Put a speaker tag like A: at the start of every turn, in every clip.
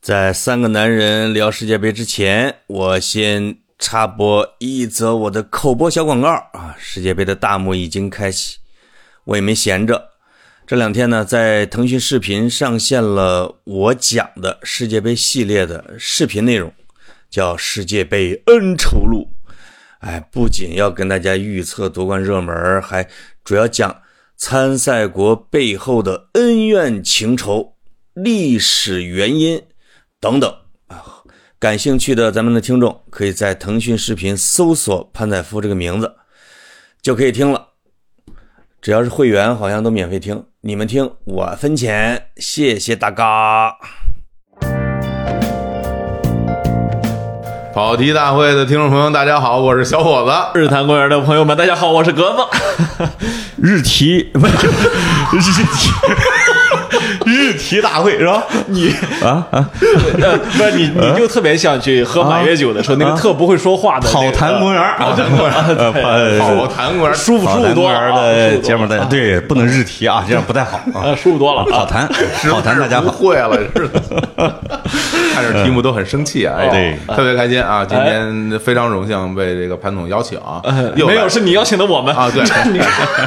A: 在三个男人聊世界杯之前，我先插播一则我的口播小广告啊！世界杯的大幕已经开启，我也没闲着。这两天呢，在腾讯视频上线了我讲的世界杯系列的视频内容，叫《世界杯恩仇录》。哎，不仅要跟大家预测夺冠热门，还主要讲参赛国背后的恩怨情仇、历史原因等等啊。感兴趣的咱们的听众，可以在腾讯视频搜索潘采夫这个名字，就可以听了。只要是会员，好像都免费听。你们听，我分钱，谢谢大家。
B: 跑题大会的听众朋友，大家好，我是小伙子。
C: 日坛公园的朋友们，大家好，我是 格子。日题不是日题，日题大会是吧？你
D: 啊啊！
C: 呃，不是你，
D: 嗯
C: 你就特别像去喝满月酒的时候，那个特不会说话的那
D: 啊跑
C: 个
D: 坛公园儿，
B: 跑坛公园儿，
D: 呃，
B: 跑
D: 跑
B: 坛公园，
C: 舒服
D: 跑
C: 舒服
D: 坛公
C: 多
D: 园
C: 了
D: 儿
C: 啊
D: 的
C: 舒服
D: 节目，
C: 多
D: 大家
C: 了
D: 对不能日提啊，这样不太 好啊。
C: 呃，舒服多了
D: 跑
C: 啊。
D: 坛，跑坛，大家
B: 不
D: 好。
B: 会了，是 的。看着题目都很生气啊，哎
D: 对
B: 特别开心啊！今天非常荣幸被这个潘总邀请啊，又来
C: 没有，是你邀请的我们
B: 啊，对，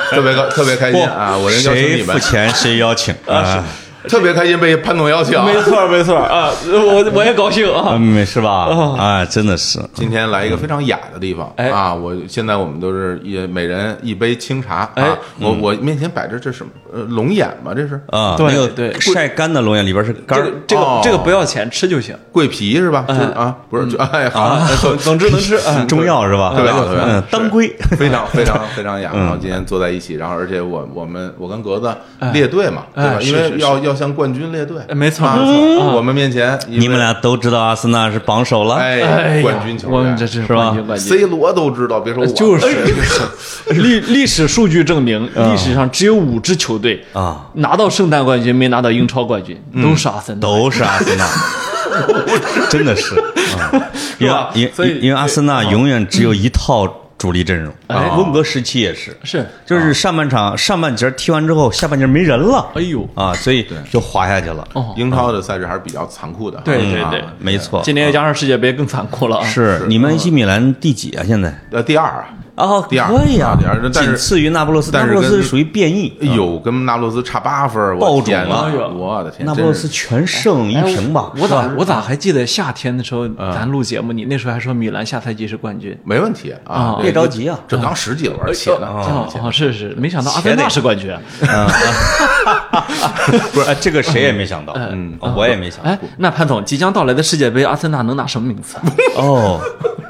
B: 特别高特别开心啊！我人邀请你
D: 谁
B: 们
D: 付，钱谁邀请 啊？
B: 特别开心被潘总邀请啊。
C: 没错没错啊，我我也高兴啊。
D: 嗯，是吧？啊，真的是，
B: 今天来一个非常雅的地方、
C: 哎
B: 啊！我现在我们都是一每人一杯清茶、
C: 哎
B: 啊！我我面前摆着这是什么？呃，龙眼吗？这是
D: 啊，
C: 对
D: 那个
C: 对
D: 晒干的龙眼里边是干
C: 这
D: 儿
C: 个，这个
B: 哦
C: 这个不要钱，吃就行。
B: 桂皮是吧？就是啊，不是就哎好，
C: 嗯 总总之 能吃。啊
D: 中药是吧？
B: 特别好特别好
D: 嗯，当归。
B: 非常非 常非常
C: 嗯
B: 雅。然后今天坐在一起，然后而且我我们我跟格子列队嘛，对吧？
C: 哎
B: 因
C: 是
B: 为
C: 是
B: 要要向冠军列队，
C: 哎没错
B: 啊
C: 没错啊
B: 我们面前一位
D: 你们俩都知道阿森纳是榜首了，
C: 哎
B: 哎
C: 呀
B: 冠军球员，
C: 我们这是哎
D: 是吧
C: 冠军冠军
B: C 罗都知道，别说我哎
C: 就是 历历史数据证明，历史上只有五支球队
D: 嗯啊嗯
C: 拿到圣诞冠军，没拿到英超冠军，都是阿森纳。
D: 都是阿森纳，真的是，啊因为
C: 吧
D: 因
C: 所以
D: 因因为阿森纳永远只有一套主力阵容，
C: 哎
D: 温格时期也是，
C: 是
D: 就是上半场上半节踢完之后，下半节没人了，
C: 哎呦
D: 啊，所以就滑下去了，
C: 哦
B: 英超的赛制还是比较残酷的，
C: 对对
B: 啊
C: 对
D: 没错，
C: 今年又加上世界杯，更残酷了啊！
D: 哦是你们 AC 米兰第几啊？现在
B: 呃，第二啊，
D: 哦，
B: 第二
D: 可以啊
B: 第二，但是
D: 仅次于那不勒斯，
B: 但
D: 那
B: 是
D: 不勒斯
B: 跟
D: 是属于变异，
B: 哎呦，跟那不勒斯差八分儿，
D: 爆
B: 我
D: 种
B: 天呐
C: 了
B: 我的天，
D: 那不
B: 真
D: 勒
B: 是
D: 斯全胜一
C: 哎
D: 平吧？
C: 我
D: 是吧
C: 咋我咋还记得夏天的时候
B: 嗯
C: 咱录节目，你那时候还说米兰下赛季是冠军
B: 没问题啊
C: 啊，
D: 别
B: 这
D: 着急啊嗯
B: 这刚十几轮起呢，
C: 哦哦，是是，没想到阿森纳是冠军。
B: 啊
D: 不是哎这个谁也没想到，嗯，我也没想到。
C: 哎，那潘总，即将到来的世界杯，阿森纳能拿什么名次啊？
D: 哦，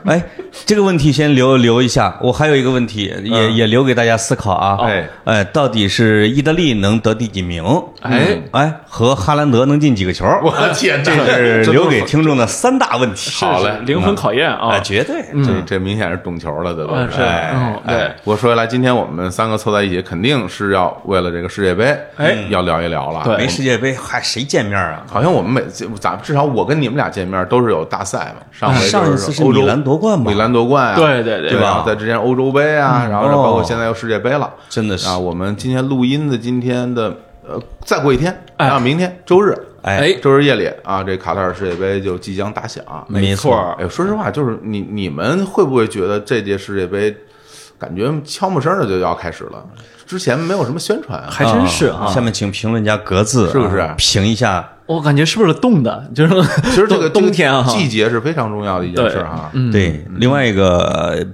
D: 哎，这个问题先留留一下。我还有一个问题，也、也留给大家思考啊。
B: 哎
D: 哎，到底是意大利能得第几名？
C: 哎
D: 哎，和哈兰德能进几个球？
B: 我的天，这
D: 这是
B: 这
D: 留
B: 都
D: 给听众的三大问题。
B: 好嘞嗯
C: 是灵魂考验
D: 哎，
C: 啊！
D: 绝对。
B: 这这明显是懂球了，这都
C: 嗯是
B: 哎
C: 嗯
B: 哎
C: 对
B: 我说回来，今天我们三个凑在一起，肯定是要为了这个世界杯，
C: 哎
B: 要聊一聊了。
C: 对
D: 没世界杯还谁见面啊？
B: 好像我们每次，咱至少我跟你们俩见面都是有大赛嘛。上回
D: 啊上
B: 就
D: 一次是
B: 欧洲
D: 米兰夺冠嘛
B: 米兰夺冠啊，
C: 对对对
B: 对
D: 吧
B: 吧？在之前欧洲杯啊，然后是包括现在又世界杯了，
D: 嗯哦真的是
B: 啊。我们今天录音的今天的呃，再过一天
C: 哎
B: 啊，明天周日，
D: 哎
B: 周日夜里啊，这卡塔尔世界杯就即将打响。
D: 没错儿
B: 哎，说实话，就是你你们会不会觉得这届世界杯感觉悄没声儿的就要开始了？之前没有什么宣传啊，
C: 还真是啊
D: 下！面请评论家格子啊，
B: 是不是
D: 评一下？
C: 我感觉是不是冻的？ 就是
B: 其实这个嗯
C: 冬天啊嗯
B: 这，个季节是非常重要的一件事儿哈。
D: 对，另外一个呃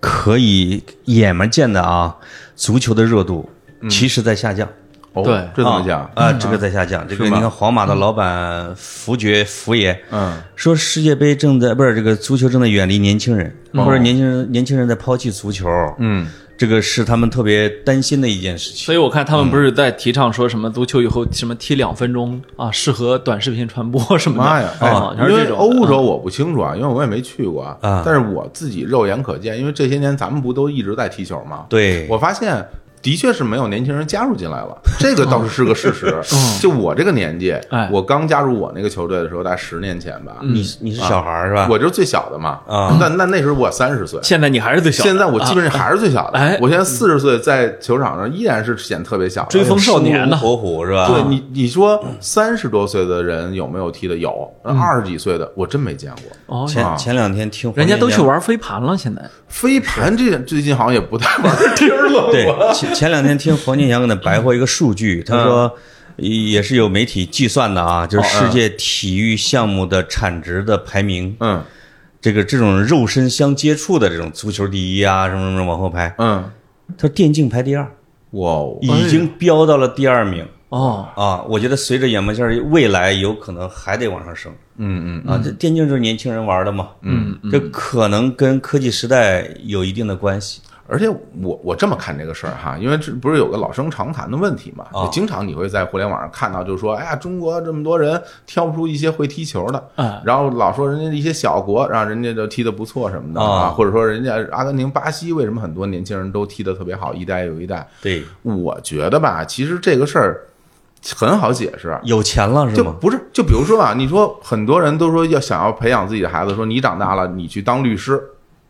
D: 可以眼们见的啊，足球的热度其实在下降。
B: 哦
C: 对
B: 这怎么讲？
D: 啊？这个在下降。这个
B: 是
D: 你
B: 吗
D: 看，皇马的老板福爵福爷，
B: 嗯，
D: 说世界杯正在不是这个足球正在远离年轻人，或者年轻人年轻人在抛弃足球，嗯，这个是他们特别担心的一件事情。
C: 所以我看他们不是在提倡说什么足球以后什么踢两分钟啊，适合短视频传播什么的
B: 妈呀！哎
C: 啊，然后
B: 因
C: 这
B: 为
C: 种嗯
B: 欧洲我不清楚啊，因为我也没去过啊。但是我自己肉眼可见，因为这些年咱们不都一直在踢球吗？
D: 对
B: 我发现的确是没有年轻人加入进来了，这个倒是是个事实。就我这个年纪
C: 哦哎，嗯
B: 我刚加入我那个球队的时候，大概十年前吧，
D: 你你是小孩儿是吧？
B: 我就是最小的嘛。
D: 啊
B: 那那那时候我三十岁，
C: 现在你还是最小的，啊
B: 现在我基本上还是最小的。
C: 哎
B: 我现在四十岁，在球场上依然是显得特别小的。
C: 追风啊少年呢
D: 生龙活虎是吧？
B: 对你，你说三十多岁的人有没有踢的？有。
C: 嗯
B: 那二十几岁的，我真没见过。
C: 哦，
D: 前前两天听
C: 人家都去
D: 黄健
C: 玩飞盘了，现在
B: 飞盘这最近好像也不太 玩踢了。
D: 翔， 对前前两天听黄健翔跟他白活一个数据，他说也是有媒体计算的啊，就是世界体育项目的产值的排名，
B: 嗯
D: 这个这种肉身相接触的这种足球第一啊，什么什么什么往后排，
B: 嗯，
D: 他说电竞排第二，哎
B: 哇哦，
C: 哎
D: 已经飙到了第二名。
C: 哦，
D: 啊，我觉得随着眼镜儿未来有可能还得往上升
B: 嗯嗯
D: 啊。这电竞就是年轻人玩的嘛，嗯，这可能跟科技时代有一定的关系。
B: 而且我我这么看这个事儿哈，因为这不是有个老生常谈的问题嘛，
D: 啊
B: 就经常你会在互联网上看到，就是说，哎呀，中国这么多人挑不出一些会踢球的，
C: 哎
D: 啊
B: 然后老说人家一些小国，让人家就踢得不错什么的
D: 啊
B: 或者说人家阿根廷、巴西为什么很多年轻人都踢得特别好，一代又一代。
D: 对，
B: 我觉得吧，其实这个事儿很好解释，
D: 有钱了是
B: 就
D: 吗？
B: 不是，就比如说啊吧，你说很多人都说要想要培养自己的孩子，说你长大了你去当律师，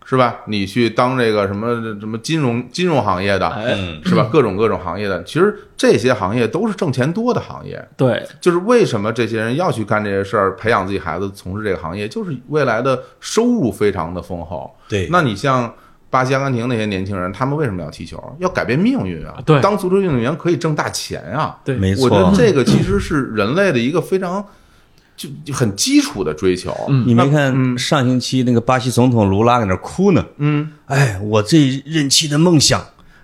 B: 是吧？你去当这个什么什么金融金融行业的，
C: 哎，
D: 嗯，
B: 是吧？各种各种行业的，其实这些行业都是挣钱多的行业。
C: 对，
B: 就是为什么这些人要去干这些事儿，培养自己孩子从事这个行业，就是未来的收入非常的丰厚。
D: 对，
B: 那你像巴西、阿根廷那些年轻人，他们为什么要踢球？要改变命运啊！
C: 对
B: 当足球运动员可以挣大钱啊！
C: 对
D: 没错
B: 我觉得这个其实是人类的一个非常就就很基础的追求。
C: 嗯
D: 你没
B: 嗯
D: 看上星期那个巴西总统卢拉在那儿哭呢？
B: 嗯
D: 哎，我这一任期的梦想，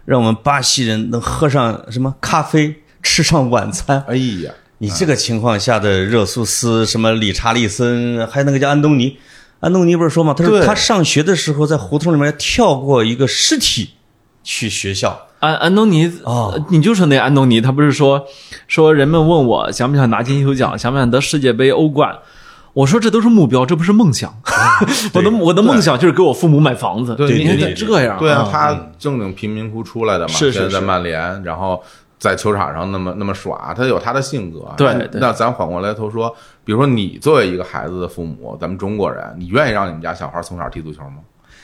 D: 让我们巴西人能喝上什么咖啡，吃上晚餐。
B: 哎呀，
D: 你这个情况下的热苏斯、什么理查利森，还有那个叫安东尼，安东尼不是说吗？他说
B: 对
D: 他上学的时候在胡同里面跳过一个尸体去学校。
C: 安安东尼
D: 哦
C: 呃你就说那安东尼，他不是说说人们问我想不想拿金球奖，想不想得世界杯、欧冠。我说这都是目标，这不是梦想。 我的我的梦想就是给我父母买房子。
B: 哦对
C: 你看
B: 对
C: 他
B: 对
C: 这样，
B: 对啊，他正经贫民窟出来的嘛，
C: 嗯是是
B: 现在在
C: 是
B: 曼联，然后在球场上那么那么耍，他有他的性格。
C: 对
B: 那
C: 对
B: 那咱反过来头说，比如说你作为一个孩子的父母，咱们中国人，你愿意让你们家小孩从小踢足球吗？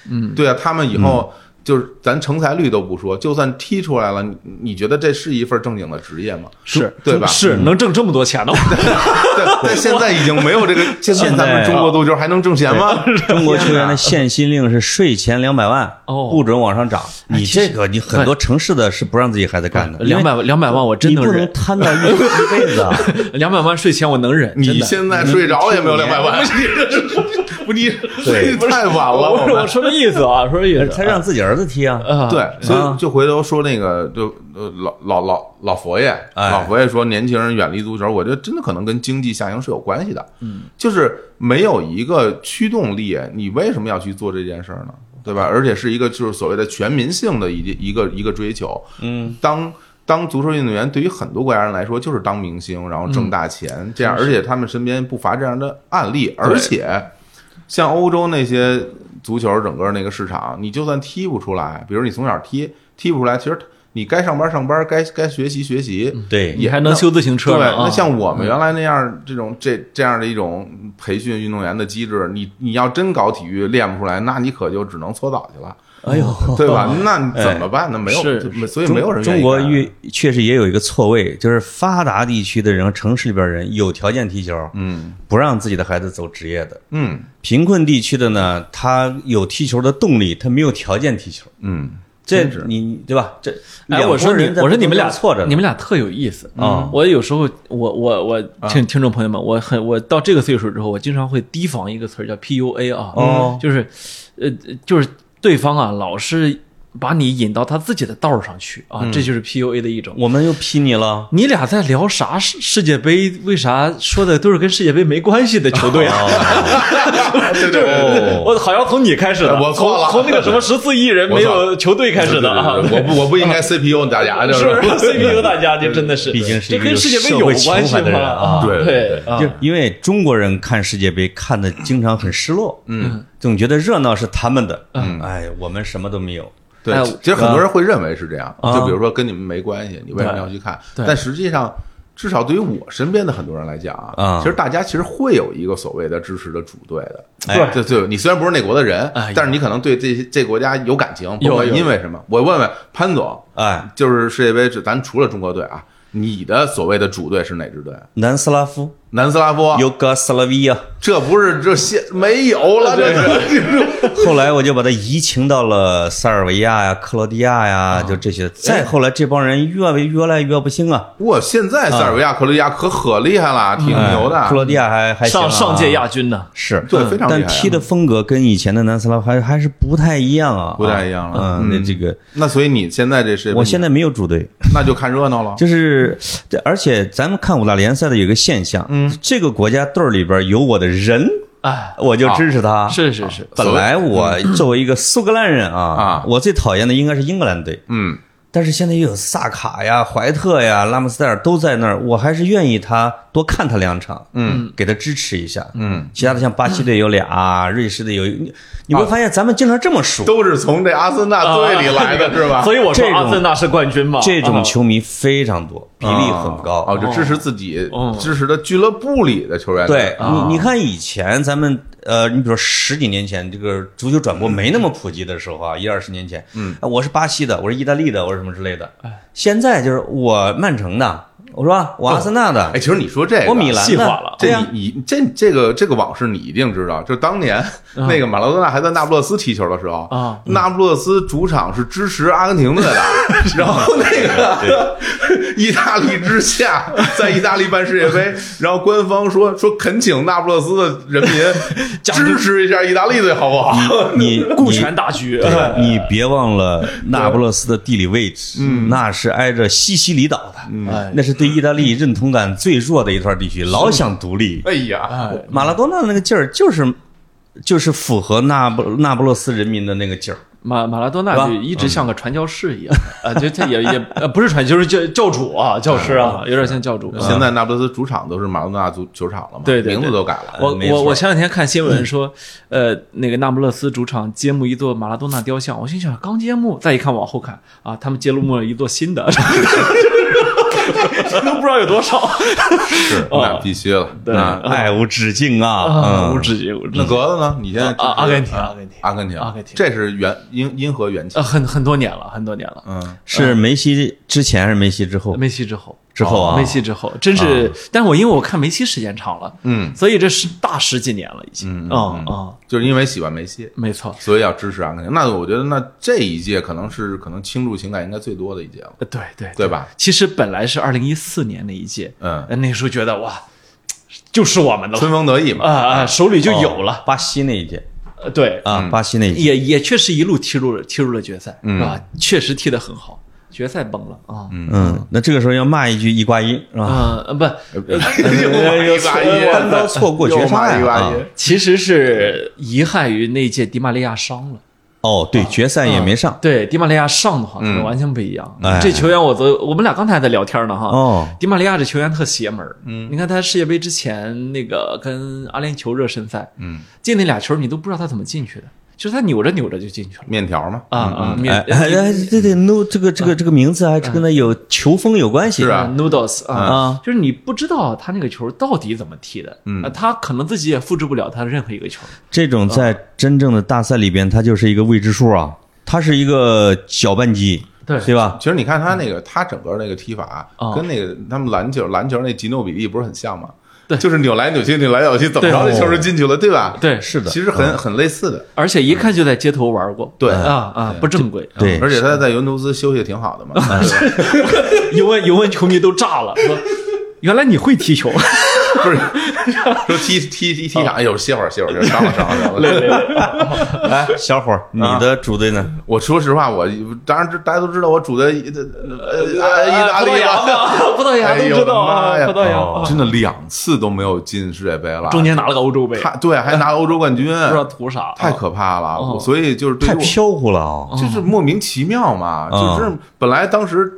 C: 嗯，
B: 对啊，他们以后。就是咱成才率都不说，就算踢出来了，你你觉得这是一份正经的职业吗？
C: 是
B: 对吧嗯
C: 是能挣这么 多钱呢？
B: 但 但现在已经没有这个， 现在咱们中国足球还能挣钱吗？
D: 中国球员的限薪令是税前两百万，
C: 哦哎
D: 不准往上涨。你
C: 其实
D: 这个你很多城市的是不让自己孩子干的，
C: 两百两百万我真
D: 你不
C: 能忍
D: 能，摊到一 一辈子啊。
C: 两百万税前我能忍。真
B: 你
C: 的
B: 现在睡着也没有两百万， 不你
D: 对
B: 太晚了，
C: 我
B: 我
C: 我
B: 们。
C: 说这意思啊，说这 意思
D: 他让自己儿子踢啊，
C: 啊，
B: 对，所以就回头说那个，就呃老老老老佛爷，
D: 哎
B: 老佛爷说年轻人远离足球，我觉得真的可能跟经济下行是有关系的。嗯，就是没有一个驱动力，你为什么要去做这件事儿呢？对吧？而且是一个就是所谓的全民性的一一个一个追求。嗯，当当足球运动员对于很多国家人来说就是当明星，然后挣大钱、这样，而且他们身边不乏这样的案例，而且。像欧洲那些足球整个那个市场，你就算踢不出来，比如你从小踢踢不出来，其实你该上班上班，该该学习学习。
D: 对，
C: 你还能修自行车
B: 对，
C: 呢啊？
B: 那像我们原来那样这种这这样的一种培训运动员的机制，你你要真搞体育练不出来，那你可就只能搓澡去了，
D: 哎呦，
B: 对吧？那你怎么办呢？没有，
C: 是
B: 就所以没有人愿
D: 中
B: 意
D: 国
B: 干啊
D: 越确实也有一个错位，就是发达地区的人、城市里边人有条件踢球，
B: 嗯
D: 不让自己的孩子走职业的；
B: 嗯
D: 贫困地区的呢，他有踢球的动力，他没有条件踢球。
B: 嗯，
D: 这
B: 真是
D: 你对吧？这
C: 哎，
D: 两
C: 我
D: 拨
C: 说你
D: 人，在
C: 我说你
D: 中
C: 们
D: 间
C: 俩
D: 错着呢，
C: 你们俩特有意思
B: 嗯
D: 啊
C: 我有时候，我我我
B: 啊
C: 听听众朋友们，我很我到这个岁数之后，我经常会提防一个词儿叫 PUA 啊，
D: 哦
C: 就是，呃，就是对方啊，老是把你引到他自己的道儿上去
B: 嗯
C: 啊，这就是 PUA 的一种。
D: 我们又批你了。
C: 你俩在聊啥世世界杯？为啥说的都是跟世界杯没关系的球队啊？
B: 哦 对对对对对
D: 哦，
C: 我好像从你开始的，
B: 哎我错了
C: 从从那个什么十四亿人
B: 我
C: 没
B: 错了
C: 有球队开始的啊。
B: 对对对我不我不应该 CPU 大 家，就是
C: 不 是 CPU 大家这真的是，
D: 毕竟是一
C: 这
D: 个
C: 跟
D: 有
C: 世界杯
D: 社
C: 有
D: 会
C: 关
D: 情
C: 系
D: 怀的
C: 吗？
D: 人啊
B: 对
C: 对啊
D: 就因为中国人看世界杯看的经常很失落，
B: 嗯，
D: 总觉得热闹是他们的，嗯，哎，我们什么都没有。
B: 对
C: 哎，
B: 其实很多人会认为是这样，
C: 啊
B: 就比如说跟你们没关系，你为什么要去看？
C: 对
B: 但实际上，至少对于我身边的很多人来讲
D: 啊
B: 其实大家其实会有一个所谓的支持的主队的。
D: 哎
B: 对对，你虽然不是那国的人
C: 哎呀，
B: 但是你可能对这这国家有感情，不
C: 有
B: 管
C: 有
B: 因为什么。我问问潘总，
D: 哎，
B: 就是世界杯，这咱除了中国队啊，你的所谓的主队是哪支队？
D: 南斯拉夫
B: 南斯拉夫，
D: 尤格斯拉维亚。
B: 这不是这现没有了，这是
D: 后来我就把它移情到了塞尔维亚呀、克罗地亚呀，就这些。再后来，这帮人越为越来越不行啊，
B: 哇！现在塞尔维亚、克罗地亚可可厉害了，挺牛的，
D: 哎克罗地亚还还行啊
C: 上上届亚军呢，
D: 是，
B: 对，
C: 嗯
B: 非常厉害。啊
D: 但踢的风格跟以前的南斯拉夫还还是不太一样啊，
B: 不太一样了
D: 啊嗯，那这个
B: 那所以你现在这是
D: 我现在没有主队，
B: 那就看热闹了。
D: 就是这而且咱们看五大联赛的有个现象，嗯，这个国家队里边有我的人，
C: 哎，
D: 我就支持他。
C: 是是是，
B: 所谓
D: 本来我作为一个苏格兰人啊
B: 啊，
D: 我最讨厌的应该是英格兰队，
B: 嗯，
D: 但是现在又有萨卡呀、怀特呀、拉姆斯戴尔都在那儿，我还是愿意他多看他两场，嗯，给他支持一下，嗯。其他的像巴西队有俩，瑞士队有，你你会发现咱们经常这么数，
B: 都是从这阿森
C: 啊
B: 纳队里来 的是吧？
C: 所以我说
D: 这种
C: 阿森纳是冠军嘛，
D: 这种
C: 啊
D: 球迷非常多，比例很高。
B: 啊哦，就支持自己
C: 哦
B: 支持的俱乐部里的球员。
D: 对
C: 啊
D: 你，你看以前咱们呃，你比如说十几年前，这个足球转播没那么普及的时候啊，一二十年前，嗯，我是巴西的，我是意大利的，我是什么之类的。
C: 哎
D: 现在就是我曼城的，我说啊我阿森纳的
B: 哎，，其实你说这个，
D: 我米兰
C: 细
D: 的，
C: 化了
D: 对
B: 这
D: 呀，
B: 你你这这个这个往事你一定知道，就当年 那个马拉多纳还在那不勒斯踢球的时候
C: 啊，
B: 那不勒斯主场是支持阿根廷 队的，然后那个 意大利之下在意大利办世界杯，然后官方说说恳请那不勒斯的人 民支持一下意大利队好不
C: 嗯
B: 好？
D: 你
C: 顾全大局，
D: 对你别忘了那不勒斯的地理位置，
C: 嗯
D: 那是挨着西西里岛的，
C: 哎
D: 那是对意大利认同感最弱的一块地区，老想独立。
B: 哎呀，
C: 哎，
D: 马拉多纳那个劲儿就是。就是符合那不那不勒斯人民的那个劲儿，
C: 马马拉多纳
D: 是吧
C: 就一直像个传教士一样，啊，就他也也呃不是传就是教教主啊，教师啊，有点像教主。
B: 现在那不勒斯主场都是马拉多纳足球场了嘛，
C: 对对对
B: 名字都改了。
C: 我
D: 呃没错
C: 我我前两天看新闻说，呃，那个那不勒斯主场揭幕一座马拉多纳雕像，我心想刚揭幕，再一看往后看啊，他们揭幕了一座新的， 都不知道有多少
B: 是，那必须了。
C: 哦对
B: 那
D: 爱无止境啊！
C: 啊，无
D: 嗯，
C: 止境，无止
B: 那
C: 境
B: 格子呢？你现在支持
C: 啊阿根廷阿根廷
B: 阿根廷，
C: 阿根廷
B: 这是原因因何缘起
C: 呃，？很很多年了，很多年了。
B: 嗯，
D: 是梅西之前还是梅西之后？
C: 梅西之后，
D: 嗯之后啊
C: 梅西之后，真是，但是我因为我看梅西时间长了，
B: 嗯，
C: 所以这是大十几年了已
D: 嗯
C: 经，啊啊，
B: 就是因为喜欢梅西，
C: 没错，
B: 所以要支持阿根廷。那我觉得，那这一届可能是可能倾注情感应该最多的一届了，
C: 呃对对
B: 对吧？
C: 其实本来是二零一四年那一届，
B: 嗯
C: 呃，那时候觉得哇，就是我们的
B: 春
C: 了
B: 风得意
C: 啊
B: 嘛。
C: 啊，手里就有了，
D: 哦巴西那一届
C: 呃对，
B: 嗯
D: 啊，巴西那一届。
C: 也也确实一路踢入了踢入了决赛，是吧？确实踢得很好，决赛崩了啊，
D: 嗯，那这个时候要骂一句一瓜一是吧？哎
C: 呃呃不，
B: 啊又
C: 呃
B: 骂
C: 哎
B: 一个阿姨
D: 单刀错过
B: 又
D: 绝杀
B: 骂一
D: 呀
B: 个阿
D: 啊
B: 姨！
C: 其实是遗憾于那一届迪玛利亚伤了。
D: 哦，
B: 啊
D: 对，决赛也没上。
C: 对，迪玛利亚上的话，可能完全不一样。
D: 哎
C: 这球员我昨我们俩刚才还在聊天呢哈。
D: 哦
C: 迪玛利亚这球员特邪门嗯，你看他世界杯之前那个跟阿联酋热身赛，嗯，进那俩球你都不知道他怎么进去的，就是他扭着扭着就进去了
B: 面条嘛，
C: 啊啊！面
D: 哎，哎哎对对，no，这个这个这个名字还是跟他有球风有关系。
B: 啊是啊
C: 啊，noodles 啊，
D: 啊
C: 就是你不知道他那个球到底怎么踢的，嗯，他可能自己也复制不了他任何一个球，
D: 这种
C: 啊
D: 在真正的大赛里边，它就是一个未知数啊，它是一个搅拌机，
C: 对
D: 对吧？
B: 其实你看他那个，他整个那个踢法
C: 啊
B: 跟那个他们篮球篮球那吉诺比利不是很像吗？
C: 对
B: 就是扭来扭去，扭来扭去，怎么着
C: 对
B: 这球就进去了，对吧？
C: 对
D: 是的
B: 其实很很类似的，
C: 而且一看就在街头玩过，
B: 对
C: 啊啊，不正规，
D: 对
B: 而且他在尤文图斯休息得挺好的嘛，对吧
C: 尤文尤文球迷都炸了，说原来你会踢球。
B: 不 是说踢踢踢
C: 哦
B: 踢场，哎呦，歇会儿歇会儿，上了上了上了，
D: 哎，小伙儿，你的主队呢？
B: 我说实话，我当然知大家都知道我主的呃呃意大利了，
C: 啊了，葡萄牙
B: 哎
C: 都
B: 呦
C: 知道
B: 我的妈
C: 啊，
B: 呀
C: 葡萄牙
D: 哦
C: 啊
B: 真的两次都没有进世界杯了，
C: 中间拿了个欧洲杯，
B: 他对还拿欧洲冠军，
C: 不知道图啥，
B: 太可怕了。
C: 哦
B: 我所以就是对于哦
D: 太
B: 我
D: 飘忽了啊！
B: 就是莫名其妙嘛，
D: 嗯
B: 就是本来当时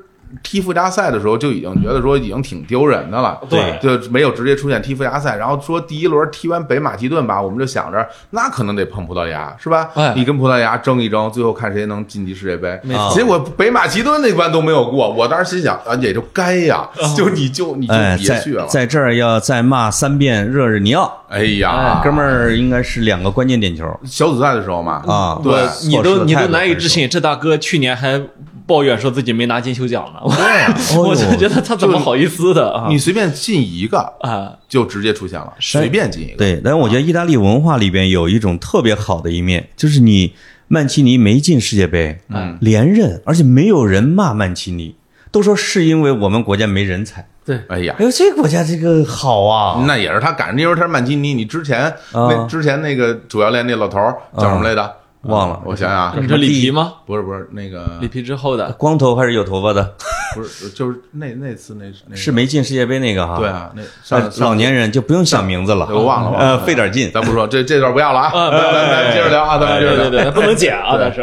B: 踢附加赛的时候就已经觉得说已经挺丢人的了，
D: 对
B: 就没有直接出现踢附加赛。然后说第一轮踢完北马其顿吧，我们就想着那可能得碰葡萄牙，是吧？
C: 哎
B: 你跟葡萄牙争一争，最后看谁能晋级世界杯。
C: 没错
B: 结果北马其顿那关都没有过，我当时心想啊，也就该呀，就你就你就
D: 哦哎，
B: 别
D: 在
B: 去啊了。
D: 在这儿要再骂三遍热热尼奥，
B: 哎
C: 啊
B: 呀，
D: 哥们儿应该是两个关键点球
B: 小组赛的时候嘛，
D: 啊！
B: 对
D: 我
C: 你
D: 错失
C: 都
D: 了
C: 你
D: 太
C: 都
D: 多
C: 难以
D: 分
C: 置
D: 数，
C: 信，这大哥去年还抱怨说自己没拿金球奖呢，
D: 哎
B: 对
C: 啊我就觉得他怎么好意思的啊？
B: 你随便进一个
C: 啊，
B: 就直接出现了，随便进一个。
D: 对，但我觉得意大利文化里边有一种特别好的一面，就是你曼奇尼没进世界杯，嗯，连任，而且没有人骂曼奇尼，都说是因为我们国家没人才。
B: 哎呀，
D: 哎呦，这个国家这个好啊！
B: 那也是他赶上，因为他是曼基尼。你之前那之前那个主教练那老头儿叫什么来着？
D: 忘了
B: 我想想啊，
C: 你说里皮吗？
B: 不是不是那个
C: 里皮之后的
D: 光头还是有头发的，
B: 不是就是那那次那那个
D: 是没进世界杯那个哈。
B: 对啊，那
D: 呃，
B: 上
D: 老年人就不用想名字了，
B: 我忘了忘了
D: 呃，费点劲。
B: 咱不说这这段不要了啊，
C: 啊，
B: 咱咱 咱接着聊啊，咱们
C: 哎
B: 接着
C: 对对
B: 聊。
C: 对，不能剪啊，但是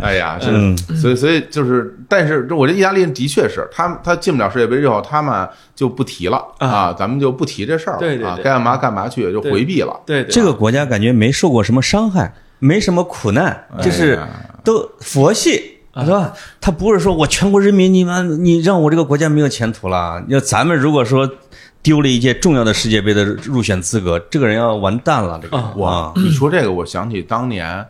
B: 哎呀，是，所以所以就是，但是这我这意大利人的确是，他们他进不了世界杯之后，他们就不提了啊，咱们就不提这事儿了，
C: 对对
B: 啊，
C: 对
B: 该干嘛干嘛去，就回避了。
C: 对对
D: 这个国家感觉没受过什么伤害，没什么苦难，就是
B: 哎呀啊
D: 都佛系，是吧？他不是说我全国人民，你们你让我这个国家没有前途了。要咱们如果说丢了一届重要的世界杯的入选资格，这个人要完蛋了。这个
B: 哇
D: 啊，，
B: 你说这个，我想起当年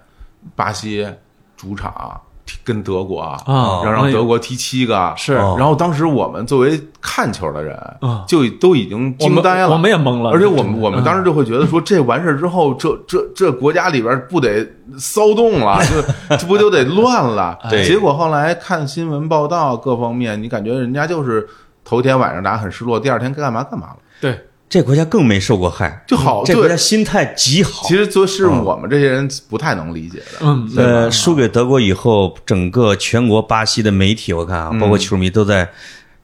B: 巴西主场踢跟德国啊
C: 啊
B: 让让
C: 哎呦
B: 德国踢七个啊
C: 是
B: 然后当时我们作为看球的人
C: 啊
B: 就都已经
C: 我
B: 惊
C: 们
B: 呆了，
C: 我们也懵了，
B: 而且我们我
C: 嗯
B: 们当时就会觉得说，这完事儿之后，这这这国家里边不得骚动了，就这不就得乱 了？
C: 哎
D: 对
B: 结果后来看新闻报道各方面，你感觉人家就是头天晚上大家很失落，第二天该干嘛干嘛了，
C: 对
D: 这国家更没受过害，
B: 就好。
D: 这国家
B: 哦对，
D: 心态极好
B: 其。实就是我们这些人不太能理解的。
C: 嗯
B: 对吧
D: 呃，输给德国以后，整个全国巴西的媒体，我看啊，
C: 嗯
D: 包括球迷都在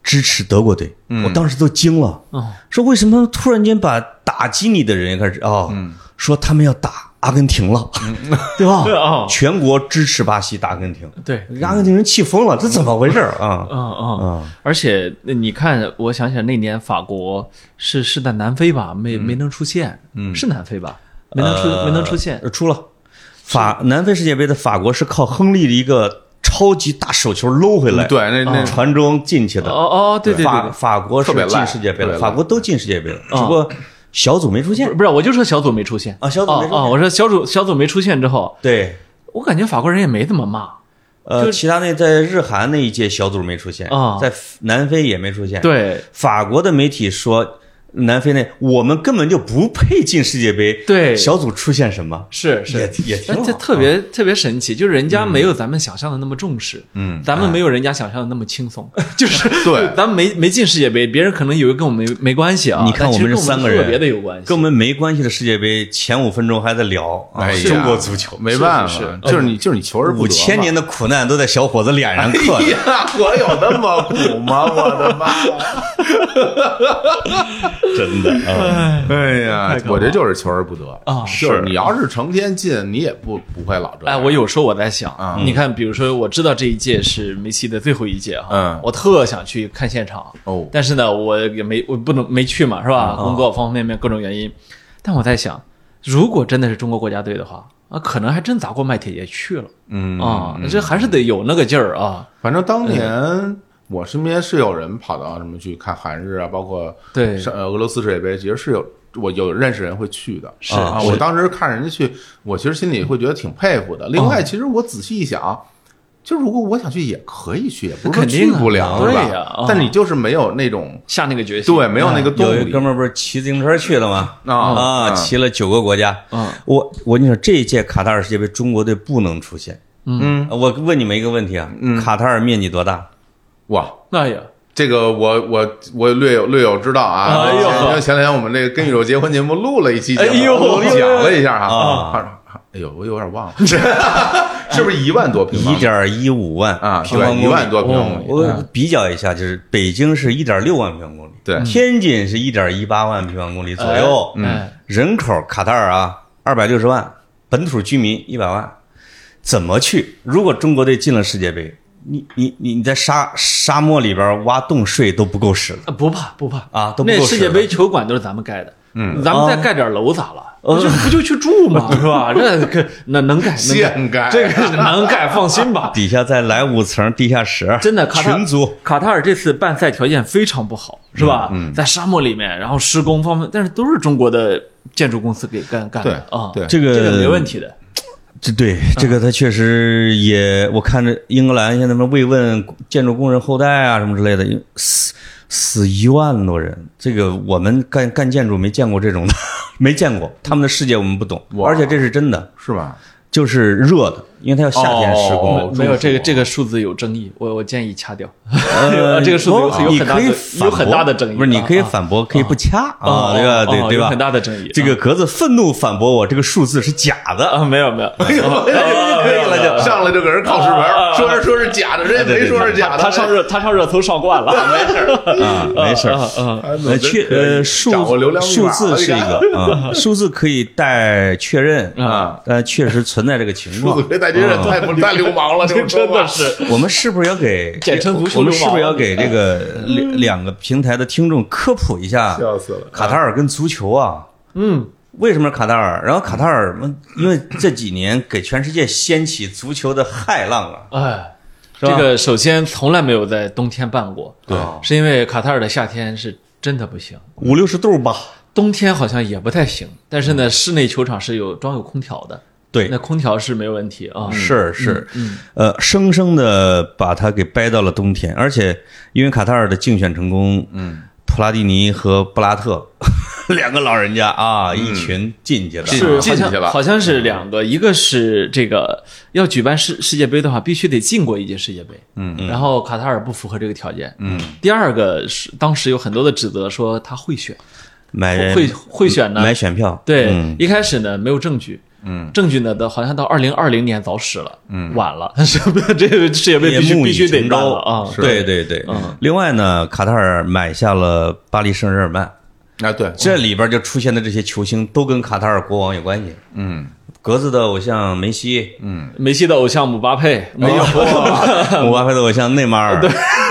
D: 支持德国队，我当时都惊了。
C: 嗯
D: 说为什么突然间把打击你的人也开始哦，
C: 嗯
D: 说他们要打阿根廷了， 对 吧？
C: 对 啊
D: 全国支持巴西打阿根廷，
C: 对。
D: 阿根廷人气疯了，这怎么回事儿啊？
C: 嗯嗯
D: 嗯，
C: 而且那你看，我想想那年法国是是在南非吧，没没能出线，嗯，是南非吧， 没能出
D: 呃
C: 没能出线，
D: 呃出了法南非世界杯的法国是靠亨利的一个超级大手球搂回
C: 嗯
D: 来，
B: 对，那那
D: 传中进去的。
C: 哦哦，对对对
D: 法
C: 对，
D: 法国是
B: 特别
D: 进
B: 烂
D: 世界杯
B: 特别
D: 了，
B: 烂
D: 法国都进世界杯了，
C: 嗯
D: 只不过小组没出现
C: 不。不是，我就说小组没出现
D: 啊小组没出现
C: 啊啊我说小组小组没出现之后，
D: 对，
C: 我感觉法国人也没怎么骂，
D: 呃，
C: 就
D: 齐达内在日韩那一届小组没出现
C: 啊
D: 在南非也没出现。
C: 对
D: 法国的媒体说，南非那我们根本就不配进世界杯，
C: 对
D: 小组出现什么
C: 是是
D: 也。也挺
C: 哎
D: 好，嗯
C: 这特别特别神奇，就是人家没有咱们想象的那么重视，嗯，咱们没有人家想象的那么轻松，
D: 哎
C: 就是
B: 对
C: 咱们没没进世界杯，别人可能以为跟我们没没关系啊，
D: 你看
C: 但
D: 我
C: 其
D: 们
C: 实
D: 这
C: 跟我
D: 三个
C: 特
D: 人
C: 别的有关系，
D: 跟我们没关系的世界杯前五分钟还在聊啊
B: 哎呀
D: 中国足球，
B: 没办
C: 是
B: 法
C: 是，
B: 就是你就是你求而不得嘛。
D: 五千年的苦难都在小伙子脸上刻
B: 哎
D: 着。
B: 呀， 我有那么苦吗？我的妈！
D: 真的啊，
B: 哎呀
C: 太可，怕
B: 我这就是求而不得
C: 啊
B: 就是你要是成天进，你也不不会老这
C: 哎，
B: 样。
C: 我有时候我在想，
B: 啊
C: 你看，比如说我知道这一届是梅西的最后一届哈，
B: 嗯
C: 我特想去看现场，
B: 哦
C: 但是呢，我也没我不能没去嘛，是吧？
B: 嗯
C: 工作方方面面各种原因，但我在想，如果真的是中国国家队的话，啊，可能还真砸锅卖铁也去了，
B: 嗯
C: 啊，这还是得有那个劲儿啊，
B: 反正当年我身边是有人跑到什么去看韩日啊，包括
C: 对
B: 上呃俄罗斯世界杯，其实是有我有认识人会去的。
C: 是
B: 啊，
C: 是
B: 我当时看人家去，我其实心里会觉得挺佩服的。另外，
C: 嗯
B: 其实我仔细一想。就如果我想去也可以去，也不是说
C: 肯定
B: 去
C: 啊
B: 不了，是吧？
C: 对呀嗯啊
B: 但你就是没有那种
C: 下那个决心，哎
B: 对，没有那个动
D: 有一
B: 力。
D: 哥们儿不是骑自行车去的吗？
B: 啊
D: 啊，
B: 嗯
D: 骑了九个国家。
C: 嗯
D: 我我跟你说，这一届卡塔尔世界杯，中国队不能出现。嗯，我问你们一个问题啊，
B: 嗯
D: 卡塔尔面积多大？
B: 哇，
C: 那也
B: 这个我我我略有略有知道啊。
C: 哎呦
B: 前前前两天我们这个跟宇宙结婚节目录了一期节目，
C: 哎呦
B: 我讲了一下哈。
D: 啊
B: 啊哎呦，我有点忘了， 是不是一万多平方
D: 一
B: 米？
D: 点一五万
B: 啊，
D: 平方公
B: 对，一
D: 里。哦
B: 万多平方公里。
D: 我比较一下，就是北京是一点六万平方公里，
B: 对
D: 天津是一点一八万平方公里左右，
B: 嗯
C: 哎哎
D: 人口卡塔尔啊二百六十万，本土居民一百万，怎么去？如果中国队进了世界杯，你你你你在沙沙漠里边挖洞睡都不够使了
C: 啊不怕不怕
D: 啊都不
C: 那
D: 够
C: 世
D: 使
C: 界
D: 了
C: 杯球馆都是咱们盖的，嗯，咱们再盖点楼咋了？
D: 哦
C: 不就不就去 住嘛，是吧？ 这个那能盖，能
B: 现盖
C: 这个是能盖，放心 吧。
D: 底下再来五层地下室，
C: 真的，卡塔
D: 群租
C: 卡塔尔这次办赛条件非常不好，是吧？
D: 嗯
C: 在沙漠里面，然后施工方面，但是都是中国的建筑公司给干干的
B: 对
C: 啊，
B: 对
D: 这个
C: 这个没问题的。
D: 这对这个他确实也，我看着英格兰现在什么慰问建筑工人后代啊什么之类的，死死一万多人，这个我们干干建筑没见过这种的， 没见过他们的世界我们不懂，
B: 哇
D: 而且这是真的，
B: 是吧？
D: 就是热的，因为它要夏天施工。
B: 哦
C: 没有这
B: 中
C: 个
B: 暑
C: 这个数字有争议，我我建议掐掉。呃 这个数字有很有
D: 你
C: 很大
D: 可
C: 的
D: 以反驳
C: 有很大的争议，
D: 不是？你可以
C: 啊
D: 反驳，可以不掐
C: 哦
D: 啊，对吧？
C: 哦哦
D: 对对
C: 有
D: 吧？
C: 很大的争议
D: 这个格子愤怒反驳我，这个数字是假的。
C: 啊，没有没有，
B: 可以了，就上来就给人靠试玩，说是说是假的，人也没说是假的。
C: 他上热他上热搜上惯了，
B: 没事儿，
D: 啊，没事儿。
C: 嗯，
B: 哎
D: 呃，
B: 那
D: 确
B: 可以
D: 呃数
B: 掌握流量密
D: 数
B: 码
D: 字
B: 了
D: 是一个啊，数字可以待确认
B: 啊，
D: 但确实存在这个情
B: 数
D: 况
B: 字。别太真是太不太流氓了，这种说
C: 真
B: 法
C: 的是
D: 我们是不是要给
C: 简称不是
D: 我们
C: 流
D: 是
C: 氓
D: 不是要给这个两两个平台的听众科普一下？
B: 笑死了。
D: 卡塔尔跟足球啊，
C: 嗯，
D: 为什么是卡塔尔？然后卡塔尔，嗯因为这几年给全世界掀起足球的骇浪啊，
C: 哎，
D: 是
C: 这
D: 吧
C: 个首先从来没有在冬天办过，
D: 对，
C: 是因为卡塔尔的夏天是真的不行，
D: 五六十度吧，
C: 冬天好像也不太行，但是呢，室内球场是有装有空调的，
D: 对
C: 那，嗯空调是没问题啊，
D: 是是，呃，生生的把他给掰到了冬天，而且因为卡塔尔的竞选成功，嗯，普拉蒂尼和布拉 特两个老人家啊，一群进去了，
C: 嗯是
B: 进
C: 好像
B: 去了
C: 嗯好像是两个，一个是这个要举办世世界杯的话，必须得进过一届世界杯，嗯，然后卡塔尔不符合这个条件，嗯，第二个是当时有很多的指责说他贿选，
D: 买人
C: 会会嗯选呢，
D: 买选票，
C: 对，
D: 嗯
C: 一开始呢没有证据，嗯，证据呢到好像到二零二零年早使了，嗯，晚了， 是不是？这个世界杯
D: 也
C: 必须
D: 木
C: 必
D: 已
C: 须得
D: 成
C: 办
D: 舟
C: 了啊，嗯
D: 对对对。另外呢，卡塔尔买下了巴黎圣日耳曼，
B: 啊，对，
D: 这里边就出现的这些球星都跟卡塔尔国王有关系，嗯。格子的偶像梅西，
B: 嗯
C: 梅西的偶像姆巴佩，没有，
D: 姆巴佩的偶像内马尔，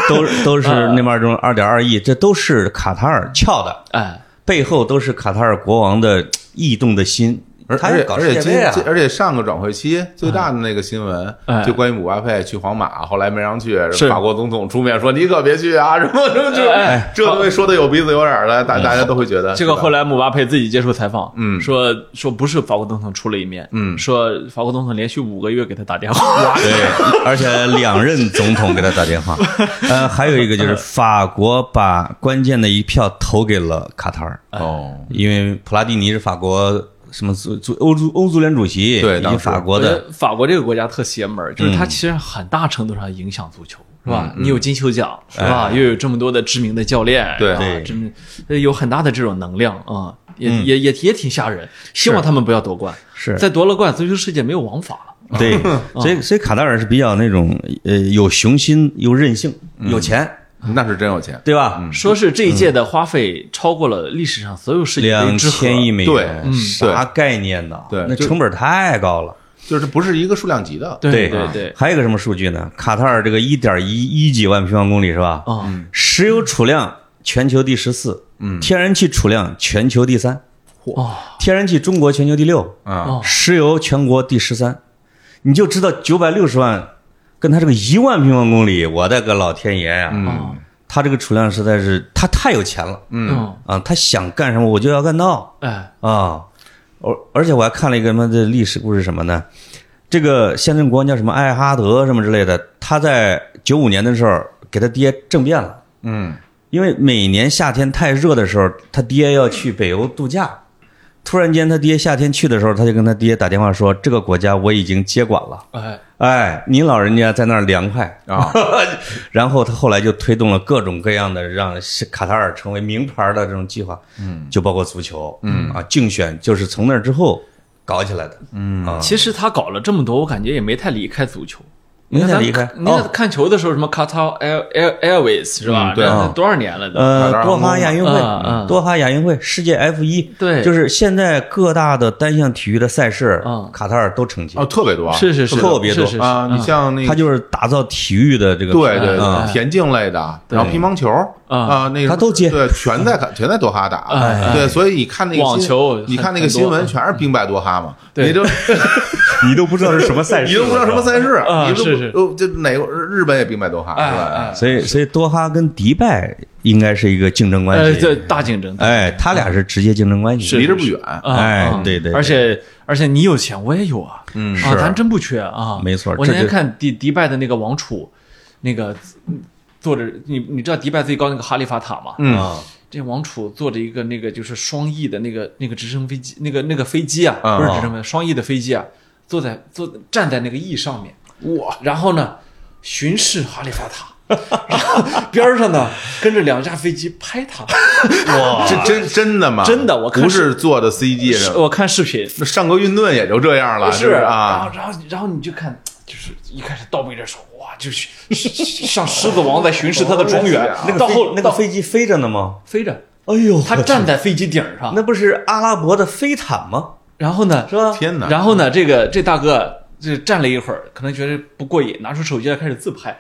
D: 都都 是
B: 嗯
D: 内马尔中二点二亿，这都是卡塔尔撬的，
C: 哎，
D: 背后都是卡塔尔国王的异动的心。
B: 而
D: 他
B: 而
D: 也
B: 且
D: 搞
B: 而
D: 世
B: 且
D: 界
B: 今
D: 杯啊，
B: 而且上个转会期最大的那个新闻
C: 哎，
B: 就关于姆巴佩去皇马，后来没让去，
C: 是
B: 法国总统出面说你可别去啊，什么什么就
C: 哎
B: 这东西说的有鼻子有眼儿的，大大家都会觉得
C: 这个后
B: 来
C: 来姆巴佩自己接受采访，
B: 嗯
C: 说说不是法国总统出了一面，嗯，说法国总统连续五个月给他打电话，
D: 对，而且两任总统给他打电 话。呃，还有一个就是法国把关键的一票投给了卡塔尔，
B: 哦，
D: 因为普拉蒂尼是法国什么足足欧足欧足联主席，
B: 对
D: 以
B: 当
D: 及
B: 时
D: 法国
C: 我觉
D: 的
C: 得法国这个国家特邪门
D: 嗯
C: 儿，就是它其实很大程度上影响足球。是吧？你有金球奖，是吧？又有这么多的知名的教练，
B: 对
C: 啊
D: 哎对嗯
C: 真的呃有很大的这种能量啊，也也也也挺吓人。希望他们不要夺冠，
D: 是
C: 再夺了冠，足球世界没有王法了。
D: 对，所以所以卡塔尔是比较那种呃有雄心又任性，有钱，
B: 那是真有钱，
D: 对吧？
C: 说是这一届的花费超过了历史上所有世界杯
D: 两
C: 之和，
D: 千亿美
B: 对
D: 元，
B: 嗯
D: 啥概念呢？
B: 对
D: 那
B: 就
D: 成本太高了。
B: 就是不是一个数量级的，
C: 对对
D: 对啊
C: 对
D: 还有一个什么数据呢？卡塔尔这个一点一一几万平方公里是吧？
C: 啊，
D: 石油储量全球第十四，嗯，天然气储量全球第三，
C: 哦
D: 天然气中国全球第六，
B: 啊，
D: 石油全国第十三，你就知道九百六十万跟他这个一万平方公里，我的个老天爷呀、
C: 哦
D: 他这个储量实在是他太有钱了，
C: 嗯，
D: 啊，他想干什么我就要干到，
C: 哎，
D: 啊，而而且我还看了一个什么的历史故事什么呢？这个现任国王叫什么艾哈德什么之类的，他在九五年的时候给他爹政变了，
B: 嗯，
D: 因为每年夏天太热的时候，他爹要去北欧度假。突然间，他爹夏天去的时候，他就跟他爹打电话说：“这个国家我已经接管了，
C: 哎，
D: 哎，您老人家在那儿凉快。
B: 啊，
D: 然后他后来就推动了各种各样的让卡塔尔成为名牌的这种计划，嗯，就包括足球，嗯啊，竞选就是从那儿之后搞起来的，嗯啊，
C: 其实他搞了这么多，我感觉也没太离开足球。
D: 永
C: 你
D: 远
C: 看
D: 离开。哦
C: 你看看球的时候，什么 Qatar Air 哎 Air Airways 是
B: 嗯
C: 吧？
B: 对
D: 哦
C: 那多少年了都。
D: 呃，多哈亚运会
C: 嗯嗯，
D: 多哈亚运会，世界 F 一，
C: 对
D: 就是现在各大的单项体育的赛事
C: 嗯，
D: 卡塔尔都承接
B: 哦，，特别多啊，
C: 是是是，
D: 呃特别多
C: 是是是
B: 啊，你像那
D: 他
B: 个。
D: 就是打造体育的这个
B: 对对
D: 嗯
B: 对，田径类的，然后乒乓球
C: 嗯
B: 啊，那个
D: 他都接
B: 对，全在全在多哈 打，对，所以你看那个
C: 哎网
B: 新
C: 球
B: 你看那
C: 很
B: 个
C: 多嗯
B: 新闻全是兵败多哈嘛，
C: 对
B: 你 都
D: 你都不知道是什么赛
B: 你都不知道什么赛事
C: 啊，
B: 你都
C: 是
B: 不
C: 是
B: 呃这哪个日本也兵败多哈，
C: 哎
B: 是吧？
C: 哎，
D: 所以所以多哈跟迪拜应该是一个竞争关
C: 呃，
D: 系，
C: 这大竞争，
D: 哎，他俩是直接竞争关系，
B: 离着不远，
C: 啊
D: 哎
C: 啊
D: 对对对
C: 而且而且你有钱，我也有啊，嗯啊，
D: 是
C: 咱真不缺啊，
D: 没错
C: 我
D: 这
C: 那天
D: 就
C: 看迪迪拜的那个王储，那个嗯坐着，你你知道迪拜最高那个哈利法塔吗？
B: 嗯
D: 啊，
C: 这王储坐着一个那个就是双翼的那个那个直升飞机，那个那个飞机啊，
B: 嗯
C: 不是直升飞，双翼的飞机啊，坐在坐站在那个翼上面，
B: 哇，
C: 然后呢巡视哈利法塔。然后边上呢，跟着两架飞机拍他，
B: 这真真的吗？
C: 真的我看
B: 不是做的 CG
C: 是
B: 的，
C: 我看视频，
B: 那上个运动也就这样了，是不是
C: 然后
B: 啊，
C: 然后然后你就看，就是一开始盗墓者说，哇，就是像狮子王在巡视他的庄园，
B: 哦
D: 那个
C: 到
D: 飞
C: 后
D: 那个
C: 到
D: 飞机飞着呢吗？
C: 飞着，
D: 哎呦，
C: 他站在飞机顶 上，
D: 那不是阿拉伯的飞毯吗？
C: 然后呢，
D: 是吧？
B: 天哪！
C: 然后呢，这个这大哥这站了一会儿，可能觉得不过瘾，拿出手机来开始自拍，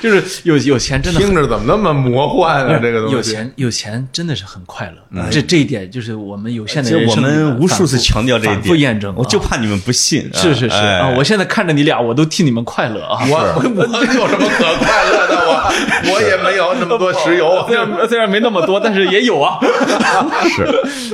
C: 就是有有钱真的很
B: 听着怎么那么魔幻啊？这个东西
C: 有钱有钱真的是很快乐，这这一点就是我们有限的
D: 这
C: 人
D: 我
C: 生里面
D: 们无数次
C: 反复
D: 强调这一点，
C: 反复验证啊，
D: 我就怕你们不信。啊
C: 是是是
D: 哎
C: 啊！我现在看着你俩，我都替你们快乐啊！
B: 我我有什么可快乐的？我 我也没有那么多石 油。啊
C: 虽然虽然没那么多，但是也有啊。 嗯
D: 是，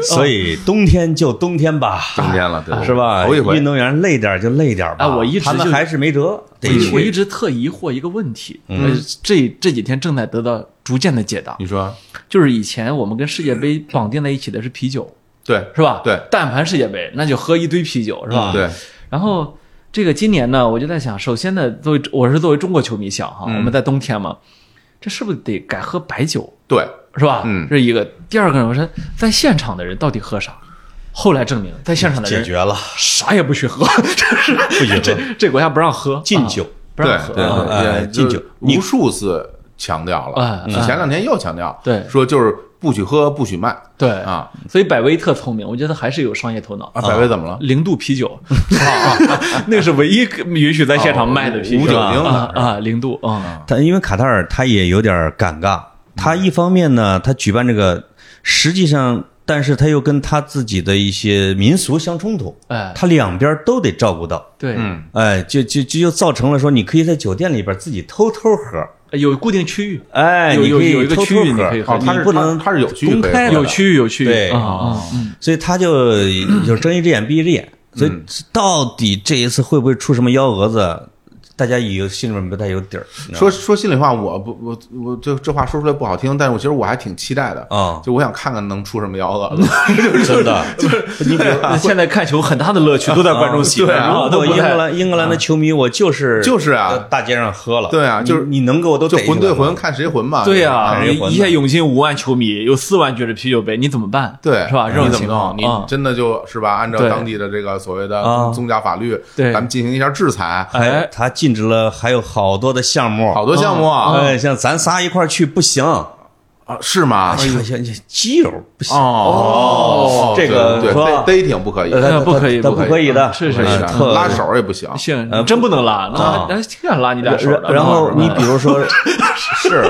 D: 所以冬天就冬天吧，
B: 冬天了，对
D: 是吧？
B: 头一回
D: 运动员累点儿就累点儿吧。
C: 哎我一直
D: 他们
C: 就
D: 还是没辙，得
C: 我一
D: 去。
C: 直特疑惑一个问题，呃这这几天正在得到逐渐的解答
B: 你，说
C: 就是以前我们跟世界杯绑定在一起的是啤酒，
B: 对
C: 是吧？
B: 对，嗯
C: 但凡世界杯，那就喝一堆啤酒，是吧？
B: 对，
C: 然后这个今年呢，我就在想，首先呢，作为我是作为中国球迷想哈，
B: 嗯
C: 我们在冬天嘛，这是不是得改喝白酒，
B: 对，
C: 是吧？
B: 嗯
C: 这是一个。第二个呢，我说在现场的人到底喝啥？后来证明，在现场的
D: 解
C: 人
D: 决了，
C: 啥也不许喝， 这是 不
D: 许喝
C: 这这国家不让喝
D: 禁
C: 啊
D: 酒。
C: 不让喝
B: 对
C: 啊
D: 哎
B: 对，也
D: 禁酒
B: 就是无数次强调了
C: 哎，
B: 你前两天又强调，
C: 对
B: 说就是不许喝，不许卖
C: 对
B: 啊。
C: 所以百威特聪明，我觉得还是有商业头脑
B: 啊，。百威怎么了？
C: 零度啤酒， 啊那是唯一允许在现场卖的啤酒，
B: 无酒精的
C: 啊啊，零度啊，嗯
D: 他因为卡塔尔他也有点尴尬，他一方面呢，他举办这个，实际上，但是他又跟他自己的一些民俗相冲突，
C: 哎
D: 他两边都得照顾到，
C: 对，
B: 嗯
D: 哎，就就就就造成了说，你可以在酒店里边自己偷偷喝，
C: 有固定区域，
D: 哎，
C: 有
D: 你
C: 有
D: 可以
C: 有一个
D: 偷偷
C: 区域你
D: 喝
C: 可以喝
B: 哦，他
D: 啊
B: 是
D: 你不能
B: 他他是有区域
D: 公
B: 可以
D: 开
B: 喝
D: 的
B: 的
C: 有区域有区域，
D: 对
C: 啊啊，嗯
D: 所以他 就就是睁一只眼闭一只眼。所以
B: 嗯
D: 到底这一次会不会出什么幺蛾子，大家有心里面不太有底儿。
C: 嗯
D: 你知道吗
B: 说说心里话，我不我我这这话说出来不好听，但是我其实我还挺期待的
C: 嗯
D: 啊
B: 就我想看看能出什么幺蛾子。
D: 真 的，你比如
C: 那现在看球很大的乐趣都在观众席
B: 对啊
C: 上，
D: 如
C: 都
D: 果
C: 不
D: 英
C: 太
D: 格兰英格兰的球迷，我就是
B: 嗯就是啊
D: 在大街上喝了，
B: 对啊就是
D: 你你能给我都
B: 就
D: 逮起来
B: 混对混，
D: 了
B: 看谁混嘛。
C: 对呀、
D: 哎
C: 你
D: 魂呢
C: 一下涌进五万球迷，有四万举着啤酒杯，你怎么办？
B: 对，哎
C: 是吧？这
B: 你怎
C: 种
B: 么
C: 情
B: 弄？
C: 况，
B: 你
C: 啊，
B: 真的就是吧？按照
C: 对嗯
B: 当地的这个所谓的
D: 啊
B: 宗教法律，
C: 对嗯
B: 咱们进行一下制裁。
D: 哎，他禁止了还有好多的项目，
B: 好多项目啊，
C: 嗯
D: 哎，像咱仨一块儿去不行，
B: 啊是吗？
C: 哎
D: 像像像基友不行，
B: 哦
D: 这个
B: 对
D: 是吧
B: 对，dating 不可以，
C: 呃不可以
D: 他
C: 不可以
D: 可以的，哎
C: 是是
B: 不可以
C: 是
B: 的
D: 特
B: 拉手也不行，
C: 行，你真不能拉，那那挺想拉你俩手的。
D: 然然后你比如说，
B: 是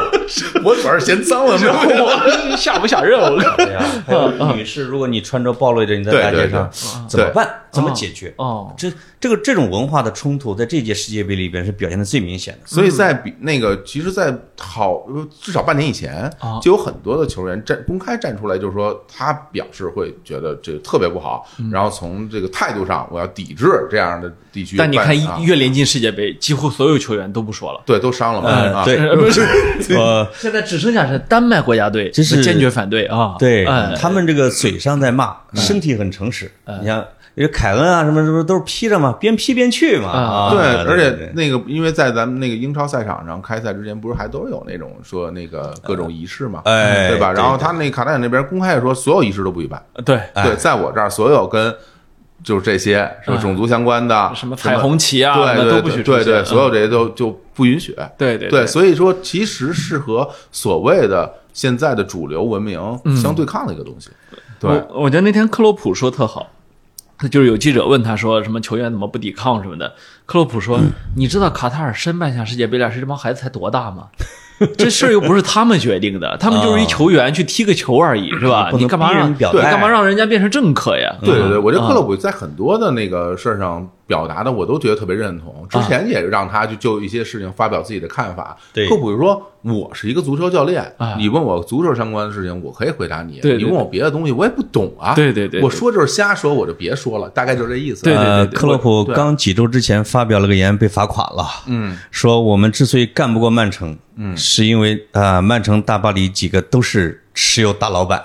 B: 我主要是嫌脏了，没有
C: 我下不下任务？
D: 哎呀还
C: 嗯
D: 有女士，如果你穿着暴露着你在大街上
B: 对对对
D: 怎么办？怎么解决？
C: 嗯哦，
D: 这这个这种文化的冲突，在这届世界杯里边是表现的最明显的。
B: 所以在比那个，其实，在好至少半年以前
C: 啊，
B: 就有很多的球员站公开站出来，就是说他表示会觉得这特别不好，
C: 嗯
B: 然后从这个态度上，我要抵制这样的地区办。
C: 但你看，
B: 啊
C: 一越临近世界杯，几乎所有球员都不说了。
B: 对都伤了嘛，
C: 嗯
B: 啊
D: 对，
C: 呃不是，
D: 呃，
C: 现在只剩下是丹麦国家队，
D: 这是
C: 坚决反对啊！
D: 对
C: 哎，
D: 他们这个嘴上在骂，
C: 嗯
D: 身体很诚实。你像因为凯恩啊什么什么都是披着嘛，边披边去嘛。
C: 啊
D: 啊，
B: 对，而且
D: 对
B: 那个，因为在咱们那个英超赛场上开赛之前，不是还都有那种说那个各种仪式嘛，
D: 哎
B: 嗯对吧？
D: 对
B: 然后他那卡塔尔那边公开说，所有仪式都不许办。
C: 对，
B: 对，在我这儿，所有跟就是这些是吧
C: 哎嗯
B: 种族相关的，
C: 什么彩虹旗啊，
B: 对
C: 那
B: 对
C: 都不许
B: 对
C: 出
B: 对
C: 现
B: 对，所有
C: 嗯
B: 这些都就不允许。
C: 对对
B: 所以说其实是和所谓的现在的主流文明相对抗的一个东西。对，
C: 嗯我我觉得那天克洛普说特好，就是有记者问他说什么球员怎么不抵抗什么的，克洛普说：“
D: 嗯
C: 你知道卡塔尔申办下世界杯啊来是这帮孩子才多大吗？ 这事儿又不是他们决 定的，他们就是一球员去踢个球而已，是吧？
D: 啊不能
C: 你干嘛
D: 逼人
C: 让
D: 表
C: 你
D: 态
C: 干嘛让人家变成政客呀？
B: 对对对，我觉
C: 嗯
B: 得克洛普在很多的那个事儿上表达的，我都觉得特别认同。
C: 嗯
B: 之前也让他去就一些事情发表自己的看法。
D: 对
B: 克洛普说：“我是一个足球教练
C: 啊，
B: 你问我足球相关的事情，我可以回答你；
C: 对对
B: 你问我别的东西，我也不懂啊。”
C: 对对对对
B: 我说就是瞎说，我就别说了，大概就是这意思。
C: 对对
D: 呃，
C: 对
D: 克洛普
B: 对
D: 刚几周之前发表了个言，被罚款了。
B: 嗯，
D: 说我们之所以干不过曼城，嗯，是因为啊、呃曼城、大巴黎几个都是石油大老板，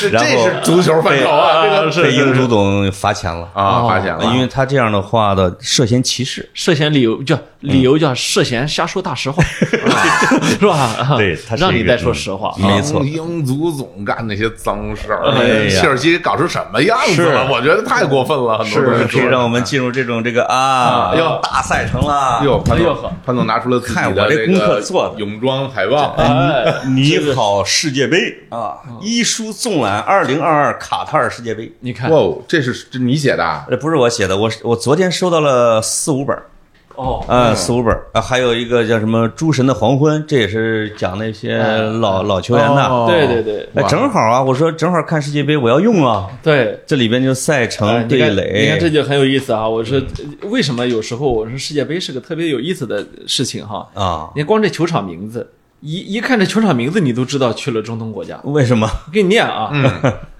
B: 这
D: 然
B: 这
D: 后
B: 是足球范畴啊，这个
D: 被英足总罚钱了
C: 哦
B: 啊，发现了，
D: 因为他这样的话的涉嫌歧视。
C: 涉嫌理由叫理由叫涉嫌瞎说大实话，是吧？
D: 嗯
C: 啊
D: 对他是
C: 让
D: 一
C: 你
D: 个
C: 再说实话。
D: 嗯没错
B: 英足总干那些脏事儿，
D: 哎呀
B: 切尔西搞成什么样子了？我觉得太过分了，很多东西
D: 可
B: 做
D: 以
B: 得
D: 让我们进入这种这个啊，
B: 哎呦
D: 大赛程了，
B: 哟，潘
C: 哎呦
B: 总
C: 呵，
B: 潘总拿出了自己
D: 看
B: 的
D: 我这
B: 个
D: 功课做的
B: 泳装海报，嗯
C: 哎，
D: 你好世界杯啊，一书纵览二零二二卡塔尔世界杯。呃
C: 你看
B: 哇，哦，这是这你写的啊？
D: 这不是我写的，我是我昨天收到了四五本儿，
C: 哦，
D: 啊，四五本儿啊，还有一个叫什么《诸神的黄昏》，这也是讲那些老老球员的。
B: 哦
C: 对对对
D: 哎，
B: 哇
D: 正好啊，我说正好看世界杯，我要用啊。
C: 对，
D: 这里边就赛
C: 哎
D: 程
C: 你
D: 对
C: 看
D: 垒，
C: 你看这就很有意思啊！我说为什么有时候我说世界杯是个特别有意思的事情哈？
D: 啊，
C: 你看光这球场名字，一一看这球场名字，你都知道去了中东国家。
D: 为什么？
C: 我给你念啊，
D: 嗯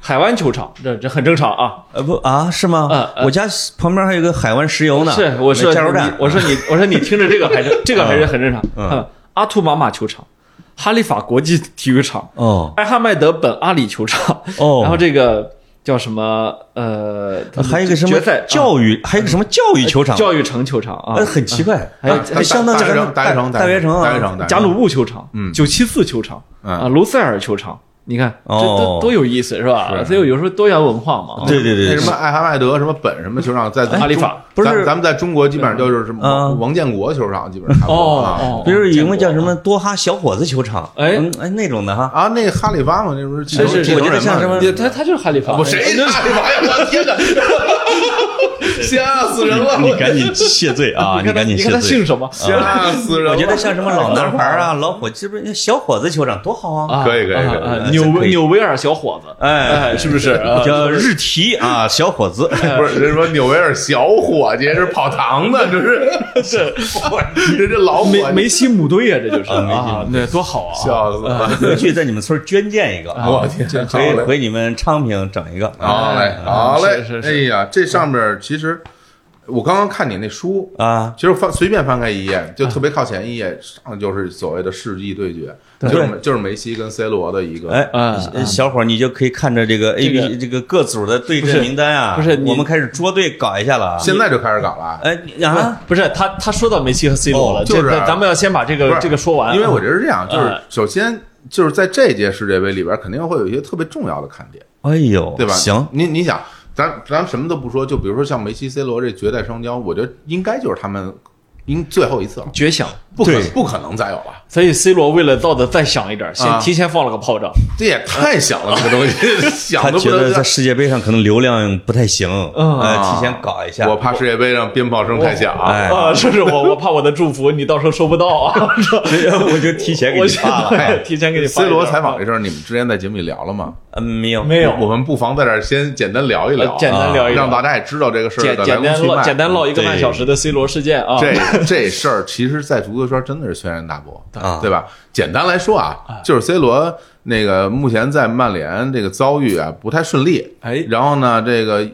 C: 海湾球场，这这很正常啊。
D: 呃，不啊，是吗
C: 啊？啊
D: 我家旁边还有个海湾石油呢，
C: 是，我说
D: 没啊加油
C: 你
D: 站，，
C: 我说你，我说你听着这个还是这个还是很正常。
D: 嗯
C: 嗯，阿图玛马球场，哈利法国际体育场，
D: 哦，
C: 艾哈迈德本阿里球场，
D: 哦
C: 然后这个叫什么？呃，
D: 还有一个什么
C: 决赛
D: 教育，还有一个什么教育球场，
C: 教育城球场啊
D: 呃，，很奇怪，啊
C: 还有
B: 大
C: 还
D: 相当
B: 大
D: 于
B: 大悦城，大悦城，
D: 大悦城啊
B: 大悦城，大悦城
C: 加鲁布球场、
B: 嗯
C: 九七四球场、
B: 嗯
C: 啊，卢塞尔球场，你看这
D: 哦啊
C: 多多有意思是吧？所以有时候多元文化嘛。
D: 对对
B: 那
D: 对
B: 什么艾哈迈德什么本什么球场，在咱们
C: 阿里
B: 中
C: 法
D: 不是
B: 咱咱们在中国基本上就是什么
D: 啊
B: 王王建国球场，基本上差不多啊
C: 哦哦，
D: 比如有个叫什么多哈小伙子球场，
C: 哎
D: 嗯哎那种的哈，
B: 啊，那哈里发嘛，那不是
C: 这是
B: 继
D: 我
B: 承
D: 觉得
B: 人
D: 像
B: 嘛
D: 什么
C: 也他他就是哈利法，
B: 我谁
C: 哎
B: 哈里发呀？ 我天哪，吓死人了！
D: 你赶紧谢罪啊！
C: 哦 你看他
D: 赶紧
C: 你
D: 谢
C: 看他
D: 罪。
C: 姓
D: 啊
C: 什么？
B: 吓死人了！
D: 我觉得像什么老男孩 啊、老伙，这不是小伙子球场多好啊！
C: 啊
B: 可以可以
C: 啊
B: 可以
C: 啊
D: 可以
C: 纽
D: 可以
C: 纽维尔小伙子，
D: 哎，
C: 是不是？哎啊
D: 叫日提啊，小伙 子，
C: 呃
B: 不是人说纽维尔小伙计是跑堂的，这是 这这这老伙计
C: 梅梅西母队啊，这就是
D: 啊梅西
C: 啊，那多好啊！
B: 笑死了！
D: 回去在你们村儿捐建一个，
B: 我天，好
D: 回
B: 嘞，
D: 回你们昌平整一个。
B: 啊好嘞，好嘞！
C: 啊是是
B: 哎呀，这上面其实我刚刚看你那书，
D: 啊，
B: 其实翻随便翻开一页，就特别靠前一页，上来就是所谓的世纪对决，
D: 对
B: 就是就是梅西跟 C 罗的一个。
D: 哎，
C: 啊
D: 呃小伙儿，你就可以看着这个 A
C: 这个
D: B 这个各组的对
C: 不是
D: 阵名单啊，
C: 不是你
D: 我们开始捉对搞一下了啊。
B: 现在就开始搞了啊，
D: 哎你啊，
C: 不是他他说到梅西和 C 罗了，
B: 哦就是
C: 这这咱们要先把这
B: 不
C: 个
B: 是
C: 哎这个说完，
B: 因为我觉得是这样，就是
C: 哎
B: 首先就是在这届世界杯里边，肯定会有一些特别重要的看点。
D: 哎呦，
B: 对吧？
D: 行，，
B: 你你想，咱咱什么都不说，就比如说像梅西、C 罗这绝代双骄，我觉得应该就是他们应最后一次了，
C: 绝响。
B: 不可
D: 对
B: 不可能再有了，
C: 所以 C 罗为了造的再响一点，先
B: 啊
C: 提前放了个炮仗。
B: 这也太想了，这个东西 想
D: 他
B: 都不
D: 觉得在
B: 能。
D: 世界杯上可能流量不太行，
C: 嗯
D: 呃，提前搞一下。
B: 我怕世界杯上鞭炮声太响，
D: 哎
C: 啊，是是，我我怕我的祝福你到时候收不到啊，
D: 我就提前给
C: 我
D: 你
C: 现
D: 发了。
C: 在提前哎给你发
B: 哎 C
C: 一张。
B: 罗采访这事儿，你们之前在节目里聊了吗？
D: 嗯，没有，
C: 没有呃
B: 我们不妨在这儿先简单聊一聊，啊
C: 简单聊一聊
B: 让大家也知道这个事儿
C: 简
B: 的来
C: 简
B: 龙
C: 单
B: 去脉。
C: 唠简单唠一个半
D: 对
C: 小时的 C 罗事件啊，
B: 这这事儿，其实，在足球圈真的是轩然大波，
D: 啊
B: 对吧？简单来说
C: 哎
B: 啊，就是 C 罗那个目前在曼联这个遭遇啊不太顺利，
C: 哎
B: 然后呢，这个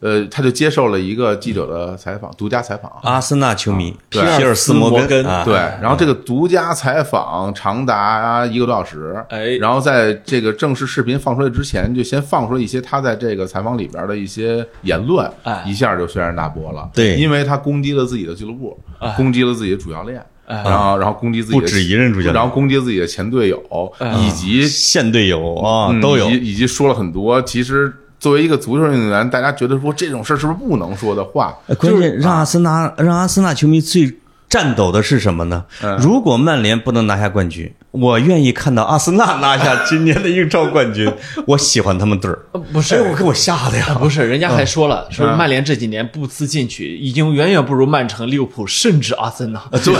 B: 呃，他就接受了一个记者的采访，独家采访。
D: 阿森纳球迷皮
B: 对
D: 尔斯
C: 摩
D: 摩
C: 根
D: 啊
B: 对，然后这个独家采访长达一个多小时，
C: 哎
B: 然后在这个正式视频放出来之前，就先放出了一些他在这个采访里边的一些言论，
C: 哎
B: 一下就轩然大波了。
D: 对
B: 因为他攻击了自己的俱乐部，攻击了自己的主教练，
C: 哎
B: 然后然后攻击自己的
D: 不止一任主教练
B: 然后攻击自己的前队友，
C: 哎
B: 以及
D: 现队友啊
B: 嗯
D: 都有
B: 以及以及说了很多其实作为一个足球运动员，大家觉得说这种事儿是不是不能说的话？
D: 呃关键让阿森纳让阿森纳球迷最颤抖的是什么呢？如果曼联不能拿下冠军，我愿意看到阿森纳拿下今年的英超冠军。我喜欢他们队儿，
C: 呃不
D: 哎，
C: 是
D: 我给我吓的
C: 啊，
D: 呀！
C: 不是，人家还说了，说曼联这几年不思进取，已经远远不如曼城、利物浦，甚至阿森纳。 对，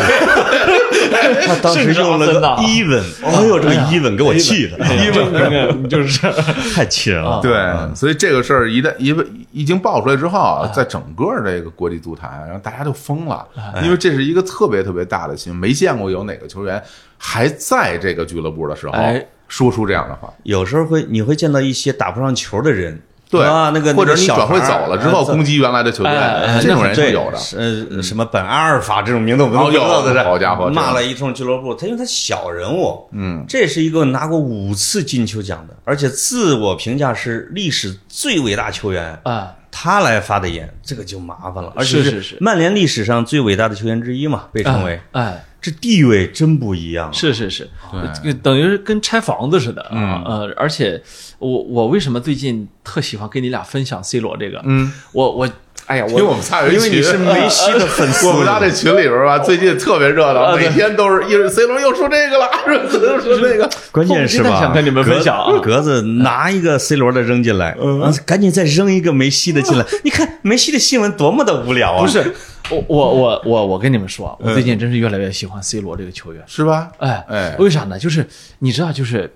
D: 他当 时用了
C: 甚
D: 个
C: 至阿森纳
D: even，哎呦，这个 even 给我气的，
C: 哎
D: 哎
C: 因为 就是
D: 太气人
B: 啊
D: 了。
B: 对，所以这个事儿一旦一被一经爆出来之后啊，在整个这个国际足坛，然后大家就疯了，
D: 哎
B: 因为这是一个特别特别大的新闻，没见过有哪个球员还在这个俱乐部的时候
C: 哎
B: 说出这样的话。
D: 有时候会你会见到一些打不上球的人，
B: 对
D: 啊，那个
B: 或者你转会
D: 那个小孩
B: 走
D: 儿
B: 了之后
D: 呃
B: 攻击原来的球
C: 哎
B: 队，这种人是有的。嗯
D: 呃，什么本阿尔法这种名字我们
B: 哦
D: 都不知道
B: 有
D: 在这儿，
B: 好家伙
D: 骂了一通俱乐部，他因为他小人物，
B: 嗯，
D: 这是一个拿过五次金球奖的，而且自我评价是历史最伟大球员，
C: 啊，
D: 他来发的言，这个就麻烦了，而且
C: 是是是
D: 曼联历史上最伟大的球员之一嘛，被
B: 啊
D: 称为，
C: 哎，
D: 这地位真不一样，啊
C: 是是是，呃等于是跟拆房子似的啊。呃，而且我我为什么最近特喜欢跟你俩分享 C 罗这个？嗯，我我哎呀，
B: 因为我们仨有一
D: 因为你
B: 群
D: 是梅西的粉丝，
B: 我们仨这群里边儿吧，最近特别热
D: 啊
B: 闹，每天都是一 C 罗又说这个了， 又说那个，
D: 关键是
C: 我
D: 吧？
C: 想跟你们分享啊 嗯
D: 格格子拿一个 C 罗的扔进来，啊赶紧再扔一个梅西的进 来。你看梅西的新闻多么的无聊啊！
C: 不，是我我我我我跟你们说啊，我最近真是越来越喜欢 C 罗这个球员。
B: 是吧？
C: 哎
B: 哎
C: 为啥呢？就是你知道，就是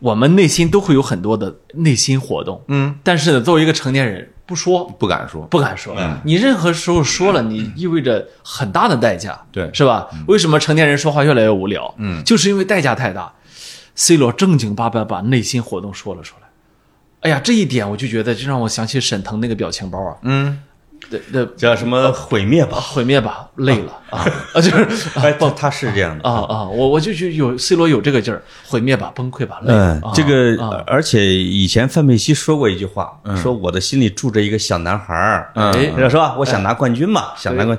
C: 我们内心都会有很多的内心活动，嗯，但是呢，作为一个成年人，不说
B: 不敢说，
C: 不敢说，
B: 嗯
C: 你任何时候说了，你意味着很大的代价，
B: 对嗯
C: 是吧？为什么成年人说话越来越无聊？嗯，就是因为代价太大。C 罗正经八百把内心活动说了出来。哎呀，这一点我就觉得，就让我想起沈腾那个表情包啊，
B: 嗯，
C: 对对，
D: 叫什么毁灭吧？
C: 毁灭吧，累了啊 啊，就是
D: 哎，不，他是这样的。
C: 啊啊！我我就就有 C 罗有这个劲儿，毁灭吧，崩溃吧，累了
D: 嗯
C: 啊，
D: 这个
C: 啊，嗯
D: 而且以前范佩西说过一句话，说我的心里住着一个小男孩儿，
C: 哎
D: 是吧？我想拿冠军嘛，想拿冠。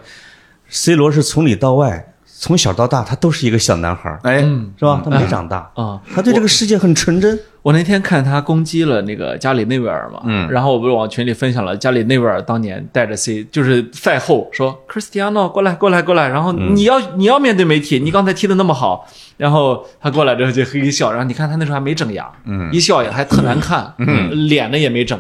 D: C 罗是从里到外，从小到大，他都是一个小男孩儿，
B: 哎，
D: 是
C: 嗯
D: 吧？他没长大
C: 啊，
D: 他对这个世界很纯真。
C: 我那天看他攻击了那个加里内维尔嘛，嗯，然后我不是往群里分享了加里内维尔当年带着 C，就是赛后说 Cristiano 过来过来过来，然后你要、你要面对媒体，你刚才踢的那么好，然后他过来之后就嘿一笑，然后你看他那时候还没整牙，嗯，一笑也还特难看，嗯，脸呢也没整，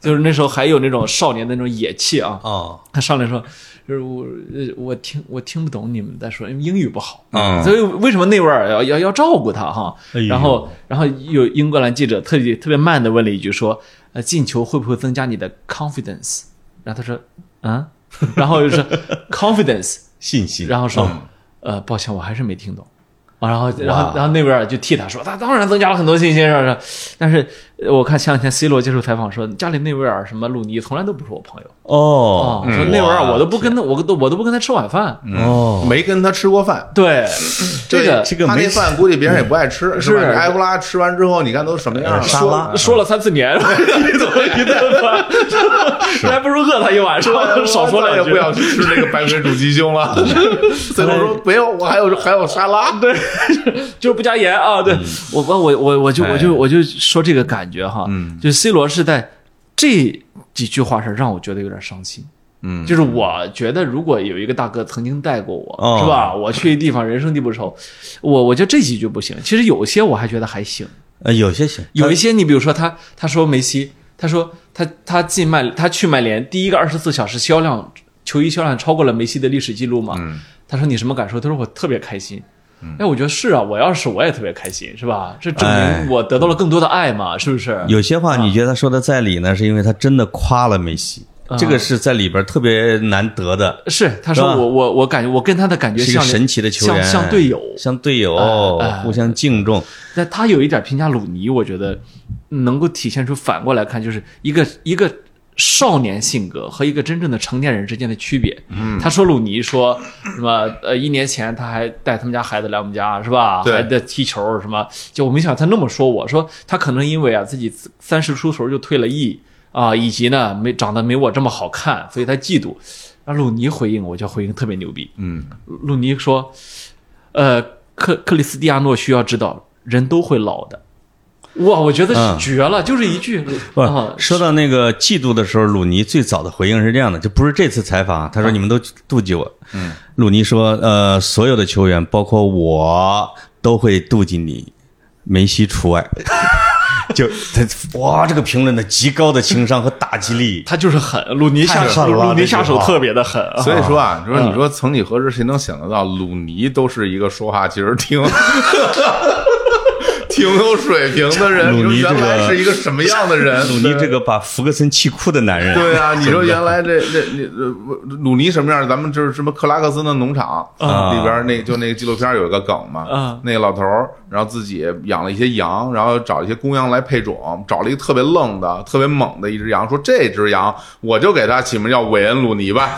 C: 就是那时候还有那种少年的那种野气啊，
D: 哦，
C: 他上来说，就是我呃我听我听不懂你们在说，因为英语不好，
D: 嗯
C: 所以为什么内维尔要要要照顾他哈
D: 哎？呦
C: 然后然后有英格兰记者特别特别慢的问了一句说，呃，进球会不会增加你的 confidence？然后他说，啊， 然后就说 confidence，
D: 信心。
C: 然后说，呃，抱歉，我还是没听懂。啊，然后，然后，然后内维尔就替他说，他当然增加了很多信心，是不是？但是呃我看前两天 C 罗接受采访说，加里内维尔什么鲁尼从来都不是我朋友。
D: 哦
C: 哦，说那会儿我都不跟他，我都我都不跟他吃晚饭。
D: 哦，
B: 哎没跟他吃过饭。
C: 对，这个
D: 这个
B: 他
D: 没
B: 那饭估计别人也不爱吃，是吧？
C: 是
B: 你埃弗拉吃完之后，你看都什么样了？
D: 沙拉
C: 说了三四年，一顿一顿饭， 还不如饿他一晚上， 少说
B: 了
C: 两
B: 啊也
C: 句
B: 不。想去吃那个白水煮鸡胸了。 所以我说没有，我还有还有沙拉。对，
C: 就是不加盐啊。对我我我我我就我就我就说这个感觉哈，就 C 罗是在这几句话上让我觉得有点伤心。
B: 嗯
C: 就是我觉得，如果有一个大哥曾经带过我，
D: 哦
C: 是吧？我去地方人生地不熟，我我觉得这几句不行。其实有些我还觉得还行，
D: 呃，有些行，
C: 有一些你比如说他他说梅西，他说他他进曼他去曼联第一个二十四小时销量球衣销量超过了梅西的历史记录嘛？
D: 嗯
C: 他说你什么感受？他说我特别开心。哎，我觉得是啊，我要是我也特别开心，是吧？这证
D: 哎
C: 明我得到了更多的爱嘛，是不是？
D: 有些
C: 啊
D: 话你觉得他说的在理呢，是因为他真的夸了梅西，
C: 啊
D: 这个是在里边特别难得的，
C: 是，他
D: 是
C: 说
D: 吧
C: 我我我感觉我跟他的感觉
D: 是一个
C: 像
D: 神奇的球员，
C: 像像队友。
D: 像队友哦
C: 哎
D: 互相敬重。
C: 但他有一点评价鲁尼，我觉得能够体现出反过来看，就是一个一个少年性格和一个真正的成年人之间的区别。嗯，他说鲁尼说什么呃，一年前他还带他们家孩子来我们家是吧？
B: 对
C: 还在踢球什么，就我没想到他那么说我，说他可能因为啊自己三十出头就退了役啊，以及呢没长得没我这么好看，所以他嫉妒。然后鲁尼回应，我觉得回应特别牛逼。
B: 嗯，
C: 鲁尼说：“呃，克克里斯蒂亚诺需要知道，人都会老的。哇，我觉得
D: 嗯
C: 是绝了，就是一句
D: 不
C: 啊，
D: 说到那个嫉妒的时候，鲁尼最早的回应是这样的，就不是这次采访啊，他说你们都妒忌我。嗯，鲁尼说，呃，所有的球员，包括我，都会妒忌你，梅西除外。 就 他哇，这个评论的极高的情商和打击力。
C: 他就是狠，鲁尼下
D: 太
C: 手，
D: 狠了
C: 鲁尼下
D: 这句
C: 手
D: 话
C: 特别的狠啊。
B: 所以说啊，你说你说曾几何时，谁能想得到鲁尼都是一个说话其实挺 挺有水平的人？你
D: 鲁
B: 说
D: 尼这个
B: 原来是一个什么样的人？
D: 鲁尼这个把福格森气哭的男人，
B: 对啊，你说原来这这你呃鲁尼什么样？咱们就是什么克拉克森的农场
D: 啊
B: 里边那就那个纪录片有一个梗嘛
C: 啊，
B: 那个老头儿，然后自己养了一些羊，然后找一些公羊来配种，找了一个特别愣的、特别猛的一只羊，说这只羊我就给它起名叫韦恩鲁尼吧。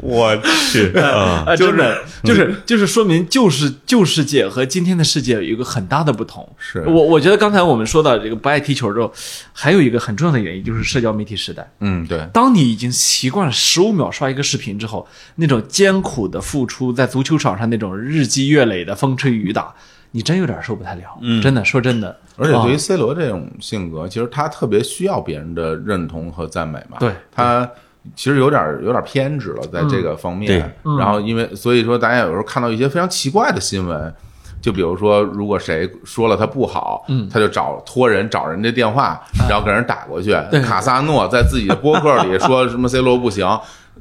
D: 我 去，啊
C: 啊，
B: 就是
C: 真的就是就是说明旧世旧世界和今天的世界有一个很大的不同。
B: 是
C: 我我觉得刚才我们说到这个不爱踢球之后，还有一个很重要的原因就是社交媒体时代。
B: 嗯，对，
C: 当你已经习惯了十五秒刷一个视频之后，那种艰苦的付出，在足球场上那种日积月累的风吹雨打，你真有点受不太了。嗯，真的，说真的，
B: 而且对于
C: 啊
B: C 罗这种性格，其实他特别需要别人的认同和赞美嘛。
C: 对
B: 他其实有点有点偏执了，在这个方面。然后因为所以说，大家有时候看到一些非常奇怪的新闻，就比如说，如果谁说了他不好，
D: 嗯
B: 他就找托人找人家电
D: 啊
B: 话，然后给人打过去。卡萨诺在自己的播客里说什么 C 罗不行。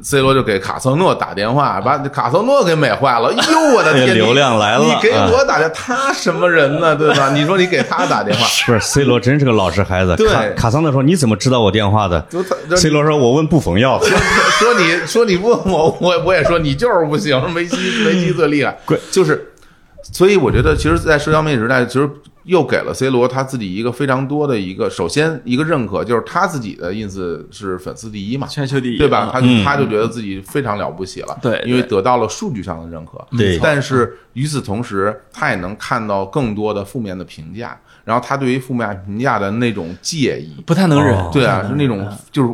B: C 罗就给卡萨诺打电话，把卡萨诺给美坏了。哎呦，我的 天！
D: 流
B: 你
D: 量来了
B: 你给
D: 啊
B: 我打电，他什么人呢？对吧？你说你给他打电话，
D: 不是 C 罗真是个老实孩子。
B: 对
D: 卡卡桑特说：“你怎么知道我电话的
B: 就他就
D: ？”C 罗说：“我问布冯要的。
B: 说你说你问我，我我也说你就是不行，梅西梅西最厉害，就是，所以我觉得其实，在社交媒体时代，其实又给了 C 罗他自己一个非常多的一个，首先一个认可，就是他自己的 ins 是粉丝第一嘛，
C: 全球第一，
B: 对吧？他
C: 嗯
B: 就他就觉得自己非常了不起了，
C: 对
B: 因为
C: 对
B: 得到了数据上的认可，
D: 对
B: 但是与此同时，他也能看到更多的负面的评价，然后他对于负面评价的那种介意。
C: 不太能忍。
D: 哦
B: 对啊，是那种
C: 嗯
B: 就是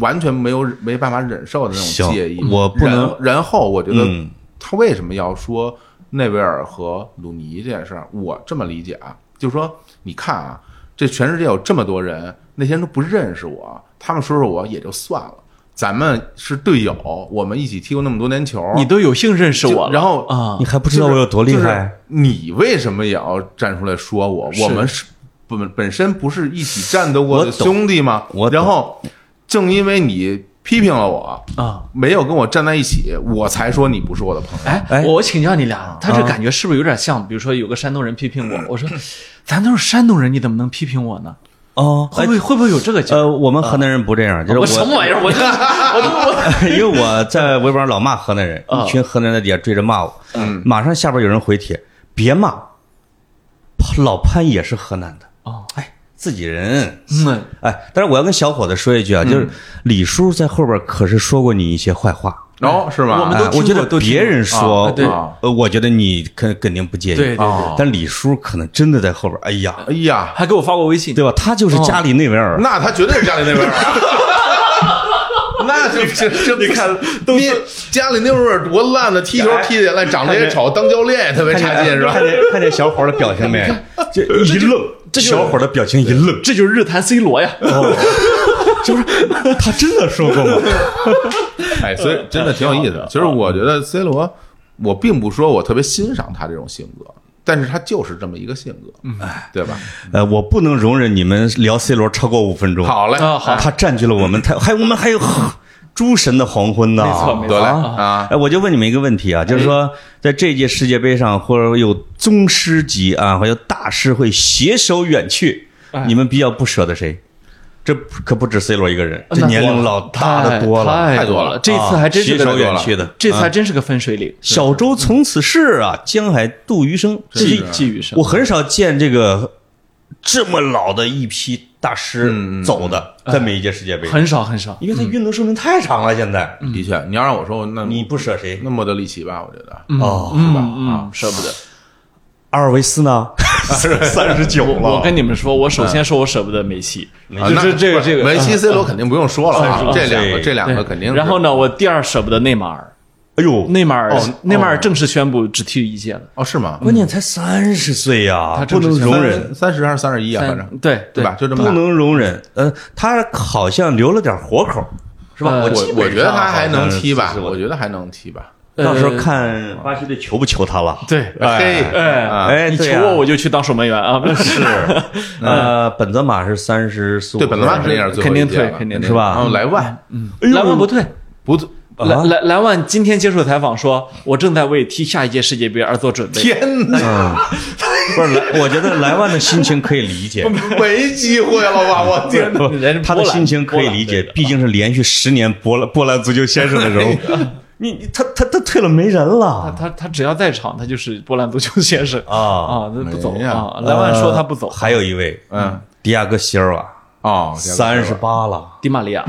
B: 完全没有没办法忍受的那种
D: 行
B: 介意。
D: 我不能
B: 然。然后我觉得
D: 嗯
B: 他为什么要说内维尔和鲁尼这件事儿？我这么理解啊，就是说，你看啊，这全世界有这么多人，那些人都不认识我，他们说说我也就算了。咱们是队友，我们一起踢过那么多年球，
C: 你都有幸认识
B: 就
C: 我了，
B: 然后
C: 啊，
D: 你还不知道我有多厉
B: 就是
D: 害？
B: 你为什么也要站出来说我？
C: 是
B: 我们是本本身不是一起战斗过的
D: 我懂
B: 兄弟吗？
D: 我懂
B: 然后正因为你批评了我
C: 啊，
B: 没有跟我站在一起，我才说你不是我的朋友。
C: 哎啊
D: 哎，
C: 我请教你俩，他这感觉是不是有点像？比如说有个山东人批评我，我说咱都是山东人，你怎么能批评我呢？
D: 哦，
C: 会不会会不会有这个情况？
D: 呃，我们河南人不这
B: 啊
D: 样，就是
C: 哎呃我什么玩意儿？我 就我我
D: 因为我在微博上老骂河南人，
C: 啊
D: 一群河南人在底下追着骂我，
B: 嗯
D: 马上下边有人回帖，别骂，老潘也是河南的，
C: 哦，
D: 哎，自己人。
C: 嗯，
D: 哎，但是我要跟小伙子说一句
B: 嗯
D: 啊，就是李叔在后边可是说过你一些坏话，
B: 然后是吗？
C: 我们
D: 哎
C: 都听
D: 我觉得
C: 过都听
D: 别
C: 过
D: 人
B: 啊
D: 说，
B: 对
D: 我呃，我觉得你肯肯定不介意，
C: 对对嗯对，
B: 哦
D: 但李叔可能真的在后边，哎呀，
B: 哎呀，
C: 还给我发过微信，
D: 对吧？他就是家里内维
C: 哦
D: 尔，
B: 那他绝对是家里那边儿啊。 那就这这，你看，你家里那味儿多烂的，踢球踢的也烂，长得也丑，当教练也特别差劲，是吧
D: 看？见看见小伙儿的表情没？就一愣，这小伙儿的表情一愣，哦
C: 这就是日坛 C 罗呀。
D: 就是他真的说过吗？
B: 哎，所
C: 嗯
B: 以真的挺有意思的。其实我觉得 C 罗，我并不说我特别欣赏他这种性格，但是他就是这么一个性格，
C: 嗯
B: 哎对吧？
D: 呃，我不能容忍你们聊 C 罗超过五分钟。，
B: 好嘞，
C: 啊好
D: 他占据了我们太，还我们还有诸神的黄昏呢。
C: 没错没错
B: 得嘞
C: 啊
B: 啊，
D: 哎，我就问你们一个问题啊，就是说，在这届世界杯上，或者有宗师级啊，还有大师会携手远去，你们比较不舍得谁？这可不止 C 罗一个人，这年龄老大的多了，
C: 啊哎
D: 哎
C: 太
B: 太多了
C: 了。这次还真
D: 携
C: 是
D: 手
C: 个，
D: 远去的。
C: 这次还真是个分水岭，
D: 小舟从此逝啊，江海度余生。这
C: 寄
D: 一
C: 寄予生
D: 我。很少见这个这么老的一批大师走的，在每一届世界杯，
C: 很少很少，
D: 因为他运动寿命太长了。现在
C: 嗯
B: 的确，你要让我说，那
D: 你不舍谁？
B: 那莫德里奇吧，我觉得
D: 哦，
C: 嗯嗯，舍不得。
D: 阿尔维斯呢？三十九
C: 我
D: 了，
C: 跟你们说，我首先说我舍不得梅西，
B: 啊
C: 就
B: 那
C: 是这个这个嗯
B: 梅西、C 罗肯定不用说了啊，这两个
D: 对
B: 这两个肯定是。
C: 然后呢，我第二舍不得内马尔，
D: 哎呦，
C: 内马尔
B: 哦
C: 内马尔正式宣布只踢一届了，
B: 哦，是吗？
D: 关键才三十岁呀，
C: 嗯他
D: 不
C: 正
D: 能
C: 值
D: 容
B: 三
D: 忍，
B: 三十还是三十一啊？反正
C: 但嗯对
B: 对吧？？就这么
D: 不
B: 大。
D: 能容忍。呃，他好像留了点活口，是吧？
C: 呃
D: 我基
B: 我
D: 本
B: 我觉得
D: 上
B: 他还
D: 好像
B: 能踢吧
D: 是，
B: 我觉得还能踢吧。
D: 到时候看巴西队求不求他了。
C: 呃对，
B: 嘿，
C: 哎，
B: 啊，
D: 哎，
C: 你
D: 对
C: 求
D: 呀
C: 我我就去当守门员啊！不 是，
D: 呃，本泽马是三十四五，
B: 对，本泽马肯定是最后一届
C: 肯定退
B: 了
C: 肯定退嗯
D: 是吧
B: 然后莱万
D: 哎
C: 莱万不退，
B: 不退，
C: 莱莱莱万今天接受采访说，我正在为踢下一届世界杯而做准备。
B: 天 哪，
D: 不是莱，我觉得莱万的心情可以理 解，
B: 没机会了吧？我天 哪！
D: 不
C: 人是
D: 他的
C: 波兰
D: 心情可以理解，毕竟是连续十年波兰波兰足球先生的人 物。你你他他他退了没人
C: 他
D: 了
C: 啊他他只要在场，他就是波兰足球先生
D: 啊！呃
C: 啊，他不走
B: 哎呀
C: 啊！莱万说他不走，
D: 还有一位，
B: 嗯，
D: 迪亚哥席尔瓦，
B: 哦，
D: 三十八了，
C: 迪玛利亚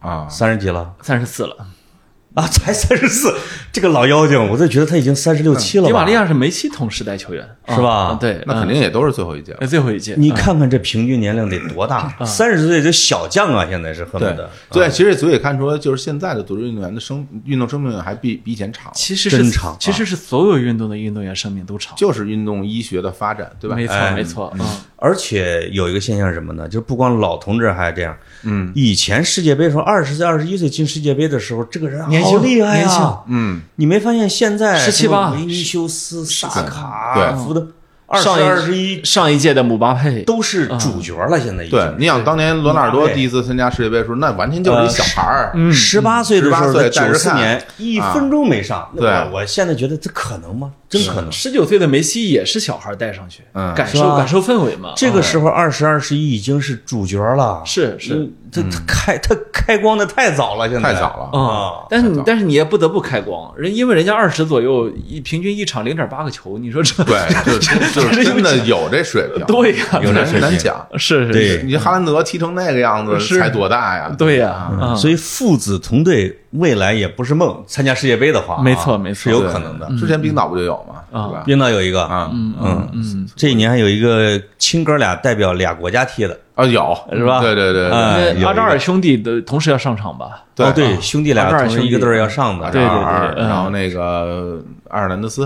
B: 啊，
D: 三十几了
C: 三十四了，
D: 啊，才三十四，这个老妖精，我就觉得他已经三十六七了吧。
C: 迪玛利亚是梅西同时代球员
D: 是吧
C: 啊对，
B: 那肯定也都是最后一届了
C: 嗯。那嗯最后一届，
D: 你看看这平均年龄得多大？三十岁就小将啊，现在是恨不
B: 对
D: 得。
B: 对，其实足也看出，就是现在的足球运动员的生运动生命还比比以前长，
C: 其实
D: 真
C: 是
D: 长啊
C: 其实是所有运动的运动员生命都长，
B: 就是运动医学的发展，对吧？
C: 没错
D: 哎
C: 没错，嗯，
D: 而且有一个现象是什么呢？就是不光老同志还这样，嗯，以前世界杯的时候，二十岁、二十一岁进世界杯的时候，这个人
C: 年
D: 好
C: 轻
D: 厉害
C: 年
D: 呀
C: 轻，
B: 嗯，
D: 你没发现现在
C: 17
D: 什么
C: 吧
D: 维尼修斯、萨卡、啊
B: 对
D: 福德，二十
C: 上一嗯
D: 二十一
C: 上一届的姆巴佩
D: 都是主角了，现在已
B: 对
D: 经，。
B: 你想当年罗纳尔多
D: 对
B: 第一次参加世界杯的时候，那完全就是一小孩儿，
D: 十八岁的时候，
B: 18岁带
D: 九
B: 着
D: 四
B: 看
D: 年一分钟没上。那
B: 对
D: 我我现在觉得这可能吗？真可能。
C: 十九岁的梅西也是小孩带上去，
B: 嗯
C: 感
D: 是
C: 受
D: 吧
C: 感受氛围嘛。
D: 这个
C: 啊
D: 时候二十二十一已经是主角了，
C: 是是
D: 嗯，这他开他开光的太早了，现在
B: 太早了。
D: 啊
C: 啊，但是
B: 太
C: 你
B: 早
C: 但是你也不得不开光，人因为人家二十左右，一平均一场零点八个球，你说这
B: 对，就就就是真的有这水平，
C: 对呀
B: 有
D: 有
B: 点
D: 这水平
B: 难讲。
C: 是是
D: 对
C: 是，
B: 你哈兰德踢成那个样子，
C: 是
B: 才多大呀？
C: 对呀，啊
D: 所以父子同队未来也不是梦。参加世界杯的话啊，
C: 没错没错
D: 是有可能的。
B: 之前冰岛不就有吗？
C: 嗯
B: 是吧？
D: 冰岛有一个，
B: 啊
D: 嗯嗯，这一年还有一个亲哥俩代表俩国家踢的，
B: 啊，有
D: 是吧
B: 对对对对
D: 哎有一
C: 那
D: 个
C: 呃阿扎尔兄弟的同时要上场吧？
B: 对
D: 哦对，兄弟
C: 阿
D: 俩
C: 扎尔
D: 同时
C: 兄
D: 一
C: 弟
D: 个队儿要上的，
B: 阿
C: 对
B: 扎
C: 对
B: 尔
C: 对嗯
B: 啊然后那个埃尔南德斯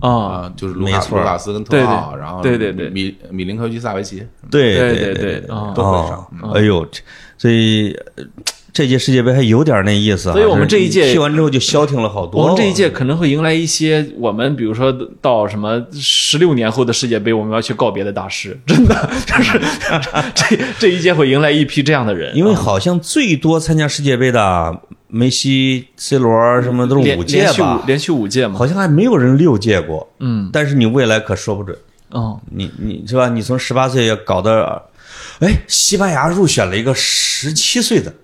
C: 啊，
B: 啊，就是卢卡
D: 没错
B: 卢卡斯跟特奥，
C: 对对
B: 然后
C: 对对对
B: 米米林科维奇、萨维奇，
D: 对
C: 对
D: 对
C: 对对
D: 对，
C: 啊
D: 都会上。哎呦，这所以呃这届世界杯还有点那意思啊。
C: 所以我们这一届
D: 就是踢完之后就消停了好多。
C: 我们这一届可能会迎来一些我们，比如说到什么十六年后的世界杯，我们要去告别的大师， 真的就是这这一届会迎来一批这样的人，
D: 因为好像最多参加世界杯的梅西、C 罗啊什么都是
C: 连
D: 五
C: 连
D: 届
C: 续
D: 吧
C: 五，连续五届嘛，
D: 好像还没有人六届过。
C: 嗯
D: 但是你未来可说不准，
C: 嗯，
D: 你你是吧？你从十八岁要搞到，哎，西班牙入选了一个十七岁的